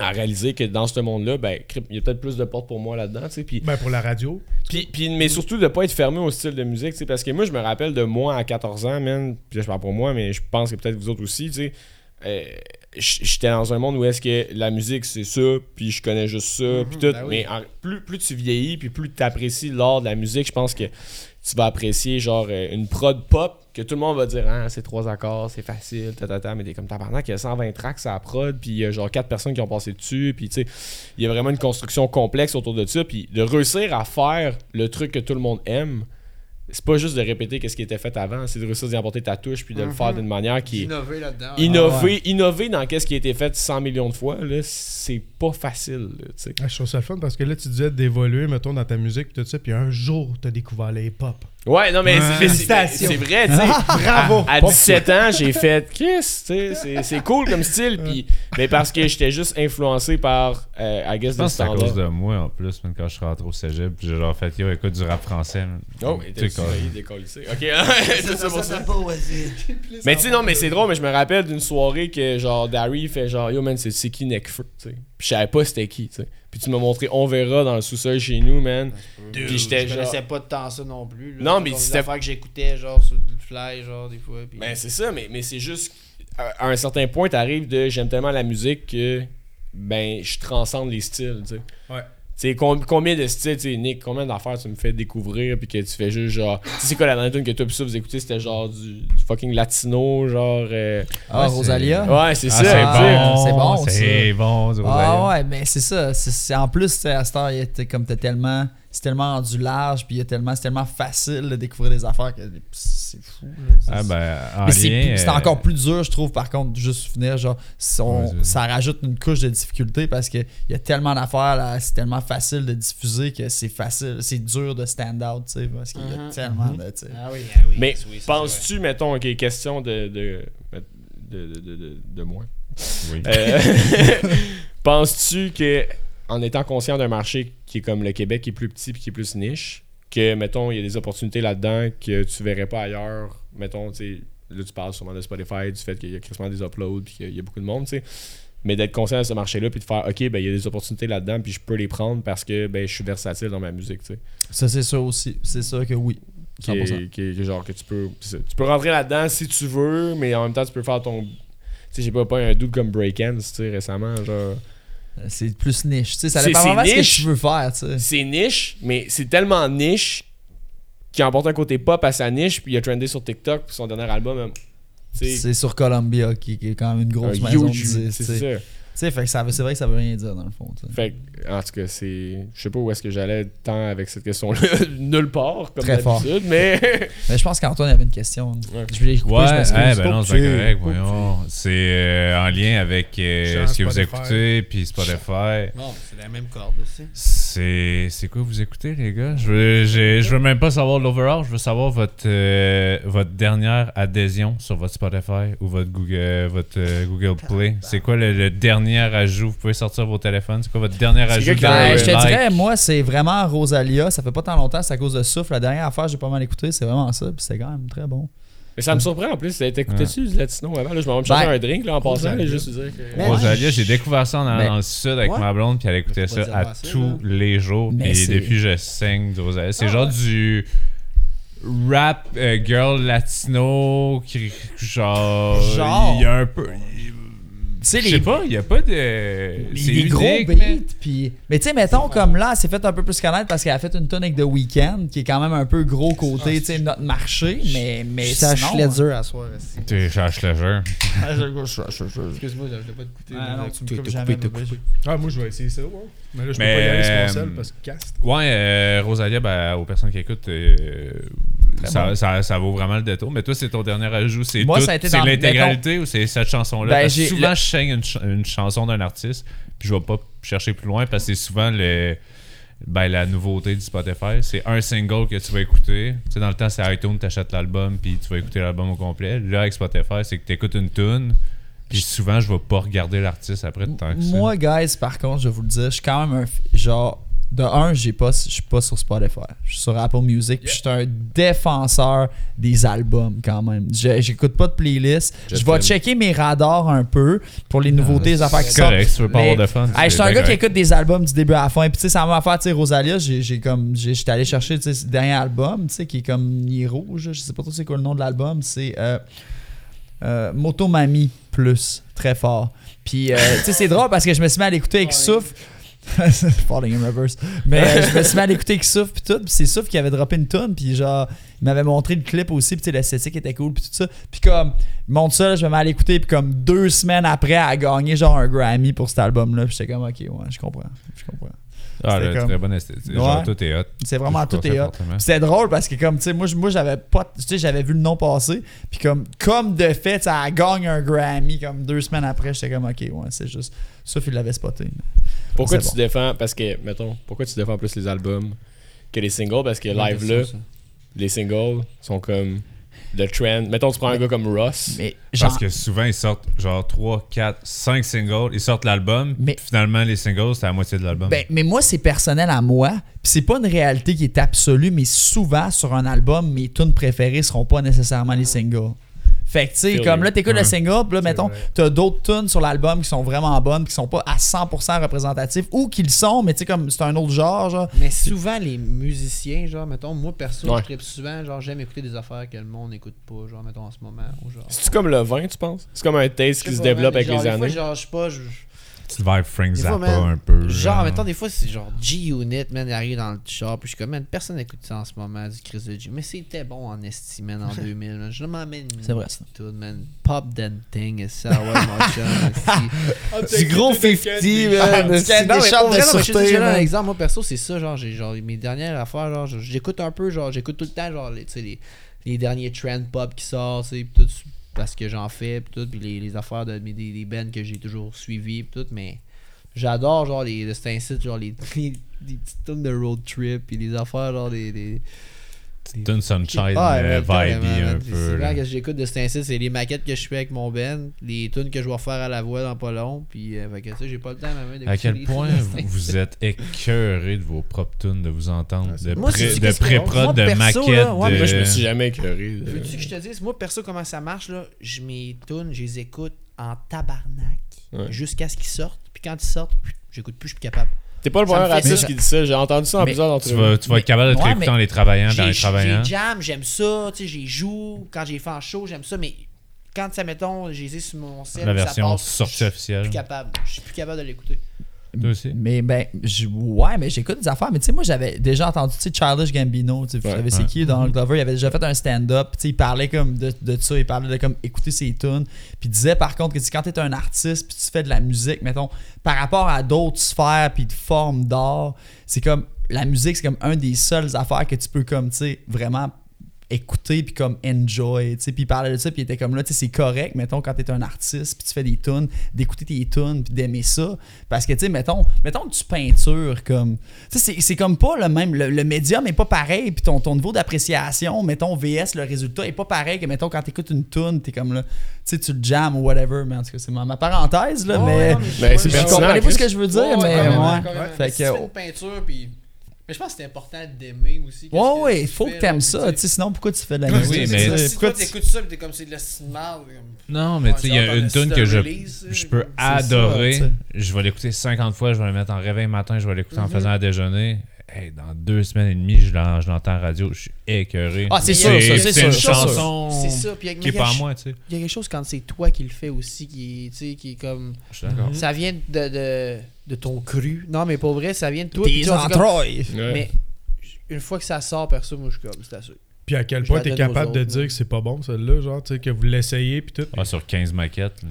à réaliser que dans ce monde-là, ben, crip, il y a peut-être plus de portes pour moi là-dedans, tu sais. Puis Ben, pour la radio. puis, puis- mais surtout de pas être fermé au style de musique, tu sais, parce que moi, je me rappelle de moi à 14 ans, man, puis là, je parle pour moi, mais je pense que peut-être vous autres aussi, tu sais, euh, j- j'étais dans un monde où est-ce que la musique, c'est ça, puis je connais juste ça, puis tout, ben oui. mais en- plus, plus tu vieillis, puis plus tu apprécies l'art de la musique, je pense que tu vas apprécier, genre, euh, une prod pop, que tout le monde va dire, ah, c'est trois accords, c'est facile, ta, ta, ta, mais t'es comme tabarnak, il y a 120 tracks à la prod, puis il y a genre quatre personnes qui ont passé dessus, puis tu sais, il y a vraiment une construction complexe autour de ça. Puis de réussir à faire le truc que tout le monde aime, c'est pas juste de répéter qu'est-ce qui était fait avant, c'est de réussir d'y apporter ta touche puis de le faire d'une manière qui est innover là-dedans innover, innover dans qu'est-ce qui a été fait 100 millions de fois, là, c'est pas facile, là, tu sais. Ah, je trouve ça le fun parce que là, tu disais d'évoluer, mettons, dans ta musique, puis tout ça, puis un jour, t'as découvert les pop. Ouais, non mais c'est- mais c'est mais Félicitations. Ah, c'est vrai, tu sais. Bravo! À 17 ans, j'ai fait Chris, tu sais, c'est c'est cool comme style puis mais parce que j'étais juste influencé par euh, I guess Je the pense que c'est à standard. cause de moi en plus, man, quand je suis rentré au cégep, puis j'ai genre fait yo, écoute du rap français. man. Oh, Tu il sais, était quand- surveillé, décollissé. Ok, c'est ça pour ça. Mais tu sais, non, mais c'est drôle, mais je me rappelle d'une soirée que genre Dari fait genre Yo man, c'est c'est qui Necfeu, tu sais. Puis je savais pas c'était qui, tu sais. Puis tu m'as montré On verra dans le sous-sol chez nous, man. Puis j'étais je genre. connaissais pas tant ça non plus là. Non, Genre mais des c'était- affaires que j'écoutais genre sur du fly genre des fois puis Ben c'est ça, mais, mais c'est juste à, à un certain point, t'arrives de j'aime tellement la musique que ben je transcende les styles, tu sais. Ouais. Tu sais, com- combien de styles, tu sais, Nick, combien d'affaires tu me fais découvrir puis que tu fais juste genre. Tu sais, c'est quoi la dernière tune que toi pis ça vous écoutez, c'était genre du, du fucking latino, genre. euh, Ah, Ouais, Rosalia? Ouais, c'est ça. Ah, tu sais. c'est c'est bon, bon, ça. c'est bon, du Rosalia. Ah ouais, mais c'est ça. C'est- c'est- en plus, tu sais, à cette heure, il était comme t'es tellement, c'est tellement rendu large, puis il y a tellement, c'est tellement facile de découvrir des affaires que c'est fou. là. C'est- Ah ben, en mais c'est lien, plus- c'est euh, encore plus dur, je trouve, par contre, de juste finir, genre, si on- Ouais, c'est- ça rajoute une couche de difficulté parce qu'il y a tellement d'affaires, là, c'est tellement facile de diffuser que c'est facile, c'est dur de stand out, tu sais, parce qu'il y a Mhm. tellement de, tu sais. ah oui ah oui Mais oui, ça, c'est vrai. penses-tu, mettons, ok, question de, de, de, de, de- de- de moi. oui. Euh, penses-tu que en étant conscient d'un marché qui est comme le Québec, qui est plus petit puis qui est plus niche, que mettons, il y a des opportunités là-dedans que tu verrais pas ailleurs, mettons, tu sais, là, tu parles sûrement de Spotify, du fait qu'il y a quasiment des uploads, puis qu'il y a beaucoup de monde, tu sais. Mais d'être conscient de ce marché-là, puis de faire, OK, ben, il y a des opportunités là-dedans, puis je peux les prendre parce que ben, je suis versatile dans ma musique, tu sais. Ça, c'est sûr aussi. C'est sûr que oui. Qui est- 100%. qui est- qui est genre que tu peux, c'est ça. tu peux rentrer là-dedans si tu veux, mais en même temps, tu peux faire ton. Tu sais, j'ai pas, pas un dude comme break tu sais, récemment, genre. C'est plus niche. Tu sais, ça C'est- dépend c'est vraiment ce que niche. tu veux faire. tu sais. c'est niche, mais c'est tellement niche qu'il emporte un côté pop à sa niche, puis il a trendé sur TikTok, puis son dernier album, hein, tu sais, C'est sur Columbia qui, qui est quand même une un grosse maison de huge, disques, c'est tu sais. ça. Tu sais, fait que ça veut- c'est vrai que ça veut rien dire dans le fond. tu sais. Fait que, en tout cas, c'est. Je sais pas où est-ce que j'allais tant avec cette question-là. Nulle part, comme Très fort. d'habitude, mais. Mais je pense qu'Antoine avait une question. Ouais. Je voulais couper, Ouais, je m'excuse. eh, ben non, c'est Pas correct, obligé. voyons. C'est euh, en lien avec euh, Genre ce que vous Spotify. écoutez, puis Spotify. Bon, c'est la même corde, tu sais. C'est c'est quoi vous écoutez, les gars? Je veux, j'ai- je veux même pas savoir l'overall, je veux savoir votre, euh, votre dernière adhésion sur votre Spotify ou votre Google, votre, euh, Google Play. C'est quoi le, le dernier ajout? Vous pouvez sortir vos téléphones. C'est quoi votre dernier ajout? quelqu'un dans qui- Ben, le je te like? dirais, moi, c'est vraiment Rosalia. Ça fait pas tant longtemps, c'est à cause de souffle. La dernière affaire, j'ai pas mal écouté, c'est vraiment ça. Puis c'est quand même très bon. mais ça me surprend en plus. T'écoutais-tu du Latino avant? Là, je m'en vais me chercher Ben, un drink là, en passant, là, Rosalie. juste vous dire que. Mais- Rosalia, j'ai découvert ça en allant Mais- dans le sud avec Ouais. ma blonde, puis elle écoutait Je peux ça pas à dire assez, tous les jours. Mais Puis c'est- Ah depuis, je saigne de Rosalia. C'est genre du rap euh, girl latino qui genre Genre. il y a un peu Tu sais, je sais les, pas il y a pas de les- c'est les gros unique, beats. mais- Puis... Mais tu sais, mettons, comme là, elle s'est fait un peu plus connaître parce qu'elle a fait une tonne avec The Weeknd, qui est quand même un peu gros côté, tu sais, notre marché. Mais, mais Ah, Je suis à hein. sinon, hein. Schlesinger à soir. esti. T'es cherche le jeu. Excuse-moi, je l'ai pas écouté. Ah, non, tu me coupes T'as coupé, jamais, t'as mais coupé. Ah, moi, je vais essayer ça, ouais. Mais là, je peux Mais, pas y aller sur euh, mon sel parce que cast. Ouais, euh, Rosalia, ben, aux personnes qui écoutent, euh, ça, ça, ça vaut vraiment le détour. Mais toi, c'est ton dernier ajout. C'est Moi, tout- ça a été c'est dans- l'intégralité ou c'est cette chanson-là? Ben, Parce que j'ai- souvent, le- je chante une, ch- une chanson d'un artiste, puis je vais pas chercher plus loin parce que c'est souvent le. Ben, la nouveauté du Spotify, c'est un single que tu vas écouter. Tu sais, dans le temps, c'est iTunes, t'achètes l'album, puis tu vas écouter l'album au complet. Là, avec Spotify, c'est que t'écoutes une tune, puis souvent, je vais pas regarder l'artiste après tant que ça. Moi, guys, par contre, je vais vous le dire, je suis quand même un. f- Genre, de un, j'ai pas, je suis pas sur Spotify. Je suis sur Apple Music. puis Je suis un défenseur des albums quand même. Je- J'écoute pas de playlist. Je Je, vais t'aime. checker mes radars un peu pour les nouveautés, les affaires qui Ah, c'est sortent. correct, tu veux pas Mais- avoir de fun. Hey, je suis c'est un bien gars qui correct. écoute des albums du début à la fin. Puis, tu sais, ça m'a fait, tu sais, Rosalia, j'ai j'ai comme. j'ai- J'étais allé chercher, tu sais, ce dernier album, tu sais, qui est comme. Il est rouge, je sais pas trop c'est quoi le nom de l'album. C'est. euh, euh, Motomami plus, très fort. Puis, euh, tu sais, c'est drôle parce que je me suis mis à l'écouter avec Souffle. Falling in reverse. Mais euh, je me suis mis à l'écouter avec Souffle, puis tout. Puis c'est Souffle qui avait droppé une tonne, puis genre, il m'avait montré le clip aussi, puis tu sais, l'esthétique était cool, puis tout ça. Puis comme, il montre ça, là, je vais m'aller écouter, puis comme deux semaines après, elle a gagné genre un Grammy pour cet album-là. Puis j'étais comme, ok, ouais, je comprends. Je comprends. Ah, C'était là, comme- très bonne esthétique. Genre, Ouais. tout est hot. C'est vraiment Je tout est conseille hot. fortement. Puis C'était drôle parce que comme tu sais moi je- moi j'avais pas tu sais j'avais vu le nom passer puis comme comme de fait ça gagne un Grammy comme deux semaines après j'étais comme OK ouais c'est juste sauf il l'avait spoté. mais- Pourquoi C'est tu bon. défends. Parce que, mettons, pourquoi tu défends plus les albums que les singles? Parce que live là, les singles sont comme le trend. Mettons, tu prends un gars comme Ross. Mais Parce genre que souvent, ils sortent genre 3, 4, 5 singles. Ils sortent l'album. Mais- Mais finalement, les singles, c'est à la moitié de l'album. ben, mais moi c'est personnel à moi puis c'est pas une réalité qui est absolue mais souvent sur un album mes tunes préférées seront pas nécessairement les singles. Fait que tu sais Sérieux. comme là t'écoutes le Ouais. single puis là mettons vrai. t'as d'autres tunes sur l'album qui sont vraiment bonnes qui sont pas à 100% représentatives ou qu'ils sont mais tu sais comme c'est un autre genre genre Mais souvent, les musiciens, genre, mettons, moi perso, Ouais. je tripe souvent, genre, j'aime écouter des affaires que le monde n'écoute pas, genre, mettons, en ce moment, ou genre. C'est-tu comme le vin, tu penses? C'est comme un taste qui se développe avec les années. Genre, je sais pas, je- Tu vibes Frank Des fois, Zappa man, un peu. Genre, mettons, des fois, c'est genre G-Unit, man, il arrive dans le char, puis je suis comme, man, personne n'écoute ça en ce moment, du Chris de G. Mais c'était bon en estime, man, en 2000, man. Je m'amène une C'est vrai, ça. petite toune, man. Pop Denting, ça, ouais, mon chum, esti. Ah, Du gros 50, man. esti, Des Non, mais shots pour de vrai, non, mais je te dis, sûreté, j'ai un man. exemple, moi perso, c'est ça, genre, j'ai genre mes dernières affaires, genre, je- j'écoute un peu, genre, j'écoute tout le temps, genre, les, tu sais, les, les derniers trends pop qui sortent, tu sais, pis tout, parce que j'en fais, pis tout, pis les, les affaires de, mes- des, des bands que j'ai toujours suivies, pis tout, mais j'adore, genre, les, de cet incite, genre, les, les, les petites tunes de road trip, pis les affaires, genre, des. des C'est une sunshine Ah, ouais, euh, carrément, vibe un man. peu. C'est là. vrai que j'écoute de cet incite, c'est les maquettes que je fais avec mon Ben, les tunes que je vais refaire à la voix dans pas long, puis euh, fait que ça, j'ai pas le temps à ma main d'écouter À les quel tunes point de vous- Stain City. vous êtes écœuré de vos propres tunes, de vous entendre, de Moi, pré- c'est- de c'est- pré-prod, moi, de perso, maquettes. là, ouais, de- Moi, je me suis jamais écœuré. de- Veux-tu que je te dise, moi perso, comment ça marche là Je mes tunes, je les écoute en tabarnak Ouais. jusqu'à ce qu'ils sortent, puis quand ils sortent, j'écoute plus, je suis plus capable. Hein, T'es pas le premier me fait artiste ça. qui dit ça. J'ai entendu ça en Mais plusieurs Tu entrevues. vas, tu vas être capable de te Ouais, réécouter mais- en les travaillant, dans J'ai les hein? travaillant. j'ai jam, j'aime ça, tu sais, j'y joue, quand j'ai fait en show, j'aime ça, mais quand ça mettons, j'ai les ai sur mon sel, La puis ça version passe, sortie je suis officielle. plus capable, je suis plus capable de l'écouter. Toi aussi. Mais ben, je- ouais, mais j'écoute des affaires. Mais tu sais, moi, j'avais déjà entendu, tu sais, Childish Gambino, tu sais, vous Ouais, savez c'est ouais. qui, Donald Glover, il avait déjà fait un stand-up, puis tu sais, il parlait comme de, de ça, il parlait de comme écouter ses tunes, puis il disait par contre que tu sais, quand t'es un artiste, puis tu fais de la musique, mettons, par rapport à d'autres sphères, puis de formes d'art, c'est comme, la musique, c'est comme un des seules affaires que tu peux comme, tu sais, vraiment écouter puis comme enjoy tu sais puis il parlait de ça puis il était comme là tu sais c'est correct mettons quand t'es un artiste puis tu fais des tunes d'écouter tes tunes puis d'aimer ça parce que tu sais mettons mettons que tu peintures comme tu sais c'est- c'est comme pas le même le, le médium est pas pareil puis ton, ton niveau d'appréciation mettons VS le résultat est pas pareil que mettons quand t'écoutes une tune t'es comme là tu sais tu le jam ou whatever mais en tout cas c'est ma, ma parenthèse là mais, Ben, c'est je pertinent, comprenais pas Chris. ce que je veux dire Ouais, ouais, mais carrément, ouais. carrément. Fait Si tu que- fais une peinture, puis. Mais je pense que c'est important d'aimer aussi. qu'est-ce ouais que ouais tu faut fais, que t'aimes là, ça tu sais sinon pourquoi tu fais de la Oui, musique oui, tu mais- sais? Si toi Pourquoi tu- t'écoutes ça pis t'es comme c'est de la cinéma. Non, mais tu sais, il y a Ouais, une c'est tune un que je, release, je euh, peux c'est ça, adorer. tu sais. je vais l'écouter 50 fois, je vais le mettre en réveil matin, je vais l'écouter en faisant à déjeuner. Hey, dans deux semaines et demie, je l'en- je l'entends en radio, je suis écœuré. Ah, c'est sûr, ça, c'est C'est une sûr, ça, c'est chanson C'est ça, pis il qui est pas à moi, tu sais. y a quelque chose quand c'est toi qui le fais aussi, qui, est- tu sais, qui est comme. Je Mm-hmm. suis d'accord. Ça vient de, de, de ton cru. Non, mais pour vrai, ça vient de toi. pis tes tu vois, c'est comme- entrailles Ouais. Mais une fois que ça sort, perso, moi je suis comme, c'est assez. Puis à quel Je point la t'es donne aux capable de autres, dire ouais. que c'est pas bon, celle-là, genre, tu sais, que vous l'essayez, puis tout. Ah, sur 15 maquettes. là.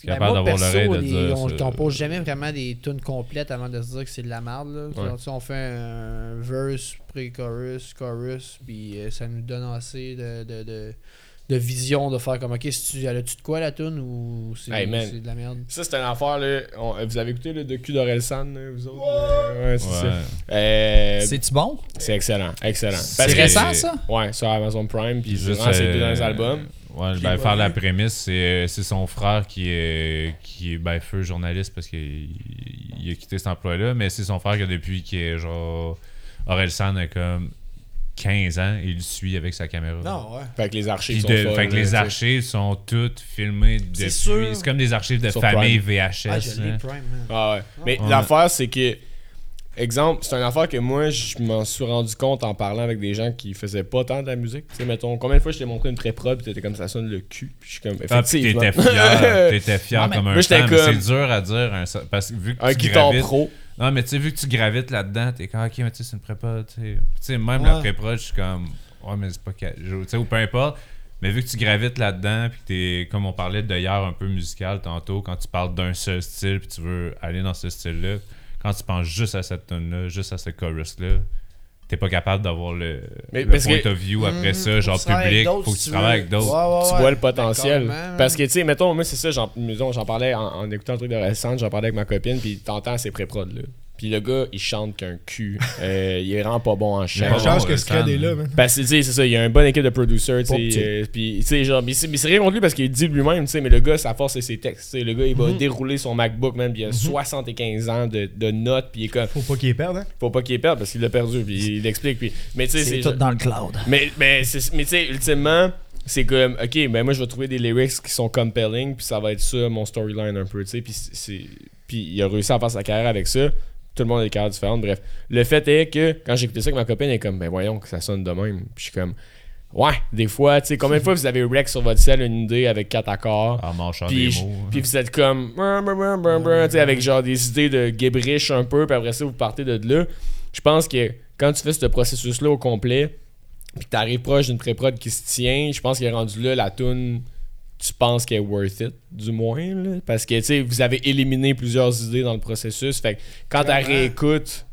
Tu es Ben, capable moi, d'avoir perso, l'oreille de les- dire. On ça. compose jamais vraiment des tunes complètes avant de se dire que c'est de la merde. Là. Genre, tu sais, on fait un verse, pré-chorus, chorus, puis euh, ça nous donne assez de, de, de, de vision de faire comme ok, si tu, elle a-tu de quoi la tune ou c'est Hey, man. c'est de la merde. Ça, c'est une affaire, là. On- vous avez écouté le docu d'Orelsan, là, vous autres? Ouais, c'est ça. Ouais. Euh, C'est-tu bon? c'est excellent, excellent. C'est Parce C'est que- récent, ça? Ouais, sur Amazon Prime, puis Puis juste, vraiment, c'est euh, deux dans les albums. Ouais, Puis ben, voilà. faire la prémisse, c'est, euh, c'est son frère qui est, qui est ben, feu journaliste parce qu'il il a quitté cet emploi-là, mais c'est son frère que depuis qu'il est genre. Aurel San a comme 15 ans, il le suit avec sa caméra. ouais. Fait que les Puis archives sont de- folles, fait que là, les t'sais. archives sont toutes filmées depuis. C'est, sûr. comme des archives de Sur famille VHS. Ah, je l'ai, hein. Prime, man. Ah ouais. Mais Ouais. l'affaire, c'est que. Exemple, c'est une affaire que moi, je m'en suis rendu compte en parlant avec des gens qui faisaient pas tant de la musique. Tu sais, mettons, combien de fois je t'ai montré une pré-prod, pis t'étais comme ça sonne le cul, puis je suis comme. Ah, puis Effectivement. t'étais fier, t'étais fier Non, mais- comme un Moi, j'étais fan, mais comme- c'est dur à dire un sa- parce que vu que Un tu guitare gravites- pro. Non, mais tu sais, vu que tu gravites là-dedans, t'es comme, ok, mais tu sais, c'est une prépa, tu sais. Puis tu sais, même la prépa, je suis comme, ouais, mais c'est pas ca- je- tu sais, ou peu importe. Mais vu que tu gravites là-dedans, puis que t'es, comme on parlait d'ailleurs, un peu musical tantôt, quand tu parles d'un seul style, puis tu veux aller dans ce style-là, quand tu penses juste à cette tune-là, juste à ce chorus-là, t'es pas capable d'avoir le, Mais le parce point que- of view après Mhm, ça, genre faut travailler avec public, d'autres, faut que si tu veux. travailles avec d'autres. Ouais, ouais, tu ouais. vois le potentiel. Ben, carrément, Parce ouais. que, tu sais, mettons, moi, c'est ça, j'en, mettons, j'en parlais en, en écoutant le truc de récent, j'en parlais avec ma copine, puis t'entends ses pré-prod, là. Puis le gars, il chante qu'un cul. Euh, il est vraiment pas bon en Il est chant. pas La bon, chance que euh, ce Stan, cadet là, hein. man. Parce que, tu sais, Ben, c'est ça, il y a une bonne équipe de producers, tu Pas petit. sais. euh, Puis, tu sais, genre, mais c'est, mais c'est rien contre lui parce qu'il dit de lui-même, tu sais, mais le gars, sa force, c'est ses textes. tu sais. le gars, il Mhm. va dérouler son MacBook, même, puis il a 75 ans de, de notes, puis il est comme, Faut pas qu'il perde, hein. faut pas qu'il perde parce qu'il l'a perdu, puis il l'explique, puis. Mais, tu sais, C'est tout dans le cloud. mais, mais, c'est- mais tu sais, ultimement, c'est comme, ok, ben moi je vais trouver des lyrics qui sont compelling, puis ça va être ça mon storyline un peu, tu sais. Puis c'est- Puis il a réussi à faire sa carrière avec ça. Tout le monde a des carrières différentes, bref. Le fait est que quand j'ai écouté ça avec ma copine, elle est comme, ben voyons que ça sonne de même. Puis je suis comme, ouais, des fois, tu sais, combien de fois vous avez rec sur votre ciel une idée avec quatre accords? En manchant Puis, Ah, des je- mots. hein. puis vous êtes comme brun, brun, brun, brun, brun, tu sais, avec genre des idées de guébriche un peu, puis après ça vous partez de là. Je pense que quand tu fais ce processus-là au complet, puis que t'arrives proche d'une pré-prod qui se tient, je pense qu'il est rendu là la toune, tu penses qu'elle est worth it, du moins, là. parce que tu sais, vous avez éliminé plusieurs idées dans le processus. Fait que quand t'as Clairement. réécoute,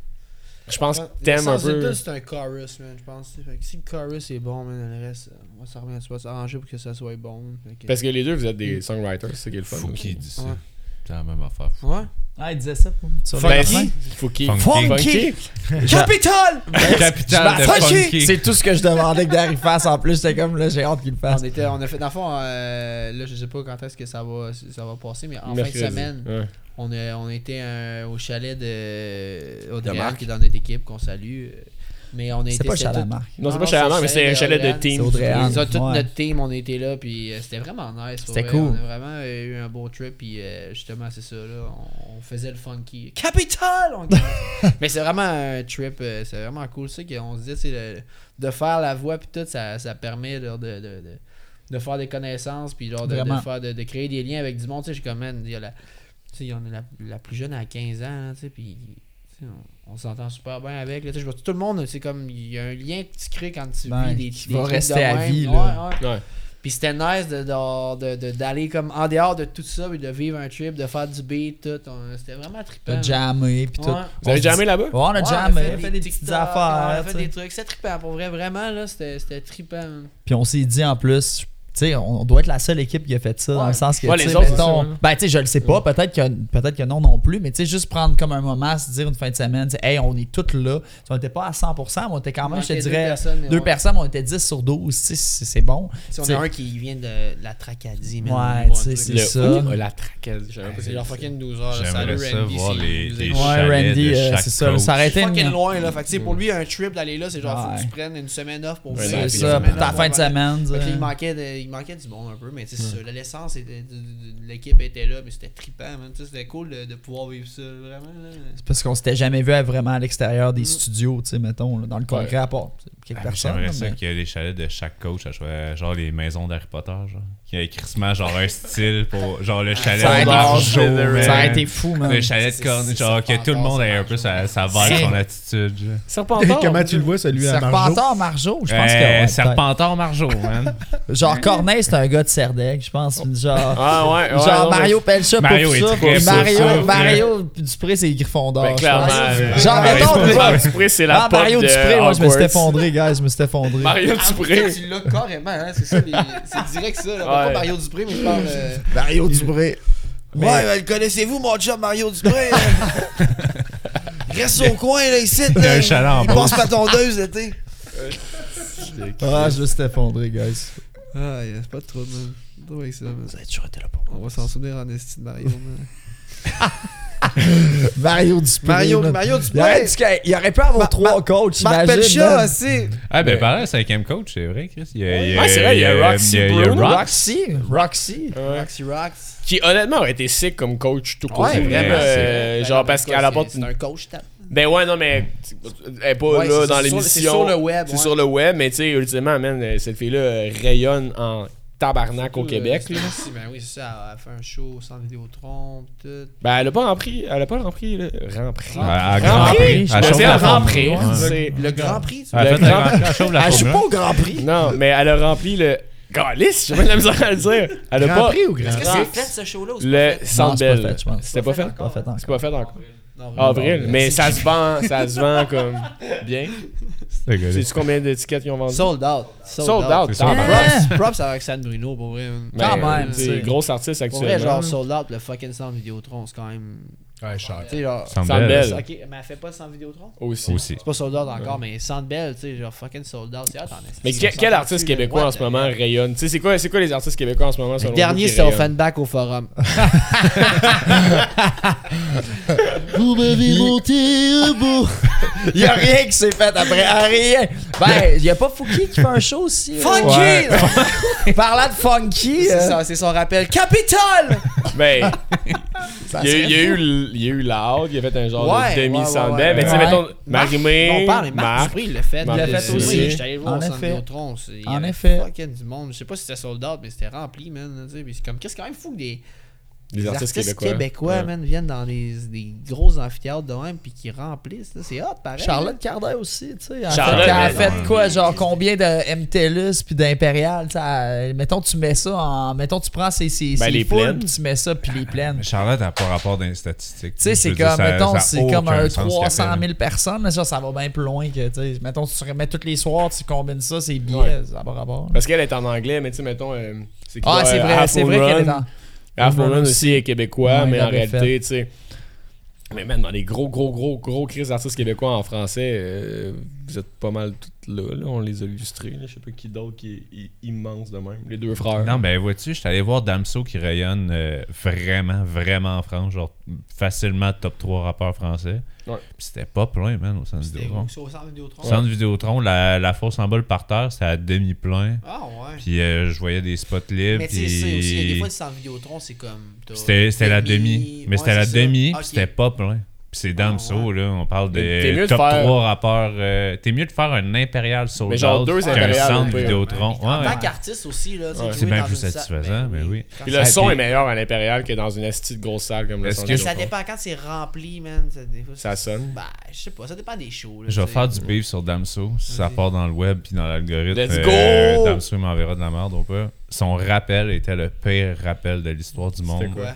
je pense que t'aimes un L'essence de peu. tout, C'est un chorus, man, je pense. tu sais. Fait que si le chorus est bon, man, le reste, euh, on va s'en remettre, on va s'arranger pour que ça soit bon. Fait que- Parce que les deux, vous êtes des songwriters, c'est ça qui est le fun. Faut aussi. qu'il dise ça. Ouais. C'est la même affaire. Ouais. Ah, il disait ça pour sur Ben, le refrain. Fouki. Funky. Funky. Capitole! Capital de Ben, Je m'en- funky. C'est tout ce que je demandais que Darry fasse en plus. J'étais comme là, j'ai hâte qu'il le fasse. On, était, on a fait, dans le fond, euh, là, je sais pas quand est-ce que ça va, ça va passer, mais en Mercredi. fin de semaine, Ouais. on, a- on était euh, au chalet de De Audrey Marc. qui est dans notre équipe, qu'on salue. Euh, Mais on a C'est été- pas chez c'était la tout- marque. Non, c'est Non, pas chalet, mais c'est un chalet de Audrey-Anne. team. C'est Audrey Anne. Ils ont tout Ouais. notre team, on était là, puis euh, c'était vraiment nice. pour C'était vrai. cool. On a vraiment euh, eu un beau trip, puis euh, justement, c'est ça, là, on, on faisait le funky. Capital! on- Mais c'est vraiment un trip, euh, c'est vraiment cool, ça, qu'on se dit, c'est le- de faire la voix, puis tout, ça, ça permet genre, de, de, de, de faire des connaissances, puis genre, de, de Vraiment. faire, de, de créer des liens avec du monde. Tu sais, je suis comme, man, il y a la, tu sais, il y en a la, la plus jeune à 15 ans, là, tu sais, puis tu sais, on, on s'entend super bien avec. là, tu sais, je vois tout le monde, c'est comme, il y a un lien que tu crées quand tu Ben, vis des qui des va trucs de rester à même. vie, Ouais, là. ouais. Ouais. Puis c'était nice de, de- de- de- d'aller comme en dehors de tout ça, puis de vivre un trip, de faire du beat, tout. On- C'était vraiment trippant. T'as jammé, pis tout. euh, Ouais. Vous avez jamais là-bas? Ouais, on a Ouais, jamais on a fait des petites affaires, on a fait des trucs, c'était trippant, pour vrai, vraiment, là, c'était c'était trippant. man. Puis on s'est dit en plus, tu sais, on doit être la seule équipe qui a fait ça, dans Ouais. le sens que, Ouais, tu les sais, autres, mettons- c'est ça, ouais. ben, tu sais, je le sais pas, peut-être que, peut que non non plus, mais tu sais, juste prendre comme un moment, se dire une fin de semaine, tu sais, hey, on est toutes là. Tu sais, on était pas à 100%, mais on était quand Il même, Ah, je te manquait deux dirais, personnes, mais deux ouais. personnes, mais on était 10 sur 12, tu sais, c'est c'est bon. Si on t'sais- a un qui vient de la Tracadie, man, Ouais, bon, tu sais, truc. c'est ça. Ouh, la tracasse. j'avais pas C'est dit. genre fucking 12 heures. J'aimerais salut, ça Randy, voir c'est- les, c'est- les Ouais, chalets Randy, de euh, chaque c'est ça, le coach. s'arrêter. C'est Arrêtez fucking une- loin, là. Fait que, tu sais, pour lui, un trip d'aller là, c'est genre, faut que tu Ouais. prennes une semaine off pour Ouais, venir, ben, C'est puis une ça, semaine pour ta off fin de revenir. semaine. tu Fait que sais. il, manquait de- il manquait du monde un peu, mais tu sais, c'est ça. L'essence était- de- de- de- de l'équipe était là, mais c'était trippant, man. Tu sais, C'était cool de, de pouvoir vivre ça, vraiment. là. C'est parce qu'on s'était jamais vu à vraiment à l'extérieur des studios, tu sais, mettons, là, dans le congrès à part tu sais, quelques Ah, personnes. J'aimerais là, ça mais- qu'il y ait les chalets de chaque coach, à choix- genre les maisons d'Harry Potter, genre. Qu'il y ait crissement, genre un style pour. Genre le chalet Ça aurait été d'Arjo, fou, man. ça aurait été fou, man. Le chalet de C'est- corne, c'est genre que tout le Serpentard, monde ait un Serpentard. peu sa, sa vibe, C'est- son attitude. genre. Serpentard. Comment tu le vois, celui à Marjo? Serpentor, Marjo, je pense Euh, que. ouais, peut-être. Serpentard Marjo, man. Genre Corneille, c'est un gars de Serdec, je pense. Genre, Ah ouais, ouais. genre non, mais- Mario Pelcha pour Mario est ça. très puis pour ça, ouais. Mario, Mario Dupré, c'est Gryffondor. Ben, je clairement. pense. euh, Genre, ouais, mettons, c'est tu pas vois- Mario Dupré, c'est la Ah, pop Mario de Dupré, moi je me Hogwarts. suis effondré, guys, je me suis effondré. Mario Ah, Dupré. Tu l'as carrément, hein, c'est ça. les- C'est direct ça. Là, Pas Ouais. Mario Dupré, mais je parle. euh, Mario Dupré. Ouais, ben, le connaissez-vous, mon chum Mario Dupré? hein? Reste au coin, là, ici. Il y là. a un chalet en Il passe pas tondeuse, là, tu Ah, je me suis effondré, guys. Ah, yeah, c'est pas de trouble, man. Pas de avec ça, man. avez toujours été là pour On va s'en souvenir en estime, Mario, man. Mario Dupré. Mario, man. Mario Il aurait, Dupré. dû- il aurait pu avoir Ma- trois Ma- coachs, Marc imagine. Pelcha man. aussi. Ah, ben, pareil, cinquième coach, c'est vrai, Chris. Il y a- il y a- Ouais, c'est vrai, il y a Roxy il y a- il y a Bruno. Rox. Roxy, Roxy. Ouais. Roxy Rocks. Qui honnêtement aurait été sick comme coach tout court. Ouais, vraiment, Euh, genre parce qu'elle apporte Ben, C'est une un coach, t'as. Ben ouais, non, mais elle est pas Ouais, là c'est- dans c'est sur- l'émission. c'est sur le web, C'est ouais. sur le web, mais tu sais, ultimement, man, euh, cette fille-là euh, rayonne en tabarnak Euh, au Québec. là. Si, ben oui, c'est ça. Elle a fait un show sans Vidéotron, pis tout. Ben, elle a pas rempli. Elle a pas rempli. là. Rempli. À- à Grand Prix. À Je me Chauve dis, la rempli. Formule. Ouais. C'est- Le Grand Prix, tu Ah, Le faites la Grand- Grand Prix à Chauve la Ah, je suis Formule. pas au Grand Prix. Non, mais elle a rempli le. Calice, j'ai même de la misère à le dire. Elle a Grand pas. Prix ou Grand Est-ce que c'est Grand- fait ce show-là ou c'est Le pas fait? Non, Centre c'est pas Bell. fait, je pense. C'était pas fait? Pas fait C'est pas fait encore. Non, vraiment. Avril. Mais ça se vend, ça se vend comme bien. Sais-tu combien d'étiquettes ils ont vendu? Sold out. Sold out. C'est t'en sold out. parles. Props, props à Roxane Bruno, pour vrai. man. Ben, Quand même, t'sais, c'est- Gros artiste Pour vrai, actuellement. genre, sold out, le fucking sans Vidéotron, c'est quand même. Ouais, cher. Ah, Tu sais, genre. Sandbell. Sandbell. Bell. Ok, mais elle fait pas sans Vidéotron? Aussi. Aussi. C'est pas sold out encore, mais Sandbell, tu sais, genre fucking sold out. C'est hot, en esti. Mais que- Ils sont quel sortis artiste dessus, québécois là. en ce moment rayonne Tu sais, c'est quoi, c'est quoi les artistes québécois en ce moment selon Le dernier, c'est c'était au fanback au forum. Vous m'avez monté un beau. Il y a rien qui s'est fait après, rien. Ben, il y a pas Fouki qui fait un show aussi. Funky! Ouais. Parlant de funky, C'est euh, ça, c'est son rappel. Capitole! Ben, ça il y a, serait- il y a eu, l- il y a eu Loud, il a fait un genre Ouais, de ouais, demi sans ouais, ouais. mais tu sais, Ouais. mettons, Marimé, on parle, mais Marc Marc. Dupré, il l'a fait. Marc Dupré. Oui, j'étais allé le voir En au Centre effet. Vidéotron. c'est- il y En avait effet. fucking du monde. Je sais pas si c'était sold out, mais c'était rempli, man. tu sais, puis c'est comme, qu'est-ce quand même fou que des, Des des artistes québécois. Ouais. man, viennent dans des, des gros amphithéâtres de même puis qui remplissent. là. C'est hot, pareil. Charlotte Cardin aussi, tu sais. Elle a Charlotte, fait- elle a mais fait non. quoi, genre combien de MTLUS puis d'Impérial, tu sais, elle- Mettons, tu mets ça en. Mettons, tu prends ces, ces, Ben, ces les foules, plaines. puis tu mets ça, puis les plaines. Mais Tu Charlotte n'a pas rapport dans les statistiques. sais, Je c'est veux dire, comme, ça- ça mettons, a c'est aucun comme un sens ce qu'elle 300 fait, là. 000 personnes, mais ça, ça va bien plus loin que, tu sais. Mettons, tu remets tous les soirs, tu combines ça, c'est billets, Ouais. ça va rapport. Parce qu'elle est en anglais, mais tu sais, mettons, euh, c'est quoi, Ah, c'est euh, vrai, Half c'est Moon vrai qu'elle est Run. dans. Half Moon Moon Run aussi. aussi est québécois, Ouais, mais il en l'avait réalité, tu sais. Mais même dans les gros, gros, gros, gros crises d'artistes québécois en français, euh, vous êtes pas mal toutes là. là. On les a illustrés. là. Je sais pas qui d'autre qui est i- immense de même. Les deux frères. Non, ben vois-tu, je suis allé voir Damso qui rayonne euh, vraiment, vraiment en France, genre facilement top 3 rappeurs français. Ouais. Puis c'était pas plein, man, au centre C'était Vidéotron. où? C'est au centre Vidéotron? Centre Vidéotron, la, la fosse en bas, le parterre, c'était à demi-plein. Ah ouais. Puis euh, je voyais des spots libres. Mais tu sais, puis... c'est aussi, il y a des fois, le centre Vidéotron, c'est comme. t'as C'était c'était la demi. Mais ouais, c'était la c'est ça. Ah, demi, Ok. puis c'était pas plein. Puis c'est Damso, Ah, là. On parle Mais t'es mieux des de top faire- 3 rappeurs. euh, T'es mieux de faire un Impérial Soul Mais genre Out deux qu'un Impérial, au centre pire. Vidéotron. En Ouais, tant qu'artiste aussi, là. tu sais, Ouais. jouer C'est bien dans plus une salle- Ben satisfaisant, mais oui. Puis le Ça son dé- est meilleur à l'impérial que dans une esti de grosse salle comme le Est-ce centre que- Mais Vidéotron. ça dépend quand c'est rempli, man. Ça, des fois, Ça sonne. Bah, je sais pas, ça dépend des shows. Là, Je vais tu sais. faire du beef sur Damso. Si ça part dans le web puis dans l'algorithme, Let's euh, go! Damso il m'enverra de la merde ou pas. Son rappel était le pire rappel de l'histoire du monde. quoi?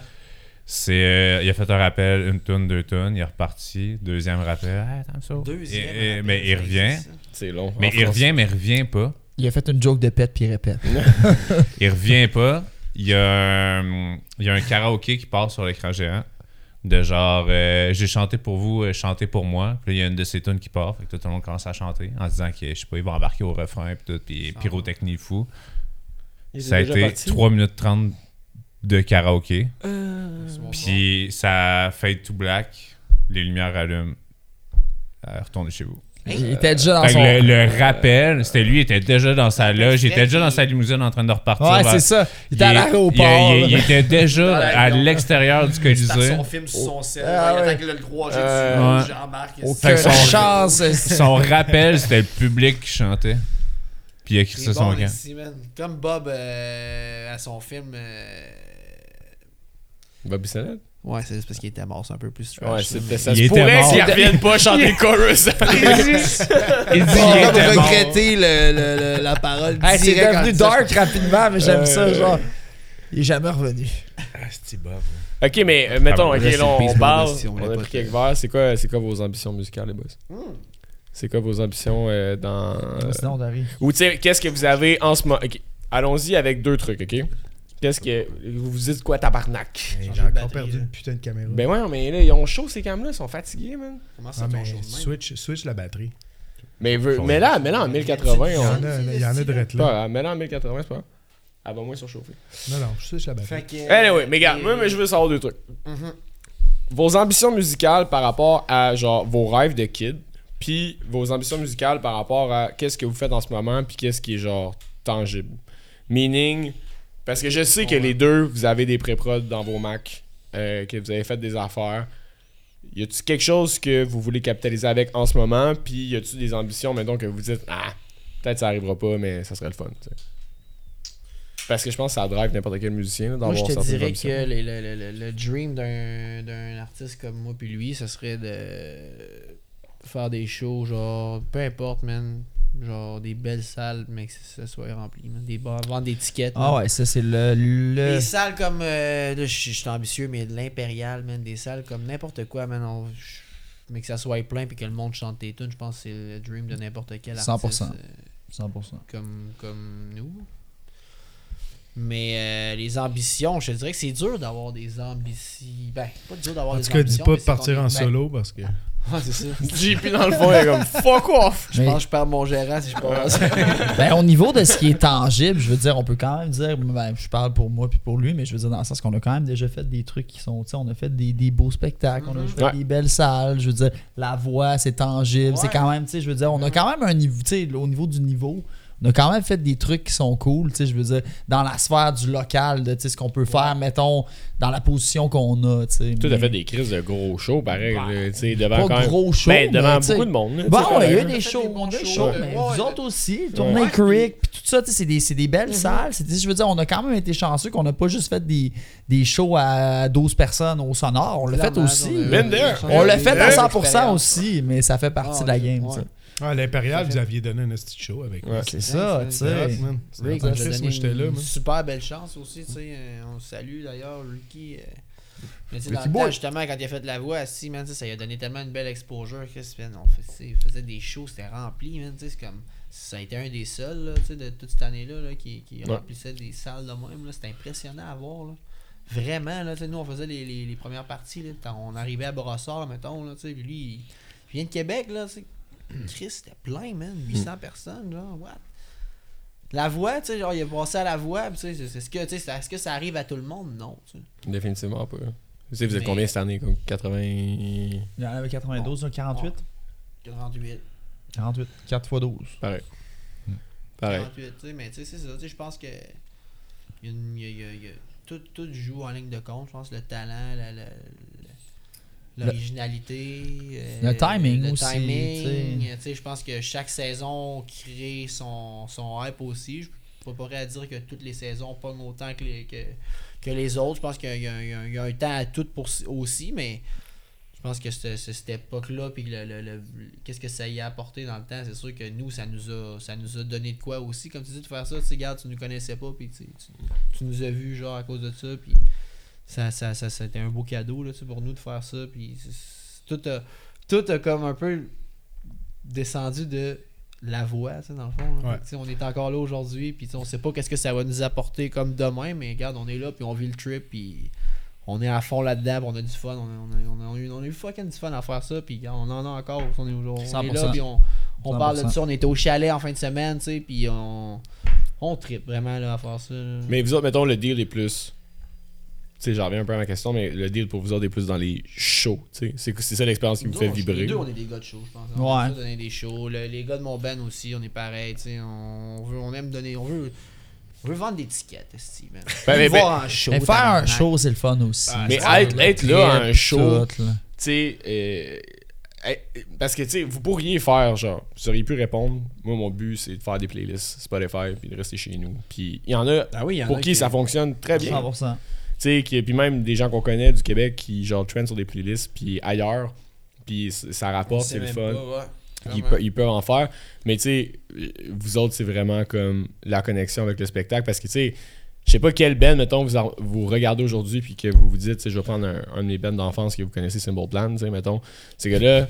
C'est euh, il a fait un rappel, une tonne, deux tonnes, il est reparti, deuxième rappel, Hey, Damso. Deuxième. Et- et- rappel, mais il c'est revient, ça. C'est long. mais En il France. revient, mais il revient pas. Il a fait une joke de pète puis il répète. Il revient pas. Il y a un, il y a un karaoké qui part sur l'écran géant. De genre, euh, j'ai chanté pour vous, euh, chantez pour moi. Puis là, il y a une de ces tunes qui part. Fait que tout le monde commence à chanter en se disant que, je sais pas, il va embarquer au refrain. Puis tout, puis pyrotechnie fou. Il est Ça a déjà été parti? 3 minutes 30 de karaoké. Puis ça fade tout black. Les lumières allument. Euh, retournez chez vous. Il était déjà dans Fait que son. Euh, le, le rappel, c'était lui, il était déjà dans sa loge, il était vrai déjà dans qu'il- sa limousine en train de repartir. Ouais, vers- c'est ça. Il était à est- l'aéroport. il- il- il là. était déjà à l'avion. l'extérieur du Il tape Colisée. son film sur son sel. Ah, il ouais. attaque le 3G Euh, dessus. Jean-Marc. Fait que Que son, chance. son rappel, c'était le public qui chantait. Puis il a écrit C'est ça son bon, camp. ici, man. Comme Bob euh, à son film. euh, Bobby Sennett? Ouais, c'est parce qu'il était mort, c'est un peu plus trash. Ah, Ouais, là, mais- c'était ça. Il se était pourrait mort. qu'il revienne pas chanter chorus. Il dit il qu'il était était mort. regretter le, le- le- la parole Hey, c'est directe en devenu disant- dark rapidement, mais j'aime ça, genre. Il est jamais revenu. ok, mais euh, mettons, Ah, ok, rest là, in on peace, parle. Bobby, si on On, l'a a pas pris fait. euh. quelques verres. C'est quoi, c'est quoi vos ambitions musicales, les boys? C'est quoi vos ambitions euh, dans. Ah, euh, Sinon, on arrive. Ou tu sais, qu'est-ce que vous avez en ce moment. ok, Allons-y avec deux trucs, ok? Qu'est-ce que. Vous vous dites quoi, tabarnak? J'ai Changer de encore batterie, perdu là. une putain de caméra. Ben ouais, mais là, ils ont chaud ces cams-là, ils sont fatigués, man. Comment Ah, ça, mais ton show de même? switch, switch la batterie. Mais veux, mais là, mais là en Il 1080, y on. en a, il y en a de rette Ah, C'est là. Pas, mais là en 1080, c'est pas grave. Ah bah moi, ils sont chauffés. Non, non, je switch la batterie. Fait que, euh, Anyway, mais gars, moi, mais je veux savoir deux trucs. Vos ambitions musicales par rapport à genre vos rêves de kid, puis vos ambitions musicales par rapport à qu'est-ce que vous faites en ce moment, puis qu'est-ce qui est genre tangible. Meaning, parce que je sais que les deux, vous avez des pré-prod dans vos Mac, euh, que vous avez fait des affaires. Y a-tu quelque chose que vous voulez capitaliser avec en ce moment, puis y a-tu des ambitions, mettons, que vous dites, ah, peut-être ça arrivera pas, mais ça serait le fun, tu sais. Parce que je pense que ça drive n'importe quel musicien là, Moi, d'avoir je te certaines dirais ambitions. que le, le- le- le- le dream d'un, d'un artiste comme moi puis lui, ce serait de faire des shows, genre, peu importe, man. Genre, des belles salles, mais que ça soit rempli, man. Des bars, vendre des tickets. Ah man. ouais, ça, c'est le. le... Des salles comme. euh, là, je je suis ambitieux, mais de l'impérial, man. Des salles comme n'importe quoi, man. on- je- mais que ça soit plein puis que le monde chante tes tunes, je pense que c'est le dream de n'importe quel artiste. 100%. euh, 100%. comme, comme nous. Mais euh, les ambitions, je te dirais que c'est dur d'avoir des ambitions. Ben, pas dur d'avoir En des tout ambitions. cas, dis pas mais de c'est qu'on partir est- en ben, solo parce que. ouais, c'est ça. JP dans le fond, il est comme fuck off! Je pense que je perds mon gérant si je pars. Ben, au niveau de ce qui est tangible, je veux dire, on peut quand même dire, ben, je parle pour moi puis pour lui, mais je veux dire dans le sens qu'on a quand même déjà fait des trucs qui sont, tu sais, on a fait des, des beaux spectacles, on a fait Mm-hmm. Ouais. des belles salles, je veux dire, la voix, c'est tangible, c'est Ouais. quand même, tu sais, je veux dire, on a quand même un niveau, tu sais, au niveau du niveau, on a quand même fait des trucs qui sont cool, tu sais, je veux dire, dans la sphère du local, de, tu sais, ce qu'on peut faire, mettons, dans la position qu'on a, tu sais. Tu mais as fait des crises de gros shows, pareil, Ouais. là, tu sais, devant Pas quand même. gros show, ben, devant mais, tu sais, beaucoup de monde. là, tu sais, Bon, quand il y a eu même. des On a fait shows, des on a eu des bons shows, shows, mais ouais, ouais. vous autres aussi, tournée Ouais. Creek, puis tout ça, tu sais, c'est des, c'est des belles salles. C'est- Je veux dire, on a quand même été chanceux qu'on n'a pas juste fait des, des shows à 12 personnes au sonore. On l'a fait aussi. Been there. On l'a fait à Been 100% aussi, mais ça fait partie Ah, de la ouais. game, ça. Ah, l'Impérial, vous aviez donné un petit show avec. Ouais. C'est ça, tu sais. C'était hot, man. C'était Rick, hot, on man. t'a Chris, donné moi, j'étais là, une man. Super belle chance aussi, tu sais. euh, On le salue d'ailleurs, Lucky. euh, Mais tu sais, dans Lucky le boy. temps, justement, quand il a fait de la voix, si, man, tu sais, ça lui a donné tellement une belle exposure. que c'est- man, on fait- tu sais, il faisait des shows, c'était rempli, man. tu sais, C'est comme. Ça a été un des seuls, là, tu sais, de toute cette année-là, là, qui, qui Ouais. remplissait des salles de même. là. C'était impressionnant à voir, là. Vraiment, là, tu sais, nous, on faisait les, les- les premières parties. là, quand on arrivait à Brossard, mettons, là, tu sais, puis lui, il vient de Québec, là, tu sais. Chris, c'était plein, man. 800 personnes, genre, what? La voix, tu sais, genre, il est passé à la voix, puis tu sais, c'est- c'est ce que, tu sais, c'est- est-ce que ça arrive à tout le monde? Non, tu sais. Définitivement pas. Vous savez, vous êtes Mais- combien cette année comme 80. Il y en avait 92, 48 48. 48. 4 x 12. Pareil. Pareil. 48, tu sais, mais tu sais, c'est ça. Tu sais, je pense que. il y a une- il y a- il y a- il y a- tout, tout joue en ligne de compte. Je pense le talent, la- la- la- l'originalité. euh, Le timing le aussi, timing, tu sais. euh, Tu sais, je pense que chaque saison crée son, son hype aussi. Je suis pas prêt à dire que toutes les saisons pognent autant que les, que, que les autres. Je pense qu'il y, a- il y a un- il y a un- il y a un temps à tout pour, aussi, mais. Je pense que ce- ce- cette époque-là, puis le, le- le- qu'est-ce que ça y a apporté dans le temps, c'est sûr que nous, ça nous a, ça nous a donné de quoi aussi. Comme tu dis, de faire ça, tu sais, regarde, tu nous connaissais pas, puis tu, tu, tu nous as vus, genre, à cause de ça, puis ça, ça, ça, ça a été un beau cadeau, là, tu sais, pour nous de faire ça, puis c'est- c'est- tout a, tout a comme un peu descendu de la voix, tu sais, dans le fond. là. Ouais. Fait que, tu sais, on est encore là aujourd'hui, puis tu sais, on sait pas qu'est-ce que ça va nous apporter comme demain, mais regarde, on est là, puis on vit le trip, puis on est à fond là-dedans, puis on a du fun, on a, on a- on a eu, on a eu fucking du fun à faire ça, puis on en a encore, on est, on est 100%. là, puis on, on parle de 100%. ça, on était au chalet en fin de semaine, tu sais, puis on, on tripe vraiment là, à faire ça. là. Mais vous autres, mettons, le deal est plus. Tu sais, j'en reviens un peu à ma question, mais le deal pour vous autres est plus dans les shows. tu sais. C'est c'est ça l'expérience qui vous Nous fait autres, vibrer. Nous deux, on est des gars de show, je pense. On Ouais. aime ça donner des shows. Le- les gars de mon band aussi, on est pareil. tu sais, On, veut, on aime donner. On veut, on veut vendre des tickets, esti, man. Ben, ben, On veut voir un show. Mais faire un tabarnak. show, c'est le fun aussi. Mais être, être là à un show, Tout, là. tu sais, euh, eh, parce que tu sais, vous pourriez faire genre, vous auriez pu répondre. Moi, mon but, c'est de faire des playlists Spotify puis de rester chez nous. Puis il y en a Ah oui, il y en pour a qui, ça fonctionne très bien. 100%. Tu sais, qui- puis même des gens qu'on connaît du Québec qui genre trend sur des playlists puis ailleurs, puis c- ça rapporte, c'est le fun. Ils, pe- ils peuvent en faire. Mais tu sais, euh, vous autres, c'est vraiment comme la connexion avec le spectacle. Parce que tu sais, je sais pas quel band, mettons, vous, en- vous regardez aujourd'hui puis que vous vous dites, tu sais, je vais prendre un, un de mes bands d'enfance que vous connaissez, Symbol Plan, tu sais, mettons. C'est que là,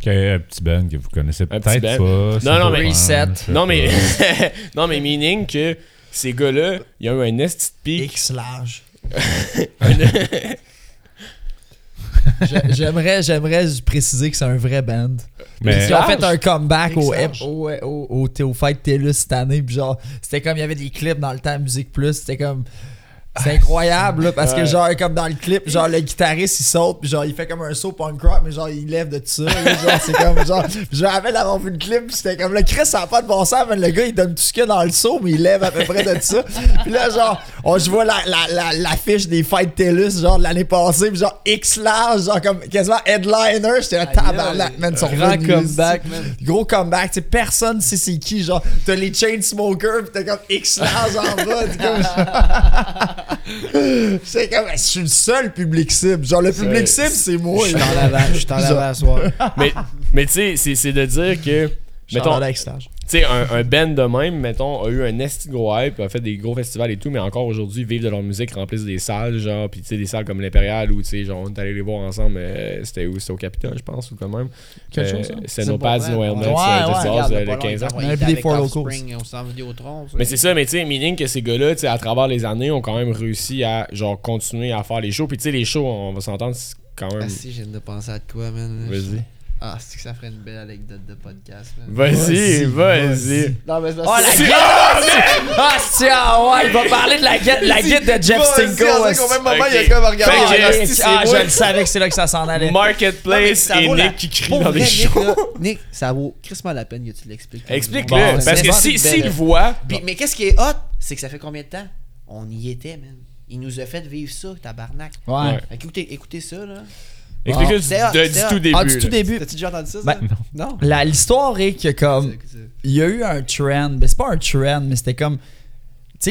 Ok, un petit Ben que vous connaissez petit peut-être Ben. pas. Non, non, c'est mais- pas Reset. grave, je sais non mais, pas. non, mais meaning que ces gars-là, il y a eu un esti de pic. X large. Je- J'aimerais, j'aimerais préciser que c'est un vrai band. Mais- ils ont fait un comeback au, Large. au, au, au, au Fight TELUS cette année. Puis genre, c'était comme il y avait des clips dans le temps Musique Plus. C'était comme. C'est incroyable là, parce que genre comme dans le clip, genre le guitariste il saute, puis genre il fait comme un saut punk rock, mais genre il lève de tout ça. là, genre c'est comme genre je me rappelle avoir vu le clip, puis c'était comme le Chris ça a pas de bon sens, mais le gars il donne tout ce qu'il y a dans le saut, mais il lève à peu près de tout ça. Puis là genre on je vois la, la, la, l'affiche des Fight TELUS genre de l'année passée, puis genre X large, genre comme quasiment headliner, j'étais un tabarnak, man, ils sont Grand revenus, comeback, c'est- man. Gros comeback, tu sais, personne sait c'est qui, genre, t'as les Chainsmokers pis t'as comme X large en bas, t'es comme... c'est comme, je suis le seul public cible, genre, le public cible, c'est moi. Je suis en avant, je suis en avant à soir. mais mais tu sais, c'est- c'est de dire que. Mettons, Mettons, X large. tu sais, un, un band de même, mettons, a eu un esti de gros hype, a fait des gros festivals et tout, mais encore aujourd'hui, vivent de leur musique, remplissent des salles, genre, puis tu sais, des salles comme l'Impérial où, tu sais, genre, on est allé les voir ensemble, euh, c'était où C'était au Capitole, je pense, ou quand même. Quelle Euh, chose, ça? C'est C'est nos pads, pas vrai, nos ouais. helmets, Ouais, euh, ouais, du jazz, Regarde, pas euh, le long, 15 ans. on va y Un être des avec Four Offspring, Locals. On s'en va Vidéotron. Mais c'est ça, mais tu sais, meaning que ces gars-là, tu sais, à travers les années, ont quand même réussi à, genre, continuer à faire les shows, puis tu sais, les shows, on va s'entendre, c'est quand même. Ah si, je viens de penser à de quoi, man. Vas-y. Ah, c'est que ça ferait une belle anecdote de podcast, man. Vas-y, vas-y. Non, mais c'est Oh, parce la que- guide! Ah, c'est ah, ouais, il va parler de la guide, la guide de Jeff Stinko. aussi. moment, il y a Ah, Fait que- ouais, c'est ah, moi. je le savais que c'est là que ça s'en allait. Marketplace Non, mais ça et vaut la- Nick qui crie Pour dans vrai, les shows. Nick, là, Nick, ça vaut crissement la peine que tu l'expliques. Explique-le, Bon, c'est parce que vraiment si- une s'il belle- le voit, Puis- mais qu'est-ce qui est hot, c'est que ça fait combien de temps On y était, man. Il nous a fait vivre ça, tabarnak. Ouais. Fait que Écoutez, écoutez ça, là. Ah. Explique-le C'est hot, du- c'est du hot. tout début. Ah, du tout là. début, T'as-tu déjà entendu ça, ça? Ben, non. la- l'histoire est que comme... il y a eu un trend, mais c'est pas un trend, mais c'était comme. Tu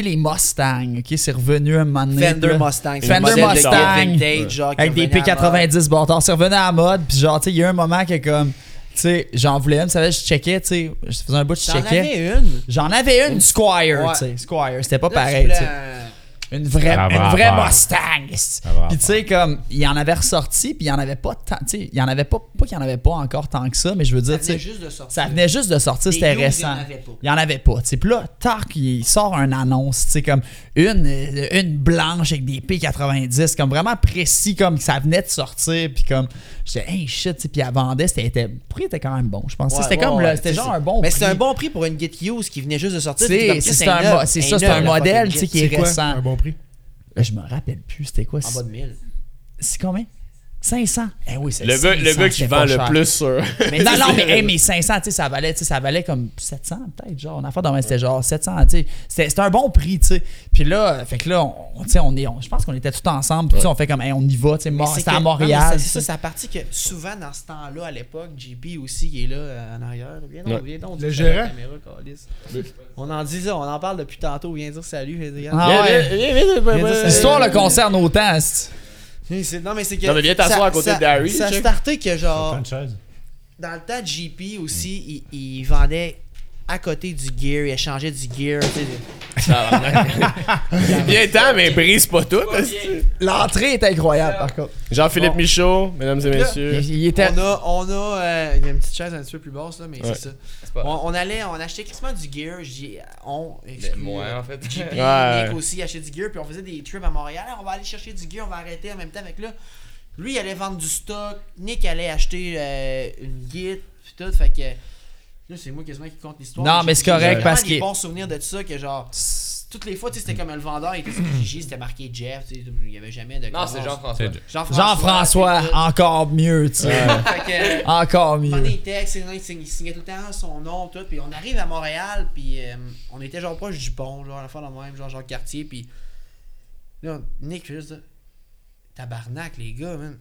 sais, les Mustangs, ok, c'est revenu un moment donné, puis Fender là- Mustang. c'est Fender un modèle de Mustang. kit vintage, genre, qui Avec des revenait à mode. P90 bâtards, c'est revenu à la mode, puis genre, tu sais, il y a eu un moment que comme. Tu sais, j'en voulais une, tu savais, je checkais, tu sais, je faisais un bout, je J'en checkais. avais une. J'en avais une Squire, Ouais. tu sais. Squire, c'était pas Là, tu pareil, tu voulais sais. un- une vraie, La une vraie vraie affaire. Mustang. esti. La vraie Puis tu sais, comme, il en avait ressorti, puis il y en avait pas tant. Tu sais, il y en avait pas, pas qu'il y en avait pas encore tant que ça, mais je veux dire, Ça tu sais. venait juste de sortir. Ça venait juste de sortir, Des c'était news, il y en récent. avait pas. Il y en avait pas. tu sais. Puis là, tac, il sort une annonce, tu sais, comme une, euh, une blanche avec des P90, comme vraiment précis, comme que ça venait de sortir. Puis comme, j'étais, hey shit, tu sais, puis elle vendait, c'était, était, le prix était quand même bon, je pense. Ouais, c'était ouais, comme, ouais, le- tu c'était sais, genre c'est- un bon Mais prix. c'est un bon prix pour une Get Use qui venait juste de sortir. C'est- puis comme, c'est Chris, un neuf, mo- c'est ça, c'est neuf, un la modèle, fucking tu sais, Jet. qui est Quoi? récent. Un bon prix. Euh, Je me rappelle plus, c'était quoi En bas de 1000. C'est combien 500. Eh oui, c'est Le gars, le 500, gars qui c'était vend pas le cher. plus sur. Mais Non, tu sais, non, c'est- mais, hey, mais 500, tu sais, ça valait, tu sais, ça valait comme 700 peut-être, genre, une affaire de même, c'était genre 700, tu sais, c'était c'était un bon prix, tu sais. Puis là, euh, fait que là, on, tu sais, on est, on- je pense qu'on était tous ensemble, puis tu sais, on fait comme, hey, on y va, tu sais, Mais mor- c'est c'était que- à non, mais Montréal. ça, tu C'est ça, sais. c'est la partie que souvent dans ce temps-là, à l'époque, JP aussi, qui est là euh, en arrière. Viens donc, Ouais. viens donc. Le dis salut à la gérant? caméra, câlisse. On en dit ça, on en parle depuis tantôt. Viens dire salut. viens dire, Ah Viens, ouais. viens, viens, viens, viens, dire viens. salut. L'histoire le concerne autant, c'est- Hey, c'est- Non, mais c'est que. Non, mais viens t'asseoir ça- à côté ça- de Darry, Ça a check. starté que genre. Une chaise. Dans le temps de JP aussi, il, il vendait à côté du gear, il échangeait du gear. tu sais. Bien temps, mais brise pas tout. L'entrée est incroyable, par contre. Jean-Philippe Michaud, mesdames et messieurs. Il, il était. On a. On a euh, il y a une petite chaise un petit peu plus basse, là, mais Ouais. c'est ça. pas grave. On, on allait, on achetait quasiment du gear. j'ai- On. excuse- Ben, moi, en fait. Puis Ouais. Nick aussi achetait du gear, puis on faisait des trips à Montréal. Ah, On va aller chercher du gear, on va arrêter en même temps avec là. Lui, il allait vendre du stock. Nick allait acheter euh, une guide, puis tout. Fait que. Là, c'est moi quasiment qui compte l'histoire. Non, J'ai- mais c'est j'ai correct, vraiment parce des que- bons souvenirs de ça que genre. Toutes les fois, tu sais, c'était comme le vendeur, il était sur Gigi, c'était marqué Jeff, tu sais, il n'y avait jamais de. Non, Ah, c'est Jean-François. C'est- Jean-François, encore mieux, tu sais. Fait que. euh, Encore Il prenait mieux. les textes, il sign- il signait tout le temps son nom, tout. Puis on arrive à Montréal, puis euh, on était genre proche du pont, genre à la fois dans le même, genre, genre quartier. Puis là, Nick fait juste dire, Tabarnak, les gars, man.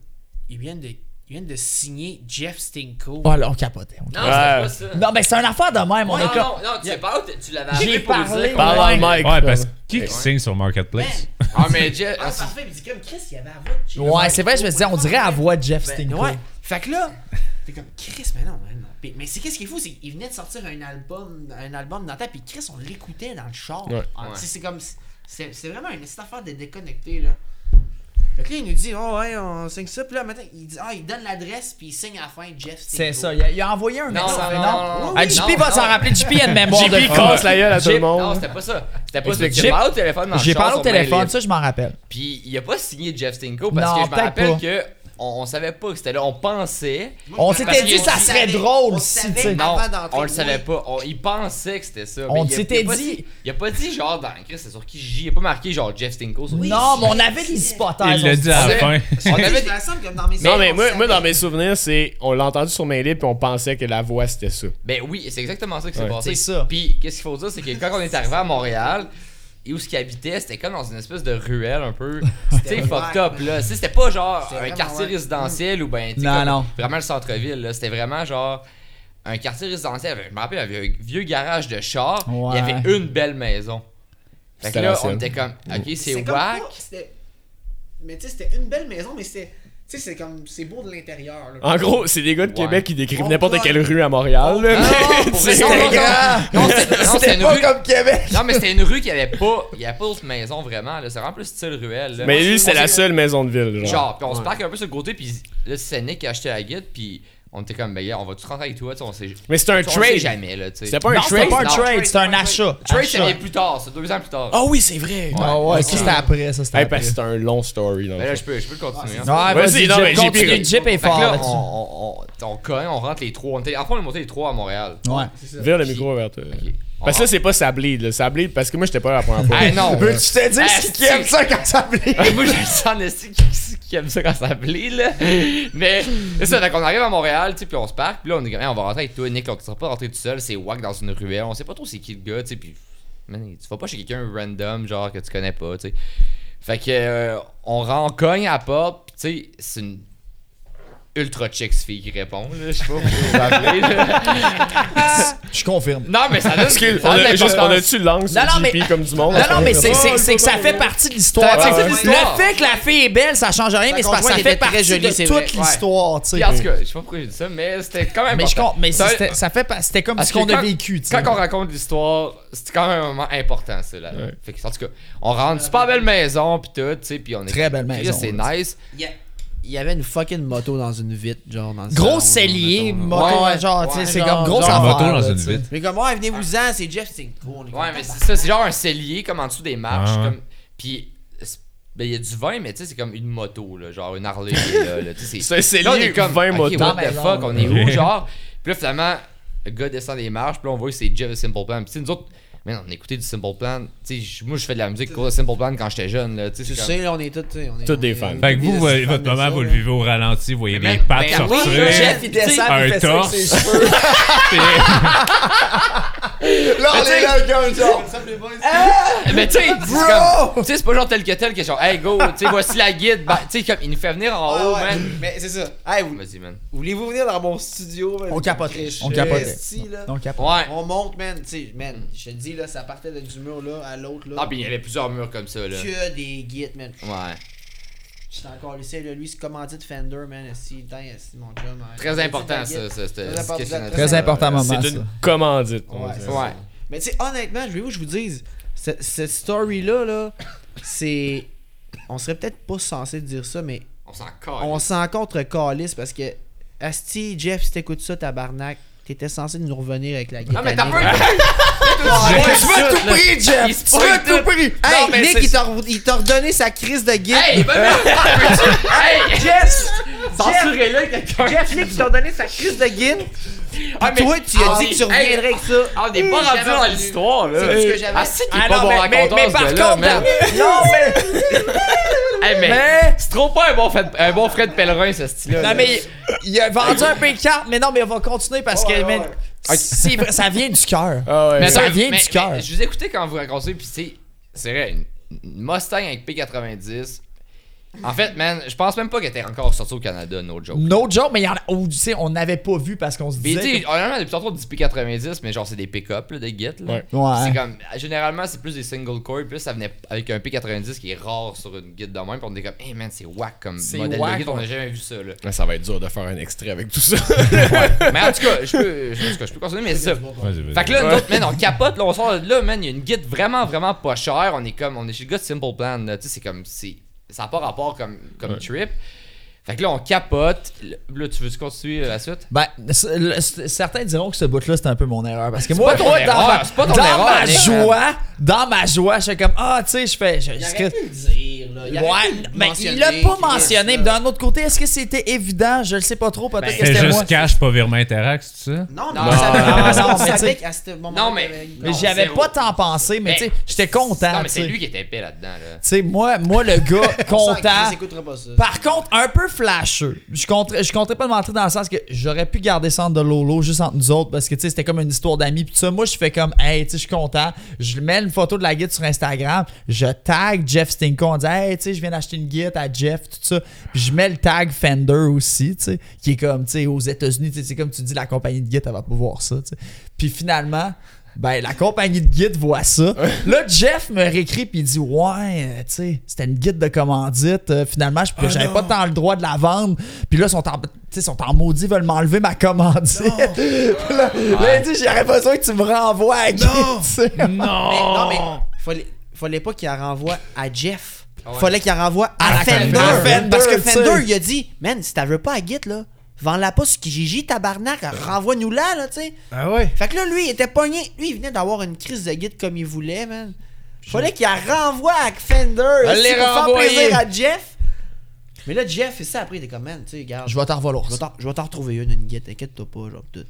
Ils viennent de, ils viennent de signer Jeff Stinko. Oh là, on capotait. on Non, capotait. c'est pas ça. Non, mais c'est une affaire de même, on non, est comme. non, non, tu sais pas, tu l'avais appelé J'ai pour le parlé, dire. Parle dans le mic. Ouais, parce que qui qui signe sur Marketplace Ah, mais Jeff. Ah, c'est- parfait, il dit comme Chris, il y avait la voix de Jeff Ouais, c'est vrai, je me disais, on dirait à voix de Jeff Ben, Stinko. Ouais. Fait que là, t'es comme Chris, mais non, mais non. Puis- mais c'est qu'est-ce qui est fou, c'est qu'il venait de sortir un album, un album dans ta, puis Chris, on l'écoutait dans le char. Ouais. Ah, Ouais. tu sais, C'est comme, c'est c'est vraiment une petite affaire de déconnecter là. Fait que là, il nous dit, oh ouais, on signe ça, puis là, maintenant, il dit, ah, il donne l'adresse, puis il signe à la fin Jeff. C'est Stinko. ça, il a, il a envoyé un Non, message. non, non, non, non. Ah, JP Non, va non. s'en rappeler, JP a une mémoire de JP fou. casse la gueule à tout J'ai- le Non, monde. c'était pas ça. C'était pas ça. Explique. J'ai parlé au téléphone dans le J'ai char parlé au sur main téléphone, libre. ça je m'en rappelle. Puis il a pas signé Jeff Stinko parce Non, que je me peut-être rappelle pas. que on, on savait pas que c'était là. On pensait. Moi, On je s'était parce dit qu'on ça le serait savait, on drôle le si, savait tu sais. Non, avant d'entrer, on le savait oui. pas. On- il pensait que c'était ça. mais On il a- s'était il a pas dit- Il a pas dit genre dans Chris, c'est sur qui j'y ai pas marqué genre Jeff Stinko sur Non, mais on avait des hypothèses. Il l'a on dit se- à la c'est- fin. On Je avait des- me semble que dans mes Non, souvenirs, mais on moi, le moi, dans savait. mes souvenirs, c'est. On l'a entendu sur Mail puis on pensait que la voix, c'était ça. Ben oui, c'est exactement ça qui s'est Ouais. passé. C'est ça. Puis qu'est-ce qu'il faut dire, c'est que quand on est arrivé à Montréal, et où ce qu'il habitait, c'était comme dans une espèce de ruelle un peu, tu sais, fucked up là. Tu sais, C'était pas genre C'était un vraiment quartier wack. résidentiel ou ben tu sais, Non, comme non. vraiment le centre-ville là. C'était vraiment genre un quartier résidentiel. Je me rappelle, il y avait un vieux garage de char, il y Ouais. avait une belle maison. Fait que C'était là, la on scène. était comme, ok, c'est comme wack. pas- c'était- Mais tu sais, c'était une belle maison, mais c'était. Tu sais, c'est comme. C'est beau de l'intérieur. là. En gros, c'est des gars de Ouais. Québec qui décrivent On n'importe colle. quelle rue à Montréal. là, mais pour tu sais, vrai, non, non, non. Non, c'était- non, c'était une rue. Québec. Non, mais c'était une rue qui avait pas, il y avait pas d'autres maisons vraiment. là. C'est vraiment plus style ruelle. là. Mais lui, c'est On la s'est- seule maison de ville. Genre. Genre, puis on se parque un peu sur le côté, puis là, c'est Nick qui a acheté la guide, puis on était comme, ben, gars, on va tout rentrer avec toi, tu sais, on sait, Mais c'est un on sait trade. jamais, là, tu sais. C'était pas un Non, c'était trade. pas un Non, trade, trade, c'était un achat. Trade, Achat. Oh. ça vient plus tard, c'est deux ans plus tard. Ah oui, c'est vrai. Ah ouais, ça c'était après, ça c'était Hey, parce que après. c'est un long story. Dans le Ben là, fond. je peux, je peux le continuer. hein. Ouais, Vas-y, vas-y, non, mais Jeff, JP Ah, continue, reste- Jeff est Fait que fort là, on, là-dessus. on, on, on cogne, on rentre les trois. On était, enfin, on est monté les trois à Montréal. Ouais. Vire le micro vers toi. Ok. On Parce que ça, rentre. c'est pas sablé. là. Sablé, parce que moi, j'étais pas là la première fois. Ah non! Veux-tu te dire Ah, ce qui aime c'est- ça quand ça brille? Moi, je le sens esti qui, qui aime ça quand ça blé, là. Mais, c'est ça, fait qu'on arrive à Montréal, tu sais, puis on se parque, puis là, on est comme, Hey, on va rentrer avec toi, Nick, on ne sera pas rentrer tout seul, c'est wack dans une ruelle, on sait pas trop c'est qui le gars, tu sais, puis, man, tu vas pas chez quelqu'un random, genre, que tu connais pas, tu sais. Fait que, euh, on rencogne à la porte, puis tu sais, c'est une ultra check si fille qui répond. là. Je sais pas, vous rappelez, là. Je confirme. Non, mais ça donne. Excuse, on ça donne a, juste, on l'importance. a-tu lance Non, non, le GP mais- comme du monde? Non, non, mais c'est, Ouais, c'est, c'est que ça fait partie de l'histoire. Ça fait tu sais. partie de l'histoire. le fait que la fille est belle, ça change rien, Ça mais c'est parce que ça conjoint fait était très partie joli, de c'est toute vrai. Ouais. l'histoire. tu sais. Puis en tout cas, je sais pas pourquoi j'ai dit ça, mais c'était quand même. Mais, je important. compte, mais Ça- c'était, ça fait, pas- c'était comme Parce ce qu'on que a quand- vécu. tu sais. Quand on raconte l'histoire, c'est quand même un moment important, c'est là. Ouais. Fait que, en tout cas, on rentre super belle maison, pis tout, tu sais, pis on est. Très belle maison, C'est là. nice. Il y, a- il y avait une fucking moto dans une vitre, genre. Dans le Gros salon, cellier, mettons, là. moto, Ouais, genre, tu sais, ouais, c'est genre- comme grosse Un affaire. moto là, dans une tu sais. vitre. Mais comme, ouais, venez-vous-en, c'est Jeff, c'est gros. on est Ouais, comme- mais c'est ça, c'est genre un cellier, comme en dessous des marches. Ah ouais. comme... Puis, c'est- ben, il y a du vin, mais tu sais, c'est comme une moto, là, genre une Harley. là, là, tu sais, C'est un cellier, Là, on est comme, vin ok, moto. What the Dans fuck, la on est où, maison. genre? Puis là, finalement, le gars descend des marches, puis là, on voit que c'est Jeff de Simple Plan. Puis, tu sais, nous autres, man, on écoutait du Simple Plan. Tu sais, j- moi, je fais de la musique pour le Simple Plan quand j'étais jeune, là. Tu sais, Tu c'est comme- sais, là, on est tous. tu sais, on est- Tous des on est- fans. Fait que vous, on est- vous- votre maman, vous le vivez au ralenti, vous voyez Mais- mes pattes mais- sortir. Oui, Jeff, il descend, un il fait ça avec ses torse. cheveux. Là, on est là, le gars, genre. Ah, Mais Eh ben, tu sais, c'est comme- tu sais, c'est pas genre tel que tel que genre, hey go, tu sais, voici la guide. bah, tu sais, comme, il nous fait venir en Ah haut, ouais, Oh, man. Mais c'est ça. Hey, vous- Vas-y, man. voulez-vous venir dans mon studio? man? On capotait. Chris, On capotait. esti, là. Donc, après- Ouais. On monte, man. Tu sais, man, je te dis, là, ça partait de- du mur, là, à l'autre, là. Non, pis il y avait plusieurs murs comme ça, Ah, là. Que des guides, man. Ouais. J'étais encore lycée, là. Lui, c'est commandit de Fender, man. Si, tain, esti, mon chum. hein. Très important, ça, Guide. ça, c'était- Très important, ce questionnaire. Très important moment, ça. C'est une commandite. on Ouais, dirait. c'est Ouais. ça. Mais tu sais, honnêtement, je voulais que je vous dise, ce- cette story-là, là, c'est. On serait peut-être pas censé dire ça, mais On s'en on colle. s'en contre calice parce que. Asti, Jeff, si t'écoutes ça, tabarnak, t'étais censé nous revenir avec la guitare. Non, Ah, mais t'as pas Tu veux tout prix, Il Jeff! se Tu veux pointe tout prix! Non, Hey, mais Nick, c'est- il t'a re- il t'a redonné sa crise de guide. Hey, ben, ben, peux-tu- Hey! Jeff! Censurez-le, quelqu'un! Jeff, Nick, il t'a redonné sa crise de guide. Ah, mais- Toi, tu as Ah, dit que tu hey, reviendrais avec ça. Ah, on n'est pas rendu dans l'histoire, là. C'est ce que j'avais- Ah, c'est qu'il est Ah, pas non, bon mais- mais- raconteur, mais ce par gars-là, contre, man. Non, mais. Hey, mais. C'est trop pas un bon, fait, un bon frais de pèlerin, ce style-là. Non, là. mais il a vendu un P4, mais non, mais on va continuer parce que man, c'est vrai, ça vient du cœur. Ah ouais. Mais ça attends, vient mais- du cœur. mais Je vous écoutais quand vous racontez, puis c'est. C'est vrai, une, une Mustang avec P90. En fait, man, je pense même pas qu'elle était encore sortie au Canada, no joke. No joke, mais il y en a. oh, tu sais, on n'avait pas vu parce qu'on se Puis, tu disait. sais, honnêtement, depuis tantôt, on dit P90, mais genre, c'est des pick-up, là, des guettes, là. Ouais. que- Ouais. C'est comme, généralement, c'est plus des single core, plus ça venait avec un P90 qui est rare sur une guide de même, puis on était comme, hey man, c'est whack comme C'est modèle whack, de guide, on ouais. a jamais vu ça, là. Ah, Ça va être dur de faire un extrait avec tout ça. mais en tout cas, je peux, je, en tout cas, je peux continuer, mais c'est ça. Vas-y, vas-y. Fait que là, nous autres, man, on capote, là, on sort de là, man, il y a une guide vraiment, vraiment pas chère, on est comme, on est chez le gars de Simple Plan, là, tu sais, c'est comme, c'est, ça n'a pas rapport comme, comme trip. Fait que là, on capote, là, tu veux-tu continuer euh, la suite? Ben, c'est- le- c'est- certains diront que ce bout-là, c'était un peu mon erreur. Parce que C'est moi, pas ton moi, erreur, dans, ma- c'est pas ton dans erreur, ma Nick. joie, dans ma joie, je suis comme, ah, tu sais, je fais. je- je- ouais, mais il l'a pas mentionné. Mais d'un autre côté, est-ce que c'était évident? Je le sais pas trop. Peut-être que Ben, C'est c'était moi. juste cash, pas virement Interact, c'est ça? Non, mais Non, on savait, non, on non, savait mais tu sais- qu'à ce moment-là, Non, mais- il y avait- Mais Non, j'y avais zéro. Ben, pas tant pensé, mais tu sais, j'étais content. Non, mais tu c'est sais. lui qui était épais là-dedans, là. Tu sais, moi, moi, le gars, On sent que Chris content. écoutera pas ça. Par contre, un peu flasheux. Je comptais, je comptais pas de mentir dans le sens que j'aurais pu garder ça entre de Lolo juste entre nous autres parce que tu sais, c'était comme une histoire d'amis. Puis ça, moi, je fais comme, hey, tu sais, je suis content. Je mets une photo de la guide sur Instagram. Je tag Jeff Stinko. On dit, hey, tu sais, je viens d'acheter une guide à Jeff, tout ça. Puis je mets le tag Fender aussi, tu sais, qui est comme, tu sais, aux États-Unis, tu sais, c'est comme tu dis, la compagnie de guide, elle va pas voir ça, tu sais. Puis finalement. Ben, la compagnie de guide voit ça. Là, Jeff me réécrit puis il dit Ouais, euh, tu sais, c'était une guide de commandite. Euh, finalement, Ah je- j'avais pas tant le droit de la vendre. Puis là, ils sont en, tu sais, ils sont en maudit, ils veulent m'enlever ma commandite. là, là, il dit J'aurais besoin que tu me renvoies à guide. tu sais. Mais- non, mais fallait, fallait pas qu'il la renvoie à Jeff. Fallait qu'il la renvoie à, À la Fender. Fender. Fender, Parce que tu sais. Fender, il a dit Man, si t'en veux pas à Git, là, vends-la pas sur Kijiji, tabarnak, renvoie-nous là, là, tu sais. Ah ouais? Fait que là, lui, il était pogné. Lui, il venait d'avoir une crise de guide comme il voulait, man. Fallait qu'il la renvoie à Fender. Elle aussi, l'est pour faire renvoyée. plaisir à Jeff. Mais là, Jeff, et ça, après, il était comme, man, tu sais, regarde. Ah, Je vais t'en revoler. Je vais ça. t'en- je vais t'en retrouver une, une guette, inquiète-toi pas, genre tout.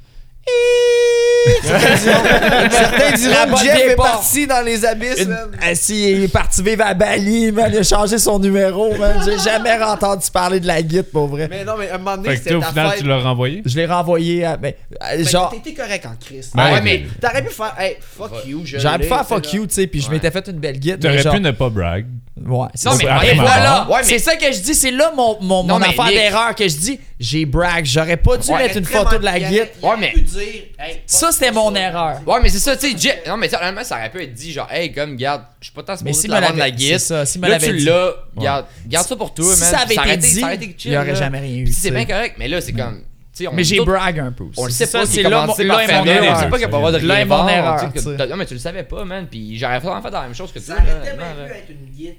Certains diront- Certains La diront bonne que Jeff vieille est porte. parti dans les abysses. Une- man. Ah, si, il est parti vivre à Bali, man, il a changé son numéro, man. J'ai jamais entendu parler de la guide, pour vrai. Mais non, mais un moment donné, Fait que c'était toi, au ta final, fête. tu l'as renvoyé? Je l'ai renvoyé à. ben, euh, Fait que genre. T'étais correct en Christ. Ben, ouais, mais- mais t'aurais pu faire, hey, fuck you, je J'aurais pu l'ai, faire tu sais, fuck là. you, tu sais, puis je Ouais. m'étais fait une belle guide. mais T'aurais genre- pu ne pas brag. Ouais, c'est Non, ça. mais après, voyez, ma voilà! Là, Ouais, mais c'est ça que je dis, c'est là mon, mon, Non, mon mais affaire Nick- d'erreur que je dis, j'ai brag, j'aurais pas dû mettre une photo de la guide. Ouais, mais- Ça, c'était mon erreur. Ouais, mais c'est ça, tu sais, Jeff- Non, mais tu sais, honnêtement, ça aurait pu être dit genre, hey, comme, garde, je suis pas tant Mais supposé si de me la vendre l'avait la dit, guide. ça, si me Là, tu l'avait dit. l'as, garde, garde ça pour toi, man. si ça avait aurait été ça aurait dit, été chill, il y aurait là. jamais rien eu. Puis c'est tu sais. bien correct, mais là, c'est comme. tu sais, on- Mais j'ai tout- brag un peu. On le sait C'est pas, ça, c'est c'est là mon commencé par là est faire mon bien, on sait erreur. pas qu'il n'y a pas le droit de Là est les mon vendre, erreur, tu sais, que- tu sais. t'as- Non, mais tu le savais pas, man. Puis j'aurais vraiment fait la même chose que Ça toi. aurait là, tellement man. pu être une guide.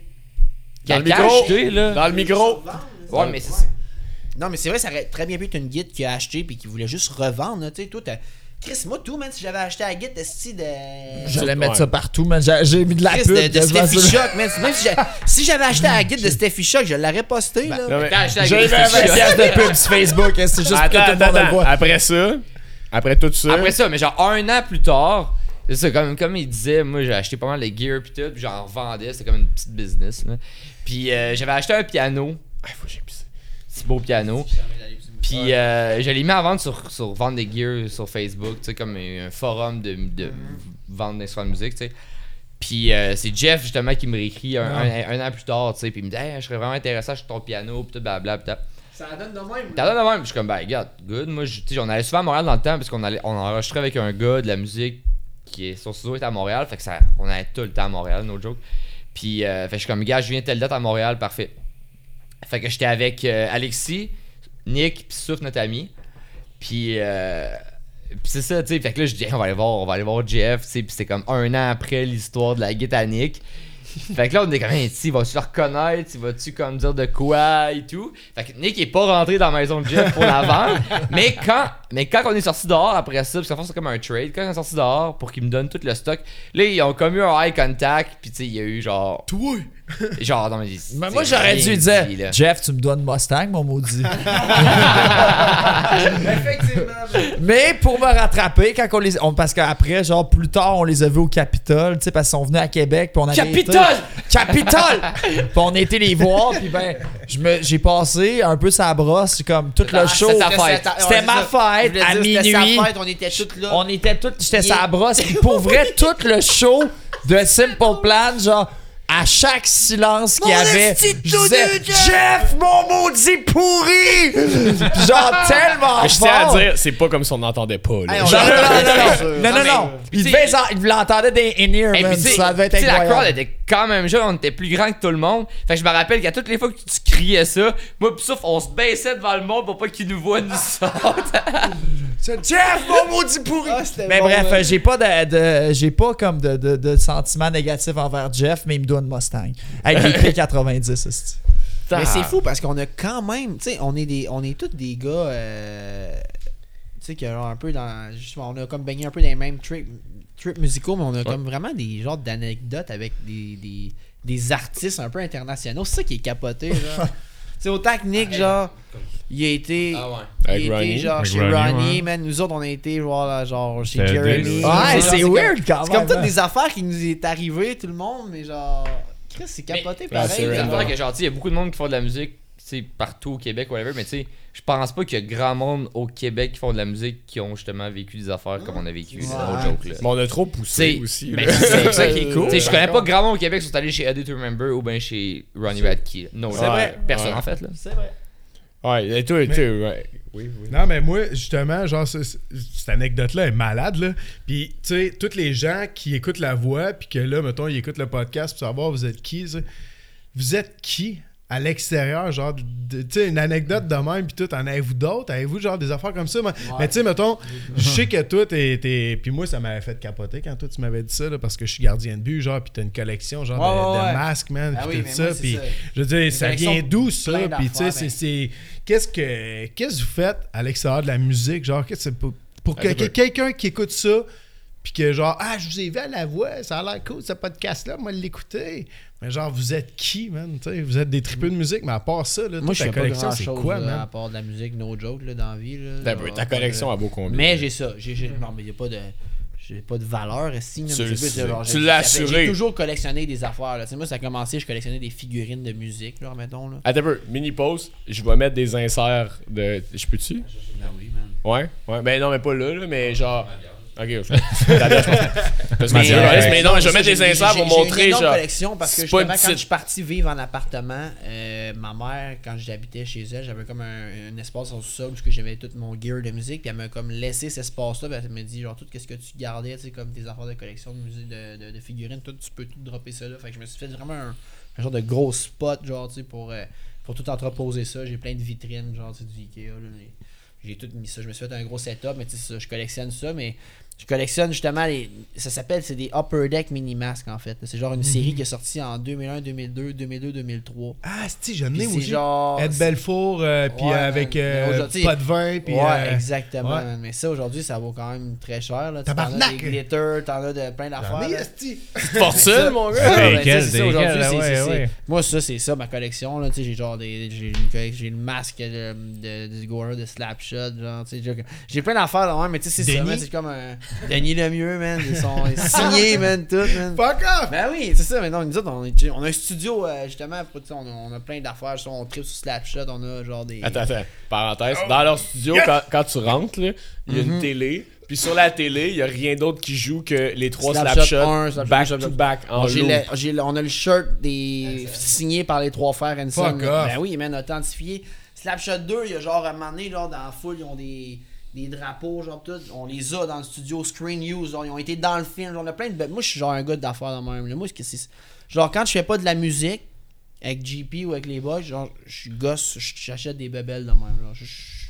Dans le Caca micro. acheté, là. Dans le micro. Ouais, mais c'est. Non, mais c'est vrai, ça aurait très bien pu être une guide qui a acheté puis qui voulait juste revendre. là, Tu sais, toi, t'as- Chris, moi, tout, man, si j'avais acheté la guide, esti de. J'allais mettre ça partout, mais j'ai j'ai mis de la Chris, pub. de, de je vois Steffi ça. Shock, man. Même si j'a- si j'avais acheté la guide de Steffi Shock, je l'aurais posté, là. Non, mais- T'as acheté la J'ai guide, fait c'est un chiant. pièce de pub sur Facebook, hein, c'est juste Attends, pour que tout le attends, monde le attends. voit. Après ça, après tout ça, Après ça, mais genre un an plus tard, c'est ça, comme, comme il disait, moi j'ai acheté pas mal de gear pis tout, pis j'en revendais, c'était comme une petite business. Là. Puis euh, j'avais acheté un piano, Ah, faut que j'ai pissé. petit beau piano. Puis euh, je l'ai mis à vendre sur, sur vendre des gear sur Facebook, tu sais, comme un forum de, de vendre d'instruments de musique, tu sais. Puis euh, c'est Jeff justement qui me réécrit un, un- un an plus tard, tu sais, puis il me dit, hey, je serais vraiment intéressé à acheter ton piano, pis tout, blablabla. pis tout. Ça donne de même. T'as l'air de même. Je suis comme, ben, regarde, good. Moi, je- tu sais, on allait souvent à Montréal dans le temps, parce qu'on allait, on enregistrait avec un gars de la musique qui est, son studio est à Montréal. Fait que ça, on allait tout le temps à Montréal, no joke. Puis, euh, fait que je suis comme, gars, je viens telle date à Montréal, parfait. Fait que j'étais avec euh, Alexis, Nick, puis Souf, notre ami. Puis, euh, puis c'est ça, tu sais. Fait que là, je dis, Hey, on va aller voir, on va aller voir Jeff, tu sais. Puis c'était comme un an après l'histoire de la guitare à Nick. Fait que là, on est comme, hey, tu vas-tu le reconnaître? Tu vas-tu comme dire de quoi et tout? Fait que Nick est pas rentré dans la maison de Jeff pour la vendre. mais, quand, mais quand on est sorti dehors après ça, parce qu'en fait, c'est comme un trade, quand on est sorti dehors pour qu'il me donne tout le stock, là, ils ont comme eu un eye contact, puis tu sais, il y a eu genre. Tout! Genre, non, mais. Mais c'est Ben, moi, j'aurais rien dû dit, dire là. Jeff, tu me dois une Mustang, mon maudit. Mais pour me rattraper, quand on les. on- parce qu'après, genre, plus tard, on les a vus au Capitole, tu sais, parce qu'ils sont venus à Québec, puis on avait. Capitole! été- Capitole! puis on a été les voir, puis ben, je me- j'ai passé un peu sa brosse, comme tout le Ah, show. c'est ta fête. C'était ma fête à minuit. on était tous là. On était tous. J'étais sa brosse. Puis pour vrai, tout le show de Simple Plan, genre. À chaque silence qu'il y avait, je disais, Jeff, mon maudit pourri! genre tellement Mais je tiens à fort. dire, c'est pas comme si on n'entendait pas. là. Hey, on Genre- Genre, non, l'entendait, non, non, non, non, non, non. Il tu devait sais- en- il l'entendait des in-ear, Et man. puis, tu sais, Ça devait être tu sais, la crowd incroyable. était quand même jeune, on était plus grand que tout le monde. Fait que je me rappelle qu'à toutes les fois que tu criais ça, moi pis Souf, on se baissait devant le monde pour pas qu'ils nous voient nous sortent. Jeff, mon maudit pourri! Ah, c'était mais bon, bref, man. euh, j'ai pas de, de- j'ai pas comme de, de, de sentiment négatif envers Jeff, mais il me doit une Mustang. Avec des P90, hostie. Mais c'est fou parce qu'on a quand même, tu sais, on est des, on est tous des gars, euh, tu sais, qui ont un peu dans, justement, on a comme baigné un peu dans les mêmes trips, trips musicaux, mais on a comme vraiment des genres d'anecdotes avec des, des, des artistes un peu internationaux. C'est ça qui est capoté, genre. tu sais, autant que Nick, genre, il a été, il a Avec été, Ronnie. genre Avec chez Ronnie, Ronnie, ouais. man. Nous autres, on a été voir là, genre chez C'était Jeremy. des- Genre, Ouais, c'est comme- weird quand C'est comme même, toutes hein. des affaires qui nous est arrivé tout le monde, mais genre, Chris, c'est Mais- capoté Ouais, pareil. c'est C'est genre. une affaire que genre, tu sais, il y a beaucoup de monde qui font de la musique, tu sais, partout au Québec, whatever, mais tu sais, je pense pas qu'il y a grand monde au Québec qui font de la musique qui ont justement vécu des affaires comme on a vécu. C'est no joke, là. Mais on a trop poussé C'est- aussi. Ben, là. c'est ça qui est cool. Tu sais, je connais pas grand monde au Québec qui sont allés chez Eddie to Remember ou ben chez Ronnie Radke. Non, C'est vrai. Personne, Ouais. en fait, là. Ouais, et toi, et toi, ouais. Oui, oui. Non, mais moi, justement, genre, ce- ce- cette anecdote-là est malade, là. Puis, tu sais, tous les gens qui écoutent la voix, puis que là, mettons, ils écoutent le podcast pour savoir vous êtes qui, tu sais. vous êtes qui à l'extérieur, genre, de- de- tu sais, une anecdote de même, puis tout, en avez-vous d'autres? Avez-vous, genre, des affaires comme ça? moi? Mais, tu sais, mettons, je sais que toi, t'es... t'es- Puis moi, ça m'avait fait capoter quand toi, tu m'avais dit ça, là, parce que je suis gardien de but, genre, puis t'as une collection, genre, de, Ouais, ouais, de ouais. masques, man, Ah puis oui, tout mais ça, moi, c'est puis ça. je veux dire, ça collections vient d'où, ça? plein Puis, tu sais, d'affaires, c'est... ben. c'est- Qu'est-ce que qu'est-ce que vous faites à l'extérieur de la musique genre qu'est-ce que c'est pour, pour que, Attends ben. un peu. quelqu'un qui écoute ça puis que genre ah je vous ai vu à la voix ça a l'air cool ce podcast là moi de l'écouter mais genre vous êtes qui man tu sais, vous êtes des tripeux de musique mais à part ça là, toute Moi, je ta fais pas collection grand c'est chose quoi là, à man part de la musique, no joke, là, dans la vie. Là, T'as peu, Genre, Ben, Ta pas de- collection à beau combien. Mais j'ai ça. J'ai, j'ai- Non, mais il a pas de. J'ai pas de valeur Tu ici. mais c'est le plus de- sais. genre, j'ai- Tu l'as ça fait- assuré. J'ai toujours collectionné des affaires. Là. Tu sais, moi, ça a commencé, je collectionnais des figurines de musique, là, mettons. Là. Attends un peu, mini pause, je vais mettre des inserts de. Je peux-tu? Ben oui, man. Ouais, ouais. Ben non, mais pas là, là mais genre. Ok, je Parce que Mais, je- euh, ouais, mais non, mais je vais Ça, mettre des inserts j'ai- j'ai- pour j'ai une montrer, énorme genre. collection parce que c'est pas justement, une quand petite- je suis parti vivre en appartement, euh, ma mère, quand j'habitais chez elle, j'avais comme un, un espace en sous-sol où j'avais tout mon gear de musique. Puis elle m'a comme laissé cet espace-là. Puis elle me dit, genre, tout ce que tu gardais, tu sais, comme tes affaires de collection de musique, de, de- de figurines, tout, tu peux tout dropper ça là. Fait que je me suis fait vraiment un, un genre de gros spot, genre, tu sais, pour, euh, pour tout entreposer ça. J'ai plein de vitrines, genre, tu sais, du Ikea, là. mais J'ai tout mis ça. Je me suis fait un gros setup, mais tu sais, ça, je collectionne ça, mais je collectionne justement les. Ça s'appelle, c'est des Upper Deck Mini Masques en fait. C'est genre une série qui est sortie en 2001, 2002, 2002, 2003. Ah, si, j'en Puis ai c'est aussi. genre. Ed Belfour, euh, puis Ouais, euh, avec mais euh, aujourd'hui- pas de vin, puis. ouais, euh, exactement. ouais. man. Mais ça aujourd'hui, ça vaut quand même très cher. Là. Tu sais, T'en as Tabarnak! des glitters, t'en as de plein j'en d'affaires. ai, là. esti. Fortune, mon gars. Ah, ben, Des quels, ça, c'est des ça, aujourd'hui, quels, c'est- ouais, c'est- ouais. c'est- Moi, ça, c'est ça ma collection. là. Tu sais, J'ai genre des. J'ai une collec- j'ai le masque de, de, du Gorer de Slapshot. genre, tu sais, J'ai j'ai plein d'affaires là, ouais, mais tu sais, c'est ça, Denis? man, C'est comme un. Denis Lemieux, man. Ils sont signés, man, tout, man. Fuck off! Ben oui, c'est ça, mais non, nous autres, on, est- on a un studio, euh, justement, pour- tu sais, on, a, on a plein d'affaires, ça, on tripe sur Slapshot, on a genre des... Attends, attends. Parenthèse. Dans leur studio, quand, quand tu rentres, là, il y a Mm-hmm. une télé. Puis sur la télé, il y a rien d'autre qui joue que les trois Slapshot snapshots un, Slapshot back deux, to back Ah, en J'ai loop. le- j'ai le- on a le shirt des signé par les trois frères Hanson. Fuck off. Ben oui, man, authentifié. Slapshot 2, il y a genre à un moment donné, genre, dans la foule, ils ont des, des drapeaux, genre tout. On les a dans le studio, Screen News, genre, ils ont été dans le film. genre, on a plein de. be- Moi, je suis genre un gars d'affaires dans même. là. Moi, c'est que c'est- Genre, quand je fais pas de la musique avec GP ou avec les boys, genre, je suis gosse, je- j'achète des bebelles de même. Genre, je, je-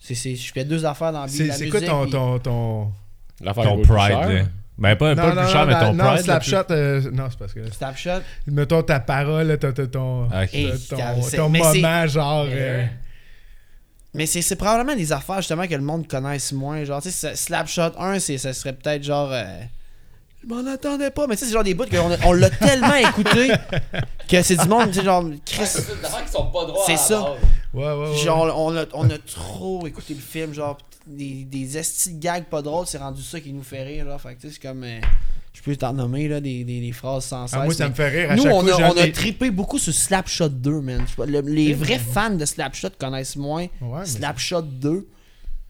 c'est- c'est- je fais deux affaires dans la vie. C'est la c'est quoi musique, ton. puis- ton, ton... L'affaire Ton est pas plus pride. chère. là. Ben, pas, pas le plus cher, mais ton non, pride. le plus- Slapshot, euh, non, c'est parce que. Slapshot? Mettons ta parole, t'as t'as ton. Ah, ok. Et- t'as c'est- ton, c'est- ton mais c'est- moment, genre. euh, Mais c'est c'est probablement des affaires justement que le monde connaisse moins. Genre, tu sais, ça- Slapshot 1, c'est- ça serait peut-être genre. euh, je m'en attendais pas, mais tu sais, c'est genre des bouts qu'on a- on l'a tellement écouté que c'est du monde, tu sais, genre, Chris. C'est des affaires qui sont pas droits. C'est à la ça. base. Ouais, ouais, ouais. Genre, on a, on a trop écouté le film, genre, des, des estis de gags pas drôles, c'est rendu ça qui nous fait rire, genre, fait que tu sais, c'est comme. euh, je peux t'en nommer, là, des, des, des phrases sans cesse. Ah, moi, ça mais- me fait rire à nous, chaque on, fois. a, j'en on a ai- trippé beaucoup sur Slapshot 2, man. Je sais pas, le- les vrais fans de Slapshot connaissent moins Ouais, mais- Slapshot 2,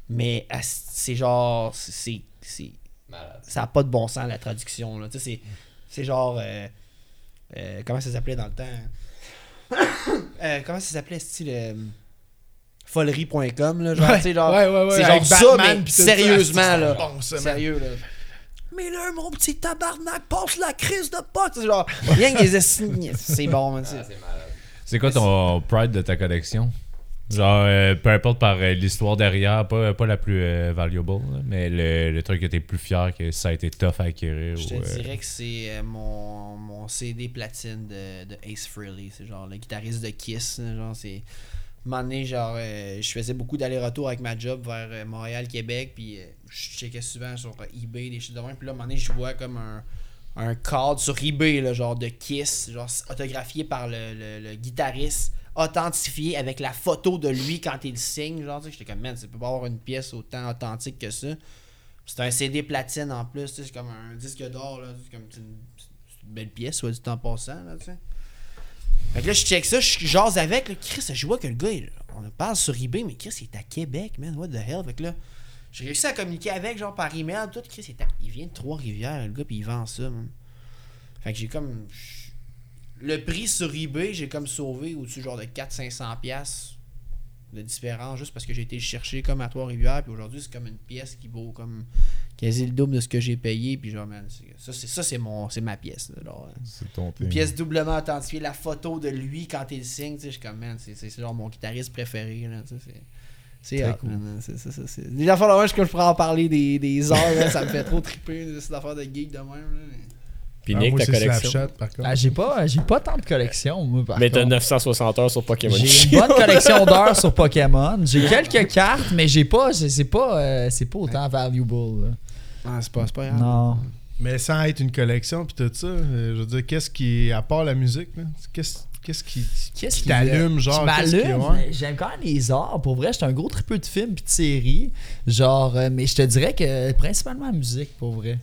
mais asti, c'est genre. c'est- c'est- c'est- Malade. Ça n'a pas de bon sens, la traduction. là. Tu sais, C'est c'est genre. euh, euh, comment ça s'appelait dans le temps Euh, Comment ça s'appelait, euh, style. Folerie.com, là, genre, tu sais, genre, Ouais, ouais, ouais, c'est avec genre ça, Batman, mais pis tout ça, sérieusement, asti, là, c'est bon, ça, man. sérieux, là. Mais là, mon petit tabarnak, passe la crise de pote! C'est genre, rien que les assignes. C'est bon, man. Ah, c'est- c'est malade. C'est quoi ton pride de ta collection? Genre, euh, peu importe par euh, l'histoire derrière, pas, pas la plus euh, valuable, là, mais le, le truc que t'es plus fier, que ça a été tough à acquérir. Je te ou, euh, dirais que c'est euh, mon, mon CD platine de, de Ace Frehley. C'est genre le guitariste de Kiss. hein, Genre, c'est. un moment donné, genre, euh, je faisais beaucoup d'aller-retour avec ma job vers euh, Montréal, Québec, puis euh, je checkais souvent sur euh, eBay, des choses de même. Puis là, à un moment donné, je vois comme un, un card sur eBay, là, genre de Kiss, genre autographié par le, le- le guitariste, authentifié avec la photo de lui quand il signe. Genre, tu sais, j'étais comme, man, ça peut pas avoir une pièce autant authentique que ça. C'est un CD platine en plus, tu sais, c'est comme un disque d'or, là. C'est comme c'est une, c'est une belle pièce, soit du temps passant, là, tu sais. Fait que là, je check ça, je jase avec, là. Chris, je vois que le gars, il- on en parle sur eBay, mais Chris, il est à Québec, man, what the hell. Fait que là, j'ai réussi à communiquer avec, genre par email, tout. Chris, il, est à- il vient de Trois-Rivières, le gars, puis il vend ça, man. Fait que j'ai comme. je- Le prix sur eBay, j'ai comme sauvé au-dessus, genre de 400-500$ piastres de différence, juste parce que j'ai été le chercher comme à Trois-Rivières, puis aujourd'hui, c'est comme une pièce qui vaut comme quasi le double de ce que j'ai payé puis genre man, c'est- ça c'est ça c'est mon c'est ma pièce là, genre, hein. c'est ton une thing. pièce doublement authentifiée la photo de lui quand il signe tu sais je suis comme man c'est c'est- c'est genre mon guitariste préféré là tu sais c'est c'est hot, man, hein, c'est ça, ça, c'est. Les affaires de même, je, je pourrais en parler des, des heures, là, ça me fait trop triper, là, cette affaire de geek de même. Là, mais- Puis Ah, Nick, moi, ta c'est collection. Slapshot, par contre. Ah, j'ai pas, j'ai pas tant de collection, moi, par Mais t'as contre. 960 heures sur Pokémon. J'ai une bonne collection d'heures sur Pokémon. J'ai quelques cartes, mais j'ai pas, c'est c'est pas, euh, c'est pas autant valuable. là. Ah, c'est pas, c'est pas grave. Non. Mais sans être une collection, puis tout ça, euh, je veux dire, qu'est-ce qui. À part la musique, là, qu'est-ce qu'est-ce qui. Qu'est-ce qui qui t'allume, Je genre. qu'est-ce qui- m'allume, ouais. mais j'aime quand même les arts. Pour vrai, j'étais un gros tripeux de films puis de séries. Genre, euh, mais je te dirais que principalement la musique, pour vrai.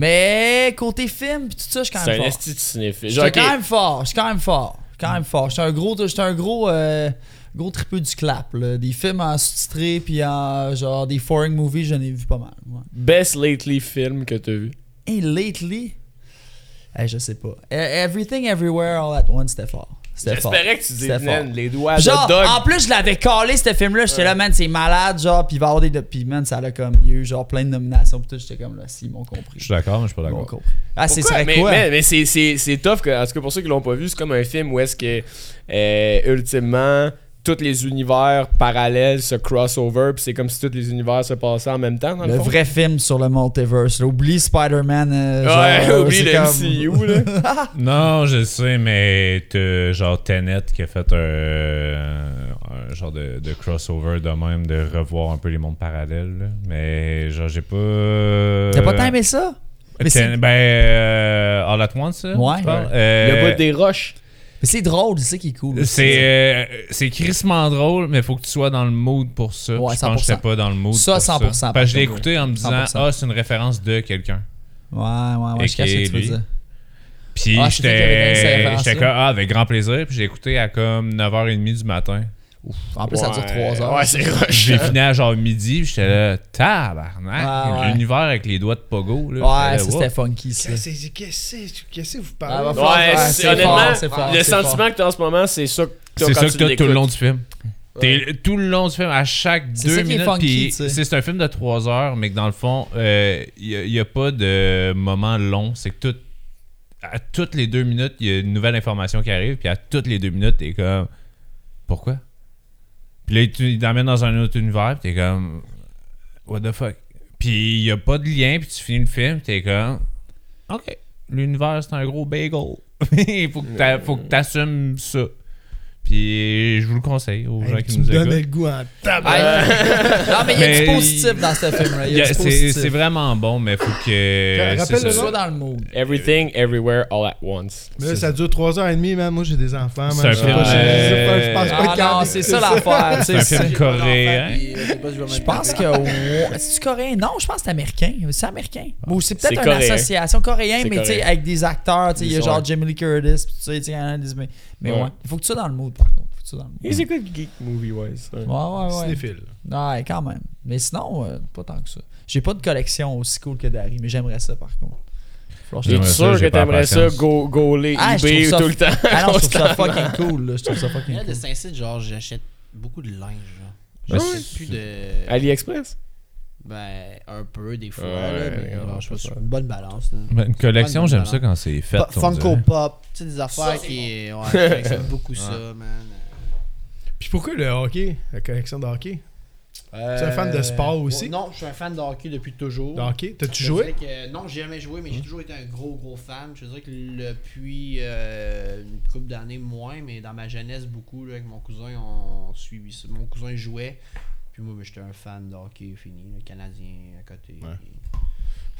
Mais côté film puis tout ça, je suis quand C'est même un fort. esti de cinéphile. Je suis Genre, ok, quand même fort. Je suis quand même fort. Quand même fort. J'étais un gros, j'étais un gros, euh, gros tripeux du clap, là. Des films en sous-titré, puis en genre des foreign movies, j'en ai vu pas mal. ouais. Best lately film que t'as vu. Et lately, eh, je sais pas. Eh, Everything Everywhere All at Once, c'était fort. C'était fort. J'espérais que tu dises C'était fort. man, les doigts Genre, de dog. en plus, je l'avais collé, ce film-là. J'étais là, man, c'est malade, genre, pis il va avoir des. Pis man, ça a comme. Il y a eu genre plein de nominations, pis tout. J'étais comme là, si, ils m'ont Je compris. suis d'accord, mais je suis pas Ils m'ont d'accord. compris. Ah, c'est Pourquoi? ça, mais, quoi? mais- mais c'est, c'est, c'est tough, que, en tout cas pour ceux qui l'ont pas vu, c'est comme un film où est-ce que euh, ultimement tous les univers parallèles se crossover, puis c'est comme si tous les univers se passaient en même temps dans le, Le fond. vrai film sur le multiverse. là. Oublie Spider-Man. euh, Ouais, genre, euh, oublie c'est le comme- MCU là. Non, je sais, mais t'as genre Tenet qui a fait un, un genre de, de crossover de même, de revoir un peu les mondes parallèles. là. Mais genre, j'ai pas. T'as pas tant aimé ça? Mais Ten- c'est- ben, euh, All At Once, là, Ouais. tu parles? Le Euh, bout des roches. Mais c'est drôle, c'est ça qui est cool. C'est euh, c'est crissement drôle, mais faut que tu sois dans le mood pour ça. Ouais, je pense que 100%. j'étais pas dans le mood Ça, pour 100%, ça. Parce que je l'ai par contre. écouté en me disant 100%. ah, c'est une référence de quelqu'un. Ouais, ouais, ouais, je Et cache ce que tu veux lui. dire. Puis Ah, c'est toi qui avais donné cette j'étais référence-là. j'étais comme ah, avec grand plaisir, puis j'ai écouté à comme 9h30 du matin. En plus, ça dure Ouais, 3 heures. Ouais, c'est roche. J'ai fini à genre midi, puis j'étais là tabarnak, Ah, Ouais, ouais. l'univers avec les doigts de pogo là. Ouais, J'étais ça, là, c'était funky, ça. Qu'est-ce que- qu'est-ce que qu'est-ce que vous Ah, va parlez? falloir- Ouais, Ouais, c'est- c'est honnêtement, fort, c'est fort, le c'est fort. sentiment que t'as en ce moment, c'est ça que t'as C'est quand ça que tu t'as tout le l'écoutes. long du film. T'es- tout le long du film, à chaque C'est ça deux qui est minutes, funky, puis tu sais. c'est c'est un film de trois heures, mais que dans le fond, il n'y a, pas de moment long. C'est que tout, à toutes les deux minutes, il y a une nouvelle information qui arrive, puis à toutes les deux minutes, t'es comme pourquoi Puis là, tu t'emmènes dans un autre univers, puis t'es comme what the fuck Puis il n'y a pas de lien, puis tu finis le film, puis t'es comme ok, l'univers c'est un gros bagel. Il faut que t'a- faut que t'assumes ça. Puis je vous le conseille aux gens Hey, qui Tu me nous écoutent. donnais le goût hein. en tabac. non, mais il y a du Mais- positif dans ce film-là. Il y a Yeah, du c'est c'est positif. vraiment bon, mais faut que. Rappelle c'est le ça. Sois dans le mood. Euh, Everything, everywhere, all at once. Mais là, ça dure 3h30, man. Moi, j'ai des enfants, man. C'est un Je sais film, pas, je- euh, je sais pas, je pense pas Ah qu'il y en non, ait. c'est ça l'affaire. C'est tu sais, un c'est- film coréen. euh, Je pense que. ouais. C'est-tu coréen? Non, je pense que c'est américain. C'est américain. Ou c'est C'est peut-être une coréen. association coréenne, C'est mais tu sais, coréen. avec des acteurs. tu sais, Il y a Ils genre ont- Jamie Lee Curtis. pis tout ça, tu sais, il y en a des- Mais, mais Ouais. ouais. Il faut que tu sois dans le mood, par contre. Faut que tu sois dans le mood. He's a good geek movie wise. Ouais, ouais, ouais. Cinéphile. Ouais, quand même. Mais sinon, euh, pas tant que ça. J'ai pas de collection aussi cool que Dari, mais j'aimerais ça, par contre. Faut que je- T'es J'aimerais ça, sûr que j'ai pas la t'aimerais ça patience. go gauler Ah, je eBay trouve ça- tout le temps? Ah non, je trouve ça fucking cool. là. Je trouve ça fucking Là, de cool. Saint-Cyr, genre, j'achète beaucoup de linge. genre. Ben, J'achète plus de. AliExpress? Ben, un peu des fois. Ouais, là, mais regarde, genre, je sais pas, c'est une bonne balance. là. Ben, Une collection, Bonne j'aime valeur. ça quand c'est fait. Pop- on Funko dirait. Pop, tu sais, des affaires qui. Ouais, j'aime beaucoup ça, man. Puis pourquoi le hockey, la collection de hockey? Euh, es un fan de sport aussi? Non, je suis un fan de hockey depuis toujours. De hockey? T'as-tu Je joué? Hmm. dirais que- non, j'ai jamais joué, mais j'ai toujours été un gros, gros fan. Je dirais que depuis euh, une couple d'années, moins, mais dans ma jeunesse, beaucoup, là, avec mon cousin, on suivit ça. Mon cousin jouait, puis moi, ben, j'étais un fan de hockey fini, le canadien à côté.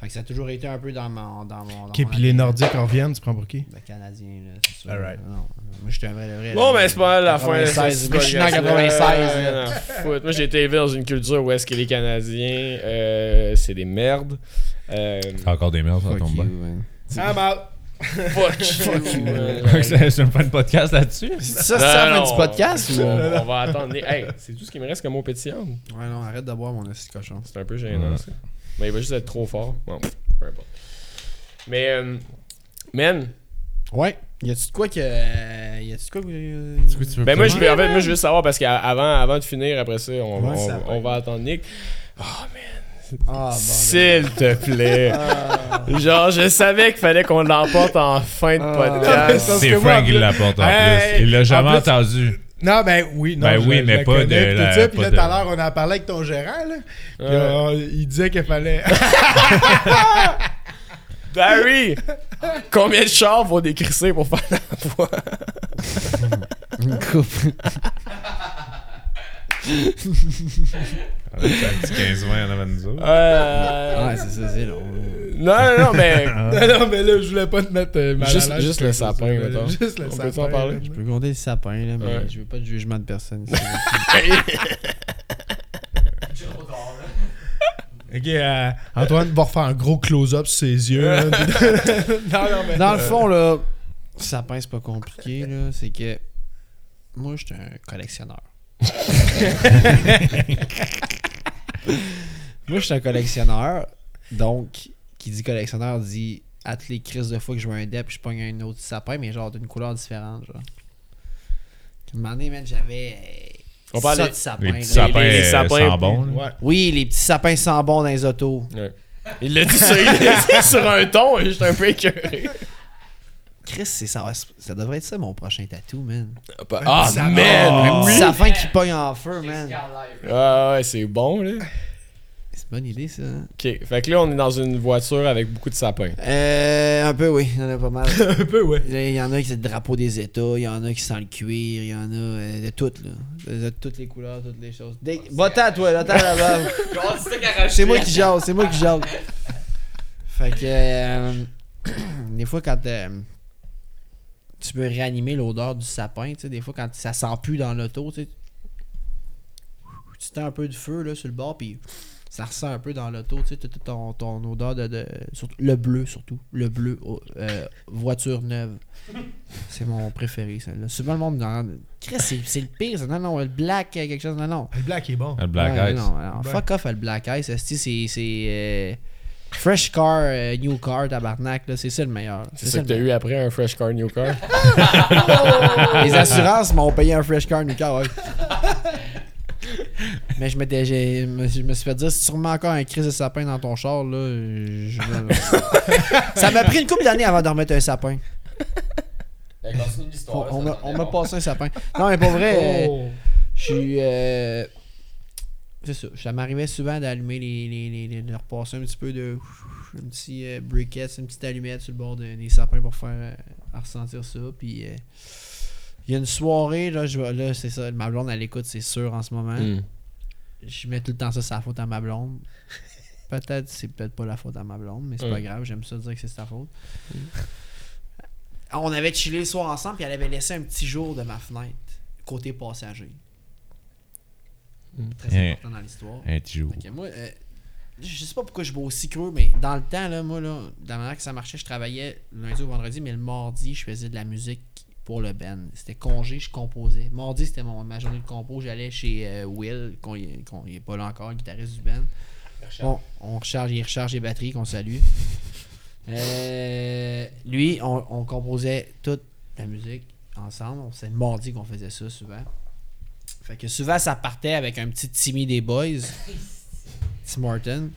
Fait que ça a toujours été un peu dans mon. Dans mon dans Ok, mon puis les ADN. Nordiques en reviennent, tu prends pour qui? Le canadien, là, c'est sûr. Alright. Non, moi, j'étais un vrai, le vrai. Bon, là. mais c'est pas la fin. 96, c'est pas je suis né en grave. 96, Ouais, là. non, foot. Moi, j'ai été élevé dans une culture où est-ce que les Canadiens, euh, c'est des merdes. Euh, Ah, T'as encore des merdes, ça Fuck tombe you, bien. man. Ah, bah! fuck, fuck you. Je me fais une podcast là-dessus. Ça, Non, ça fait non, du podcast ou. euh? on, on va attendre. Hey, c'est tout ce qui me reste comme mot pétillant. Ouais, non, arrête de boire mon assis de cochon. C'est un peu gênant, Ouais. ça. Mais il va juste être trop fort. Bon, peu importe. Mais, euh, man, Ouais. Y a-tu de quoi que. Y a-tu de quoi que. euh, ben moi, je veux, en fait, moi, je veux savoir parce qu'avant avant de finir, après ça, on, Ouais, on- ça on va attendre Nick. Ah, S'il te plaît. Genre, je savais qu'il fallait qu'on l'emporte en fin de podcast. C'est Frank qui l'apporte en plus. Hey, Il l'a jamais en plus- entendu. Non, ben oui, non. Ben je oui, la- je mais la pas connais, de puis la- Tout ça, puis pas là, de- tout à l'heure, on en parlait avec ton gérant, là. Puis euh, il disait qu'il fallait. Barry, combien de chars vont décrisser pour faire la voix? Une coupe. Ah, Un petit 15-20 en avant de nous autres. Euh, Ouais, Ah. c'est ça, c'est long. Non, non, non, mais non, non, mais là, je voulais pas te mettre. euh, mal à Juste- l'aise, juste le quelque chose, sapin, mais mettons. Juste le On sapin. peut-tu en parler? là. Je peux compter le sapin, là, mais Ouais. je veux pas de jugement de personne. Ok, euh, Antoine va refaire un gros close-up sur ses yeux. là. non, non, mais. Dans le fond, là, sapin, c'est pas compliqué, là. C'est que. Moi, j'étais un collectionneur. Moi, je suis un collectionneur. Donc, qui dit collectionneur dit atteler les crises de fois que je veux un dep puis je pogne un autre sapin, mais genre d'une couleur différente. Genre. Une année, man, j'avais. euh, On parle ça des- de sapin, Les là. petits sapins, les les, sapins, sans bon. là. Ouais. Oui, les petits sapins sans bon dans les autos. Ouais. Il l'a dit sur, il l'a dit sur un ton, et j'étais un peu écœuré. Chris, c'est ça, ça devrait être ça mon prochain tatou, man. Ah, man! Un oui. petit sapin qui pogne en feu, man. Ah ouais, c'est bon, là. C'est une bonne idée, ça. hein? Ok, fait que là, on est dans une voiture avec beaucoup de sapins. Euh, un peu, oui. Il y en a pas mal. Un peu, ouais. Là, Il y en a qui c'est le drapeau des États, il y en a qui sent le cuir, il y en a euh, de toutes, là. De, de toutes les couleurs, toutes les choses. Des... Va-t'en, toi, là, t'en là-bas. c'est moi qui jase, c'est moi qui jase. Fait que. euh, des fois, quand. euh, tu peux réanimer l'odeur du sapin, tu sais, des fois, quand ça sent plus dans l'auto, tu sais. Tu tends un peu de feu, là, sur le bord, puis. Ça ressent un peu dans l'auto, tu sais, t'as- t'as ton, ton odeur de. de- surtout- le bleu, surtout. Le bleu, oh, euh, voiture neuve. C'est mon préféré, celle-là. Souvent, le monde me demande Chris, c'est c'est le pire, ça. Non, non, le black, euh, quelque chose. Non, non. Le black est bon. Le Black Ouais, Ice. Non, non, Black. Fuck off, le black ice. esti, C'est. c'est, euh, fresh car, euh, new car, tabarnak, là. C'est ça le meilleur. C'est ça le que t'as eu après, un fresh car, new car? meilleur. Les assurances m'ont payé un fresh car, new car, ouais. Mais je m'étais. j'ai- Je me je me suis fait dire, c'est sûrement encore un crise de sapin dans ton char, là. euh, je- ça m'a pris une couple d'années avant de remettre un sapin. On, on m'a- on m'a passé un sapin. Non, mais pour vrai, euh, je suis. euh, c'est ça. Ça m'arrivait souvent d'allumer les, les, les, les- de repasser un petit peu de. Un petit euh, briquet, une petite allumette sur le bord de- des sapins pour faire euh, ressentir ça. Puis. euh, il y a une soirée, là, je vais- là c'est ça. Ma blonde, elle écoute, c'est sûr, en ce moment. Hmm. Je mets tout le temps ça, c'est la faute à ma blonde. Peut-être, c'est peut-être pas la faute à ma blonde, mais c'est Ouais. pas grave, j'aime ça dire que c'est sa faute. On avait chillé le soir ensemble, puis elle avait laissé un petit jour de ma fenêtre, côté passager. Très Yeah. important dans l'histoire. Un petit jour. Fait que moi, euh, je sais pas pourquoi je bois aussi creux, mais dans le temps, là, moi, là, de la manière que ça marchait, je travaillais lundi au vendredi, mais le mardi, je faisais de la musique pour le band. C'était congé, je composais. Mardi, c'était mon, ma journée de compo. J'allais chez euh, Will, qu'on y- qu'on y est pas là encore, le guitariste du band. On, on recharge, il recharge les batteries, qu'on salue. Euh, lui, on, on composait toute la musique ensemble. On- C'est le mardi qu'on faisait ça souvent. Fait que souvent, ça partait avec un petit Timmy des Boys. Tim Martin.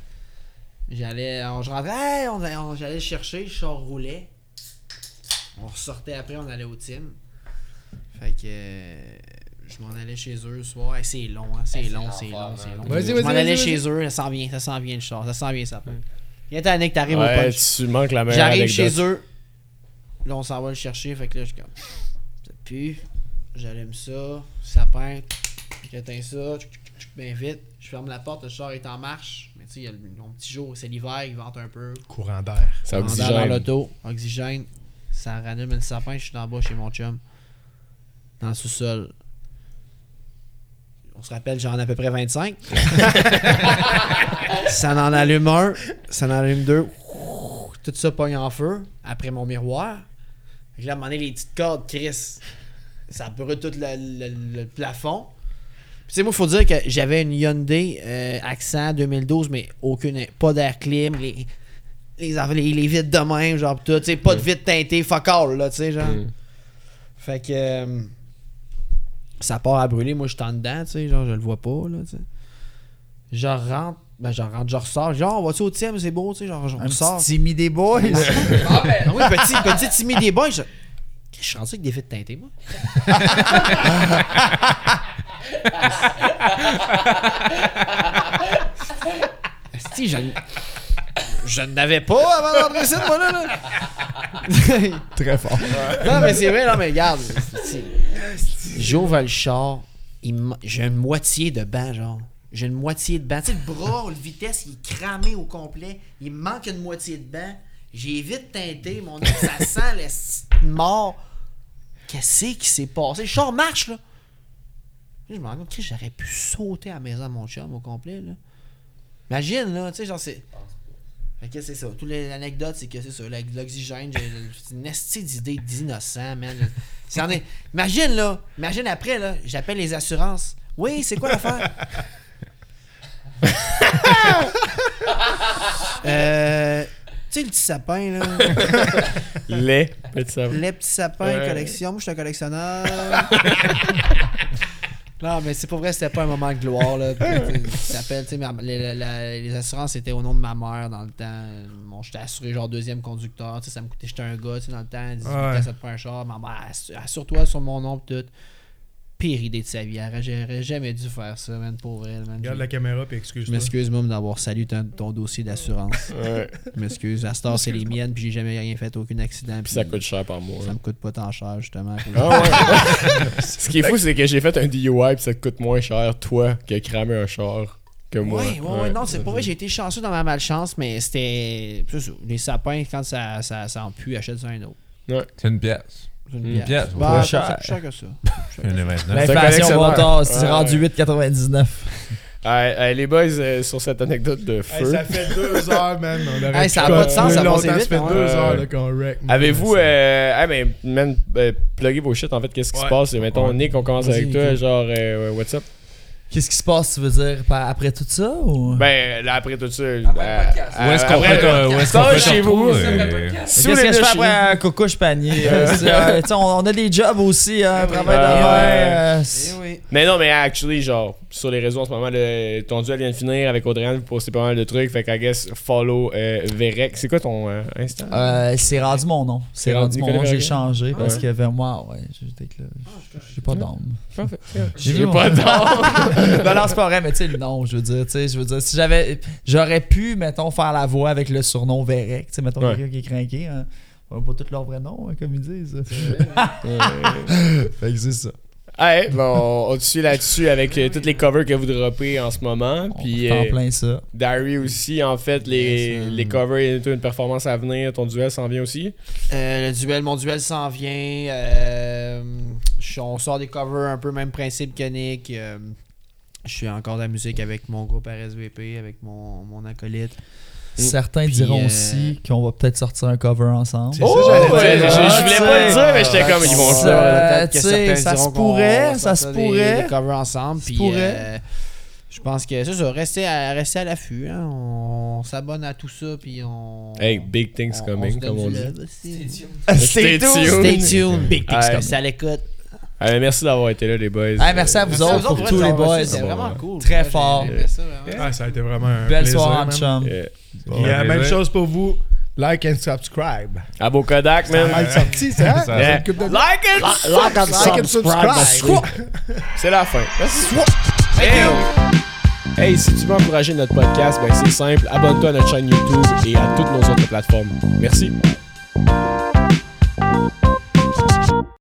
J'allais, on- je rentrais, hey, on, on- j'allais le chercher, le char roulait. On ressortait après, on allait au team. Fait que euh, je m'en allais chez eux le soir. Hey, c'est long, hein, c'est long, c'est long, c'est long. Vas-y, Je vas-y, m'en vas-y, allais vas-y. chez eux, ça s'en vient, ça s'en vient le char, ça s'en vient ça. Il y a ta année que t'arrives au Ouais, punch. tu manques la meilleure J'arrive anecdote. chez eux. Là, on s'en va le chercher. Fait que là, je suis comme. Ça pue. J'allume ça. Sapin. J'éteins ça. tchou, tchou, tchou, Bien vite. Je ferme la porte. Le char est en marche. Mais tu sais, il y a le- mon petit jour. C'est l'hiver. Il vente un peu. Courant d'air. Ça On rentre dans oxygène. l'auto. Oxygène. Ça ranime le sapin. Je suis en bas chez mon chum. Dans le sous-sol. On se rappelle, j'en ai à peu près 25. ça en allume un. Ça en allume deux tout ça pogne en feu après mon miroir. Fait que là, à un moment donné, les petites cordes, Chris, ça brûle tout le, le- le plafond. Puis, tu sais, moi, il faut dire que j'avais une Hyundai euh, Accent 2012, mais aucune, pas d'air clim, les, les, aff- les, les vitres de même, genre, pis tout, tu sais, pas de vitres teintées, fuck all, là, tu sais, genre. Fait que. euh, ça part à brûler, moi, je suis en dedans, tu sais, genre, je le vois pas, là, tu sais. Je rentre, ben, je rentre, je ressors, genre, on va-tu au team, c'est beau, tu sais, genre, je Un ressors. petit Timmy des boys. Ah oui, petit, petit timide des boys. Je, je suis rendu avec des vitres teintées, moi. Esti, je, n- je n'avais pas avant d'entrer ici, moi, là. là. Très fort. non, mais c'est vrai, non, mais regarde. esti. J'ouvre le char, il m- j'ai une moitié de banc, genre. J'ai une moitié de banc. Tu sais, le bras, le vitesse, il est cramé au complet. Il me manque une moitié de banc. J'ai vite teinté, mon ami, ça sent le s- mort. Qu'est-ce qui s'est passé? Le char marche, là. Je me rends compte que j'aurais pu sauter à la maison de mon chum au complet, là. Imagine, là, tu sais, genre, c'est. Fait que c'est ça. Toutes les anecdotes, c'est que c'est ça. l'ox- L'oxygène, j'ai- c'est une estime d'idée d'innocent, man. C'en est- Imagine, là. Imagine après, là. J'appelle les assurances. Oui, c'est quoi l'affaire? euh, tu sais, le petit sapin, là. Les petits savants. Les petits sapins, Ouais. collection. Moi, je suis un collectionneur. non, mais c'est pas vrai, c'était pas un moment de gloire. Là. Puis, tu sais, tu t'appelles, tu sais, ma- les, la- la- les assurances étaient au nom de ma mère dans le temps. Bon, j'étais assuré genre deuxième conducteur. Tu sais, ça me coûtait, j'étais un gars, tu sais, dans le temps. 18 ans, Ouais. ça te prend un char. Ma mère, assu- assure-toi sur mon nom, pis tout. Pire idée de sa vie. elle- J'aurais jamais dû faire ça, man, pour vrai. man. Regarde la caméra puis Je excuse-moi. m'excuse, même d'avoir salué ton, ton dossier d'assurance. Je m'excuse. À ce temps, c'est les miennes, puis j'ai jamais rien fait, aucun accident. Puis ça puis- coûte cher par mois. ça me coûte pas tant cher, justement. Ah ouais. Ce qui est fou, c'est que j'ai fait un DUI pis ça te coûte moins cher, toi, que cramer un char que moi. ouais, ouais, ouais, non, c'est pas vrai. J'ai été chanceux dans ma malchance, mais c'était. c'est ça, Les sapins, quand ça, ça, ça en pue, achète un autre. C'est une pièce. C'est Une Une pièce. pièce. Bah, ouais. c'est pas cher Eh que ça. Une et vingt-neuf. C'est un L'inflation, collectionneur. bâtard, c'est Ouais. rendu 8,99. Hey, hey, les boys, euh, sur cette anecdote de Hey, feu, ça fait deux heures, man. On aurait Hey, ça a pas de sens, ça a longtemps, passé vite, fait mais deux ouais. heures là, qu'on wreck. man. avez-vous. Ça- Euh, hey, ben, man, euh, pluguez vos shit, en fait, qu'est-ce qui se Ouais. passe? Et mettons, Ouais. Nick, on commence avec Vas-y, toi, Nick. genre, euh, what's up? Qu'est-ce qui se passe, tu veux dire, par- après tout ça ou? Ben, là, après tout ça. euh, le podcast. Où est-ce qu'on après- fait un- où est-ce qu'on Sors fait chez ton vous. trou, euh, euh, sous Qu'est-ce les que je deux fais chez après vous. un coco panier? euh, on, on a des jobs aussi, hein, travail Ouais. demain, euh, c'est- Eh oui. Mais non, mais actually, genre, sur les réseaux en ce moment, le, ton duel vient de finir avec Audrey, vous postez pas mal de trucs. Fait que, I guess, follow euh, Verec. C'est quoi ton euh, Insta? Euh, c'est rendu mon nom. C'est C'est rendu rendu mon nom. J'ai Nicolas changé parce Ouais. que vers moi, ouais, j'étais que là, j'ai pas d'âme. Parfait. J'ai J'ai vu pas mon- d'âme. non, non, c'est pas vrai, mais tu sais, le nom, je veux dire, tu sais, je veux dire, si j'avais, j'aurais pu, mettons, faire la voix avec le surnom Vérec, tu sais, mettons, Ouais. quelqu'un qui est craqué, hein. Ouais, pas tous leurs vrais noms, hein, comme ils disent. fait que c'est ça. Ouais, Ah, bon, on te suit là-dessus avec euh, toutes les covers que vous dropez en ce moment. On Puis, est en euh, plein ça. Diary aussi, en fait, les, les covers et tout, une performance à venir. Ton duel s'en vient aussi. Euh, le duel, mon duel s'en vient. euh, je- on sort des covers un peu même principe que Nick. euh, je suis encore de la musique avec mon groupe RSVP, avec mon, mon acolyte. Certains Puis, diront euh, aussi qu'on va peut-être sortir un cover ensemble. C'est ça, j'allais Oh, ouais, dire. je, je voulais pas le dire, mais j'étais Fait comme, que ils vont le ça- faire. peut-être que tu sais, certains ça se diront qu'on pourrait, va ça se sortir des- pourrait. des covers ensemble, Ça se puis pourrait. euh, je pense que c'est ça, rester à, rester à l'affût. hein. On, s'abonne à tout ça, puis on. Hey, big things on- coming, se donne comme on du dit. love aussi. Stay Stay tuned. tuned. Big things coming. à l'écoute. Allez, Ah, ben, merci d'avoir été là, les boys. Ah, merci à vous Merci à autres vous pour autres tous de les nous avoir boys. reçus, C'était vraiment cool. Très Ouais, j'ai fort. aimé ça, vraiment. Ah, ça a été vraiment un Belle plaisir, soirée, man. chum. Euh, bon, Et la on même est- chose pour vous. Like and subscribe. à beau Kodak, man. Mal sorti, ça. hein? Ça- Yeah. Une coupe de- Like it! Like and Ah, subscribe. C'est la fin. Merci. Hey, si tu veux encourager notre podcast, ben c'est simple. Abonne-toi à notre chaîne YouTube et à toutes nos autres plateformes. Merci.